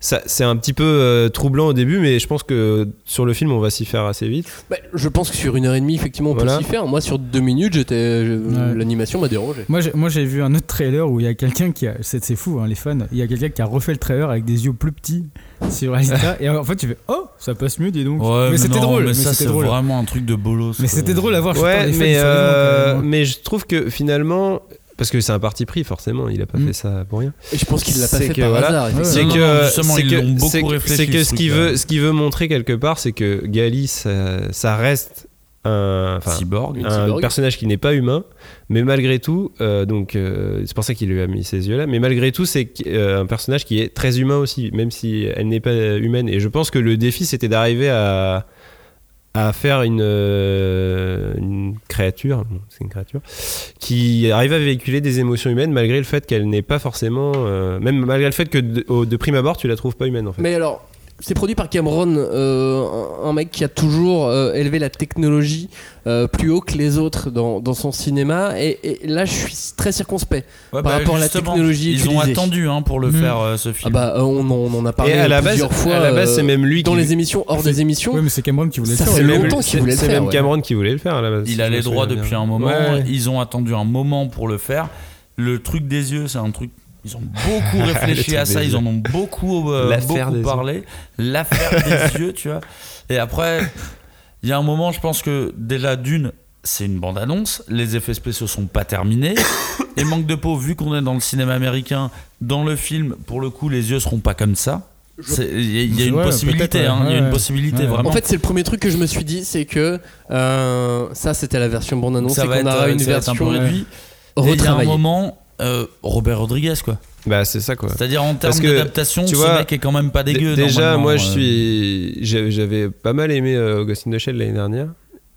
Speaker 11: ça- c'est un petit peu euh, troublant au début, mais je pense que sur le film, on va s'y faire assez vite.
Speaker 1: Bah, Je pense que sur une heure et demie effectivement on
Speaker 11: Voilà.
Speaker 1: peut s'y faire. Moi sur deux minutes j'étais je-
Speaker 12: Ouais.
Speaker 1: l'animation m'a dérangé.
Speaker 12: Moi, j'ai- moi, j'ai vu un autre trailer où il y a quelqu'un qui a. C'est c'est fou, hein, les fans. Il y a quelqu'un qui a refait le trailer avec des yeux plus petits sur Alita. et en fait, tu fais Oh, ça passe mieux, dis donc.
Speaker 10: Ouais,
Speaker 12: mais c'était
Speaker 10: non,
Speaker 12: drôle.
Speaker 10: Mais
Speaker 12: mais
Speaker 10: ça,
Speaker 12: c'était
Speaker 10: c'est
Speaker 12: drôle.
Speaker 10: vraiment un truc de bolos.
Speaker 12: Mais
Speaker 10: quoi.
Speaker 12: c'était drôle à voir. je parle
Speaker 11: ouais,
Speaker 12: des fans,
Speaker 11: mais,
Speaker 12: ils sont
Speaker 11: euh,
Speaker 10: hein.
Speaker 12: vraiment, quand même. hein.
Speaker 11: mais je trouve que finalement, parce que c'est un parti pris, forcément, il a pas
Speaker 12: Mm.
Speaker 11: fait ça pour rien.
Speaker 1: Et je pense qu'il l'a pas
Speaker 11: C'est
Speaker 1: fait
Speaker 11: que,
Speaker 1: par
Speaker 11: voilà,
Speaker 1: hasard. effectivement.
Speaker 11: C'est
Speaker 10: Non,
Speaker 11: que
Speaker 10: non, justement,
Speaker 11: c'est
Speaker 10: ils
Speaker 11: que-
Speaker 10: l'ont beaucoup
Speaker 11: c'est que-
Speaker 10: réfléchi,
Speaker 11: c'est que
Speaker 10: ce
Speaker 11: ce qu'il
Speaker 10: truc-là.
Speaker 11: veut, ce qu'il veut montrer quelque part, c'est que Gali, ça, ça reste un, enfin,
Speaker 10: Cyborg.
Speaker 1: Une
Speaker 11: un
Speaker 1: cyborg.
Speaker 11: personnage qui n'est pas humain, mais malgré tout, euh, donc euh, c'est pour ça qu'il lui a mis ces yeux-là. Mais malgré tout, c'est qu- euh, un personnage qui est très humain aussi, même si elle n'est pas euh, humaine. Et je pense que le défi, c'était d'arriver à à faire une, euh, une créature, bon, c'est une créature, qui arrive à véhiculer des émotions humaines malgré le fait qu'elle n'est pas forcément, euh, même malgré le fait que de, au- de prime abord tu la trouves pas humaine en fait.
Speaker 1: Mais alors, c'est produit par Cameron, euh, un- un mec qui a toujours euh, élevé la technologie euh, plus haut que les autres dans, dans son cinéma. Et, et là, je suis très circonspect Ah
Speaker 10: Ouais,
Speaker 1: par
Speaker 10: bah,
Speaker 1: rapport à la
Speaker 10: justement,
Speaker 1: technologie
Speaker 10: Ils ont
Speaker 1: utilisée.
Speaker 10: attendu hein, pour le
Speaker 12: Hmm.
Speaker 10: faire, euh, ce
Speaker 1: Ah
Speaker 10: film.
Speaker 1: bah, euh, on, en- on en a parlé
Speaker 11: Et à la base-
Speaker 1: plusieurs fois.
Speaker 11: à la base, c'est
Speaker 1: euh,
Speaker 11: même lui
Speaker 1: dans
Speaker 11: qui-
Speaker 1: les émissions, hors des émissions.
Speaker 12: Ouais, mais c'est Cameron qui voulait
Speaker 1: Ça,
Speaker 12: le faire.
Speaker 1: c'est
Speaker 11: même-
Speaker 1: longtemps qu'il
Speaker 11: c'est-
Speaker 1: voulait le
Speaker 11: c'est
Speaker 1: faire,
Speaker 11: même
Speaker 1: ouais.
Speaker 11: Cameron qui voulait le faire à la base.
Speaker 10: Il a
Speaker 11: je me
Speaker 10: les droits
Speaker 11: souviens
Speaker 10: depuis
Speaker 11: bien.
Speaker 10: un moment.
Speaker 11: Ouais.
Speaker 10: Ils ont attendu un moment pour le faire. Le truc des yeux, c'est un truc. Ils ont beaucoup réfléchi
Speaker 11: Le
Speaker 10: à
Speaker 11: truc
Speaker 10: ça.
Speaker 11: des
Speaker 10: Ils
Speaker 11: yeux.
Speaker 10: en ont beaucoup, euh,
Speaker 11: L'affaire
Speaker 10: beaucoup
Speaker 11: des
Speaker 10: parlé. L'affaire des yeux, tu vois. Et après, il y a un moment, je pense que déjà d'une, c'est une bande-annonce. Les effets spéciaux sont pas terminés. Et manque de peau, vu qu'on est dans le cinéma américain, dans le film, pour le coup, les yeux seront pas comme ça. C'est- Il y a- il y a une
Speaker 12: Ouais,
Speaker 10: possibilité.
Speaker 12: peut-être,
Speaker 10: hein. Il y a
Speaker 12: ouais.
Speaker 10: une possibilité
Speaker 12: Ouais.
Speaker 10: vraiment.
Speaker 1: En fait, c'est le premier truc que je me suis dit, c'est que euh, ça, c'était la version bande-annonce,
Speaker 10: ça
Speaker 1: et
Speaker 10: va
Speaker 1: qu'on
Speaker 10: être,
Speaker 1: aura
Speaker 10: euh,
Speaker 1: une
Speaker 10: ça va être un peu
Speaker 1: version
Speaker 10: réduit. Et Il y a un
Speaker 1: retravaillée.
Speaker 10: moment, euh, Robert Rodriguez, quoi.
Speaker 11: Bah c'est ça quoi.
Speaker 10: C'est-à-dire en
Speaker 11: Parce
Speaker 10: termes
Speaker 11: que,
Speaker 10: d'adaptation, ce
Speaker 11: tu vois,
Speaker 10: mec est quand même pas dégueu.
Speaker 11: Dé- Déjà,
Speaker 10: normalement,
Speaker 11: moi, je
Speaker 10: euh.
Speaker 11: suis, j'ai- j'avais pas mal aimé euh, Ghost in the Shell l'année dernière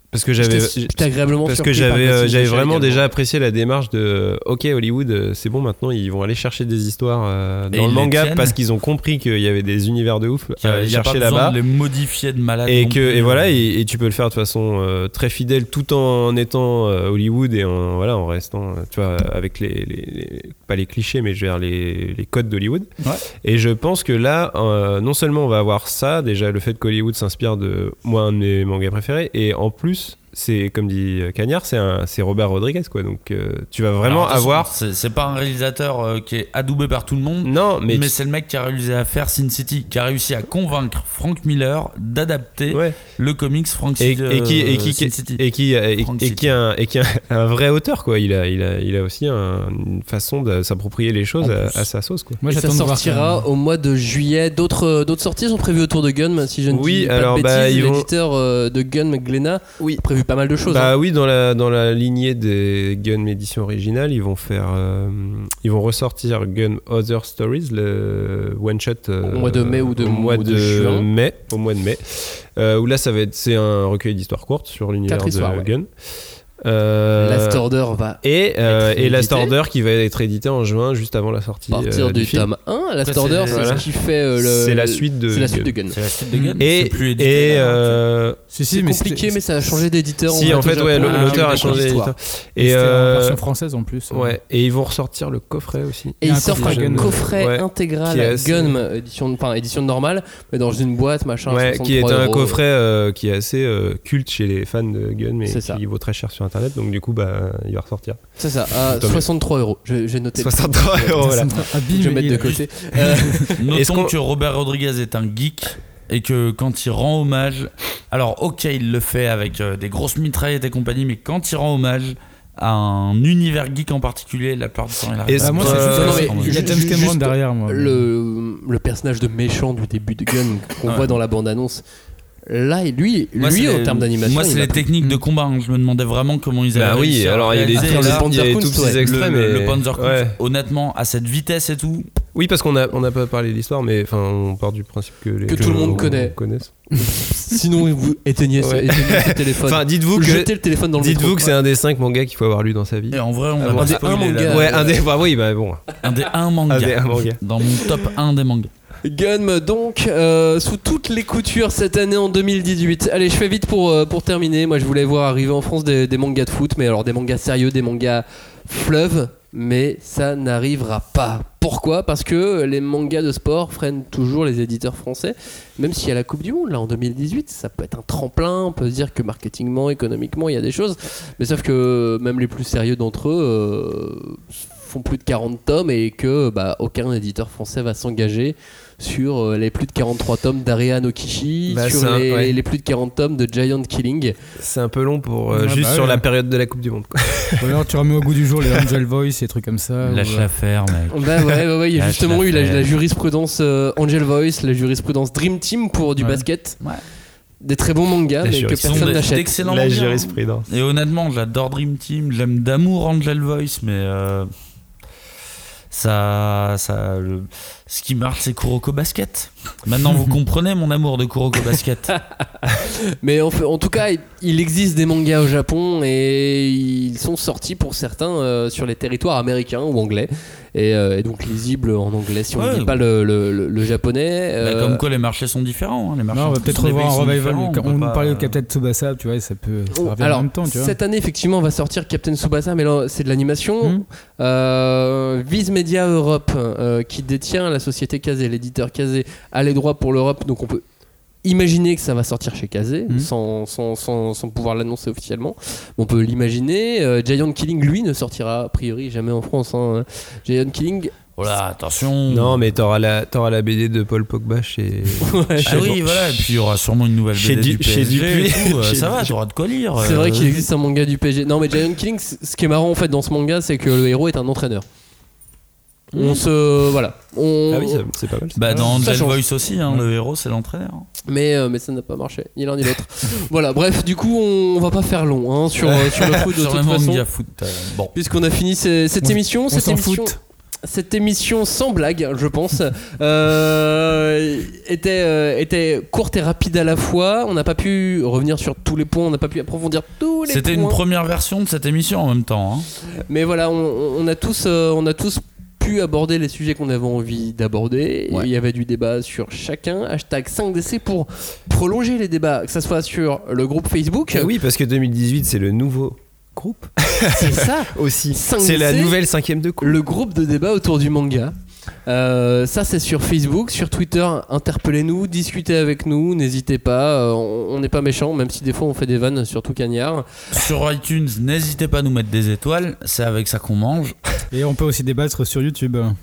Speaker 11: parce que j'avais,
Speaker 1: J'étais- j'étais agréablement
Speaker 11: parce que
Speaker 1: surpris par
Speaker 11: j'avais,
Speaker 1: Ghost in
Speaker 11: euh,
Speaker 1: the
Speaker 11: j'avais
Speaker 1: Shell
Speaker 11: vraiment
Speaker 1: également.
Speaker 11: déjà apprécié la démarche de, euh, ok, Hollywood, euh, c'est bon, maintenant ils vont aller chercher des histoires euh,
Speaker 10: Et ils
Speaker 11: dans le
Speaker 10: les
Speaker 11: manga
Speaker 10: tiennent.
Speaker 11: parce qu'ils ont compris qu'il y avait des univers de ouf
Speaker 10: Il y
Speaker 11: à
Speaker 10: a-
Speaker 11: aller
Speaker 10: il y a pas
Speaker 11: chercher
Speaker 10: besoin
Speaker 11: là-bas.
Speaker 10: de les modifier de malade.
Speaker 11: Et,
Speaker 10: non
Speaker 11: que,
Speaker 10: plus,
Speaker 11: et
Speaker 10: euh.
Speaker 11: voilà, et, et tu peux le faire de façon euh, très fidèle tout en étant euh, Hollywood et en, voilà, en restant, euh, tu vois, avec les, les- les- pas les clichés, mais je veux dire les, les codes d'Hollywood.
Speaker 10: Ouais.
Speaker 11: Et je pense que là, euh, non seulement on va avoir ça, déjà le fait qu'Hollywood s'inspire de moi, un de mes mangas préférés, et en plus, c'est comme dit Cagnard, c'est un- c'est Robert Rodriguez quoi. Donc euh, tu vas vraiment
Speaker 10: Alors, attention,
Speaker 11: avoir.
Speaker 10: C'est c'est pas un réalisateur euh, qui est adoubé par tout le monde.
Speaker 11: Non, Mm, mais tu-
Speaker 10: c'est le mec qui a réussi à faire Sin City, qui a réussi à convaincre Frank Miller d'adapter le comics Frank
Speaker 11: et,
Speaker 10: City. euh,
Speaker 11: et qui et qui
Speaker 10: Sin City.
Speaker 11: et qui et,
Speaker 10: Frank
Speaker 11: et
Speaker 10: City.
Speaker 11: qui est un et qui est un, un vrai auteur quoi. Il a il a il a aussi un- une façon de s'approprier les choses à, à sa sauce quoi.
Speaker 1: Et ça sortira au mois de juillet. D'autres euh, d'autres sorties sont prévues autour de Gun, si je ne
Speaker 11: Oui,
Speaker 1: dis pas
Speaker 11: alors,
Speaker 1: de
Speaker 11: bah,
Speaker 1: bêtises.
Speaker 11: ils vont-
Speaker 1: L'éditeur euh, de Gun, McGlenna, a prévu pas mal de choses.
Speaker 11: Bah
Speaker 1: hein.
Speaker 11: oui, dans la, dans la lignée des Gun édition originale, ils vont faire, euh, ils vont ressortir Gun Other Stories, le one shot euh,
Speaker 1: Au mois de mai ou de-
Speaker 11: au mois
Speaker 1: ou de
Speaker 11: de
Speaker 1: juin.
Speaker 11: mai, au mois de mai, euh, où là ça va être, c'est un recueil d'histoires courtes sur l'univers
Speaker 1: Quatre
Speaker 11: de
Speaker 1: histoires, ouais.
Speaker 11: Gun. Euh,
Speaker 1: Last Order va
Speaker 11: et euh,
Speaker 1: être
Speaker 11: et Last
Speaker 1: édité.
Speaker 11: Order qui va être édité en juin, juste avant la sortie.
Speaker 1: À partir
Speaker 11: euh,
Speaker 1: du,
Speaker 11: film.
Speaker 1: tome 1, Last
Speaker 11: Après,
Speaker 1: Order,
Speaker 11: c'est-
Speaker 1: c'est
Speaker 11: voilà.
Speaker 1: ce qui fait euh, le.
Speaker 11: C'est la suite de
Speaker 1: C'est la suite de
Speaker 11: Gun.
Speaker 1: Gun.
Speaker 10: C'est la suite de Gun.
Speaker 11: Et,
Speaker 10: Mm-hmm. C'est plus édité, hein.
Speaker 11: et
Speaker 10: là,
Speaker 11: euh,
Speaker 1: c'est compliqué, mais ça a changé d'éditeur.
Speaker 11: Si, en fait,
Speaker 1: au
Speaker 11: ouais,
Speaker 1: Japon.
Speaker 11: l'auteur a changé
Speaker 1: L'histoire.
Speaker 11: d'éditeur.
Speaker 12: Et c'était en
Speaker 11: euh,
Speaker 12: version française hein. en plus.
Speaker 11: Ouais, et ils vont ressortir le coffret aussi.
Speaker 1: Et il s'offre un coffret
Speaker 11: Ouais,
Speaker 1: intégral
Speaker 11: qui est assez-
Speaker 1: Gun, euh, édition, enfin, édition normale, mais dans une boîte, machin.
Speaker 11: Ouais,
Speaker 1: 63
Speaker 11: qui est un
Speaker 1: euros.
Speaker 11: coffret euh, qui est assez euh, culte chez les fans de Gun, mais
Speaker 1: C'est
Speaker 11: qui
Speaker 1: ça.
Speaker 11: vaut très cher sur internet, donc du coup, bah, il va ressortir.
Speaker 1: C'est ça, à
Speaker 11: Tant mieux.
Speaker 1: 63 euros. Je- J'ai noté.
Speaker 11: 63 euros, voilà.
Speaker 12: Ah, bim,
Speaker 1: Je vais mettre de
Speaker 12: il-
Speaker 1: côté. Euh,
Speaker 11: Est-ce
Speaker 10: Notons
Speaker 11: qu'on-
Speaker 10: que Robert Rodriguez est un geek et que quand il rend hommage, alors ok, il le fait avec euh, des grosses mitraillettes et compagnie, mais quand il rend hommage à un univers geek en particulier, la plupart du temps, il arrive.
Speaker 11: Et
Speaker 10: à
Speaker 11: bah, moi,
Speaker 10: faire
Speaker 11: c'est
Speaker 10: un
Speaker 11: juste-
Speaker 10: hommage.
Speaker 11: non, mais
Speaker 10: Pardon.
Speaker 12: Il y a
Speaker 1: Ju-
Speaker 12: James
Speaker 1: juste
Speaker 12: Cameron derrière moi.
Speaker 1: Le, le personnage de méchant du début de Gun qu'on
Speaker 10: Ouais.
Speaker 1: voit dans la bande-annonce. Là, lui,
Speaker 10: Moi,
Speaker 1: lui
Speaker 10: c'est
Speaker 1: en
Speaker 10: les-
Speaker 1: termes d'animation.
Speaker 10: Moi, c'est
Speaker 1: il a Hmm.
Speaker 10: les
Speaker 1: pris-
Speaker 10: techniques de combat. hein. Je me demandais vraiment comment ils
Speaker 11: Bah
Speaker 10: avaient
Speaker 11: oui,
Speaker 10: réussi à
Speaker 11: alors, il y a des-
Speaker 10: réaliser
Speaker 11: il y a
Speaker 10: ça.
Speaker 11: des
Speaker 1: Panzerkunst,
Speaker 11: tous petits
Speaker 1: ouais.
Speaker 11: extraits,
Speaker 10: le,
Speaker 11: mais-
Speaker 10: le Panzerkunst,
Speaker 11: ouais.
Speaker 10: honnêtement, à cette vitesse et tout,
Speaker 11: Oui, parce qu'on n'a on a pas parlé de l'histoire, mais enfin, on part du principe que les
Speaker 1: Que tout le monde connaît.
Speaker 11: connaissent.
Speaker 1: Sinon, vous éteignez ce,
Speaker 11: Ouais.
Speaker 1: éteignez ce téléphone.
Speaker 11: Enfin, dites-vous que,
Speaker 1: Jetez le téléphone dans le
Speaker 11: dites-vous
Speaker 1: métro.
Speaker 11: que c'est un des cinq mangas qu'il faut avoir lu dans sa vie.
Speaker 10: et en vrai, on
Speaker 11: Ah
Speaker 10: va
Speaker 11: bon,
Speaker 10: pas
Speaker 1: un des- un
Speaker 10: spoiler, là.
Speaker 1: manga.
Speaker 11: Ouais, un des. Bah oui, bah bon.
Speaker 10: un des un manga.
Speaker 11: Un des un manga.
Speaker 10: Dans mon top 1 des mangas.
Speaker 1: Gun, donc, euh, sous toutes les coutures cette année en 2018. Allez, je fais vite pour, euh, pour terminer. Moi, je voulais voir arriver en France des, des mangas de foot, mais alors des mangas sérieux, des mangas fleuves, mais ça n'arrivera pas. Pourquoi Parce que les mangas de sport freinent toujours les éditeurs français, même s'il y a la Coupe du Monde, là, en 2018, ça peut être un tremplin, on peut se dire que marketingement, économiquement, il y a des choses, mais sauf que même les plus sérieux d'entre eux... euh, font plus de 40 tomes et que bah, aucun éditeur français va s'engager sur euh, les plus de 43 tomes d'Area no Kishi,
Speaker 11: Bah,
Speaker 1: sur
Speaker 11: c'est un-
Speaker 1: les,
Speaker 11: ouais.
Speaker 1: les plus de 40 tomes de Giant Killing.
Speaker 11: C'est un peu long pour euh,
Speaker 12: Ah
Speaker 11: juste
Speaker 12: bah
Speaker 11: sur
Speaker 12: ouais.
Speaker 11: la période de la Coupe du Monde. quoi.
Speaker 12: Ou alors tu remets au goût du jour les Angel Voice et trucs
Speaker 1: Ah,
Speaker 12: comme ça. ou,
Speaker 10: Lâche
Speaker 12: euh,
Speaker 10: l'affaire, mec.
Speaker 1: Bah ouais, ouais, ouais, il y a
Speaker 10: Ah,
Speaker 1: justement
Speaker 10: je
Speaker 1: eu
Speaker 10: l'ai
Speaker 1: la,
Speaker 10: fait.
Speaker 1: la jurisprudence euh, Angel Voice, la jurisprudence Dream Team pour du
Speaker 10: Ouais.
Speaker 1: basket.
Speaker 10: Ouais.
Speaker 1: Des très bons mangas,
Speaker 11: La
Speaker 1: mais que
Speaker 11: jurisprudence.
Speaker 1: personne
Speaker 10: Ils ont des-
Speaker 1: n'achète.
Speaker 10: d'excellents
Speaker 11: la
Speaker 10: mangas, hein.
Speaker 11: jurisprudence.
Speaker 10: Et honnêtement, j'adore Dream Team, j'aime d'amour Angel Voice, mais euh, ça, ça, le- ce qui marche, c'est Kuroko Basket. Maintenant, vous comprenez mon amour de Kuroko Basket.
Speaker 1: Euh, Mais en, fait- en tout cas, il- il existe des mangas au Japon et ils sont sortis pour certains euh, sur les territoires américains ou anglais. Et, euh, et donc lisibles en anglais si on ne
Speaker 10: Ouais.
Speaker 1: dit pas le, le- le- le japonais.
Speaker 10: Bah,
Speaker 1: euh,
Speaker 10: comme quoi, les marchés sont différents. hein, les marchés
Speaker 12: Non, on va
Speaker 10: sont-
Speaker 12: peut-être
Speaker 10: sont des
Speaker 12: revoir
Speaker 10: pays
Speaker 12: un
Speaker 10: sont
Speaker 12: revival.
Speaker 10: différents,
Speaker 12: On,
Speaker 10: peut pas- euh,
Speaker 12: parlait au Captain Tsubasa, tu vois, et ça peut. Ça
Speaker 1: Oh,
Speaker 12: revient
Speaker 1: alors,
Speaker 12: en même temps, tu vois.
Speaker 1: cette année, effectivement, va sortir Captain Tsubasa, mais là, c'est de l'animation.
Speaker 12: Hmm.
Speaker 1: Euh, Viz Media Europe, euh, qui détient la société Kazé, l'éditeur Kazé, a les droits pour l'Europe, donc on peut imaginer que ça va sortir chez Kazé,
Speaker 12: Hmm.
Speaker 1: sans, sans- sans- sans pouvoir l'annoncer officiellement. On peut l'imaginer. Euh, Giant Killing, lui, ne sortira a priori jamais en France. hein. Giant Killing,
Speaker 10: Oh là, attention.
Speaker 11: Non, mais t'auras la, t'auras la BD de Paul Pogba chez.
Speaker 1: ouais,
Speaker 10: Ah oui, voilà, et puis il y aura sûrement une nouvelle
Speaker 11: Chez
Speaker 10: BD
Speaker 11: Du-
Speaker 10: du,
Speaker 11: chez
Speaker 10: PSG et
Speaker 11: Dupuis.
Speaker 10: tout, euh,
Speaker 11: Chez-
Speaker 10: ça va, t'auras de quoi
Speaker 11: Oh
Speaker 10: lire.
Speaker 1: c'est
Speaker 10: euh,
Speaker 1: vrai qu'il existe un manga du PG. Non, mais Giant Killing, c- ce qui est marrant en fait dans ce manga, c'est que le héros est un entraîneur. On se. Voilà. On,
Speaker 11: Hmm. Ah oui, ça- c'est pas mal. ça.
Speaker 10: Bah, dans
Speaker 1: Ça
Speaker 10: Angel
Speaker 1: change.
Speaker 10: Voice aussi, hein, le héros, c'est l'entraîneur.
Speaker 1: Mais, euh, mais ça n'a pas marché, ni l'un ni l'autre. voilà, bref, du coup, on, on va pas faire long hein, sur, euh, sur le foot de
Speaker 10: Sur
Speaker 1: toute
Speaker 10: le
Speaker 1: façon.
Speaker 10: manga foot. euh, bon.
Speaker 1: Puisqu'on a fini ce- cette
Speaker 12: On-
Speaker 1: émission,
Speaker 12: on
Speaker 1: cette
Speaker 12: s'en
Speaker 1: émission,
Speaker 12: fout.
Speaker 1: cette émission sans blague, je pense, euh, était, euh, était courte et rapide à la fois. On n'a pas pu revenir sur tous les points, on n'a pas pu approfondir tous les points.
Speaker 10: C'était une première version de cette émission en même temps. hein.
Speaker 1: Mais voilà, on, on a tous, euh, on a tous pu aborder les sujets qu'on avait envie d'aborder.
Speaker 10: Ouais.
Speaker 1: Il y avait du débat sur chacun. Hashtag 5DC pour prolonger les débats, que ce soit sur le groupe Facebook.
Speaker 11: Ah oui, parce que 2018, c'est le nouveau groupe
Speaker 1: C'est ça,
Speaker 11: aussi.
Speaker 1: 5DC.
Speaker 11: C'est la nouvelle cinquième de coupe.
Speaker 1: le groupe de débat autour du manga. Euh, ça, c'est sur Facebook, sur Twitter. Interpellez-nous, discutez avec nous, n'hésitez pas. euh, on on n'est pas méchants, même si des fois on fait des vannes, surtout cagnard.
Speaker 10: Sur iTunes, n'hésitez pas à nous mettre des étoiles, c'est avec ça qu'on mange.
Speaker 12: Et on peut aussi débattre sur YouTube. hein.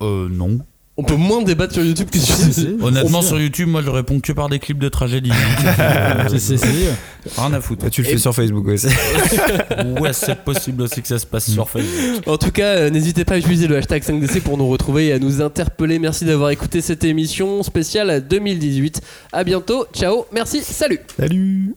Speaker 10: Euh, non.
Speaker 1: On peut moins débattre sur YouTube que sur
Speaker 10: Honnêtement, sur YouTube, moi je réponds que par des clips de tragédie.
Speaker 12: Si, si, si.
Speaker 10: Rien à foutre.
Speaker 11: Ah, tu le fais sur Facebook aussi.
Speaker 10: ouais, c'est possible aussi que ça se passe sur Facebook.
Speaker 1: En tout cas, euh, n'hésitez pas à utiliser le hashtag 5DC pour nous retrouver et à nous interpeller. Merci d'avoir écouté cette émission spéciale à 2018. À bientôt, ciao, merci, salut
Speaker 11: Salut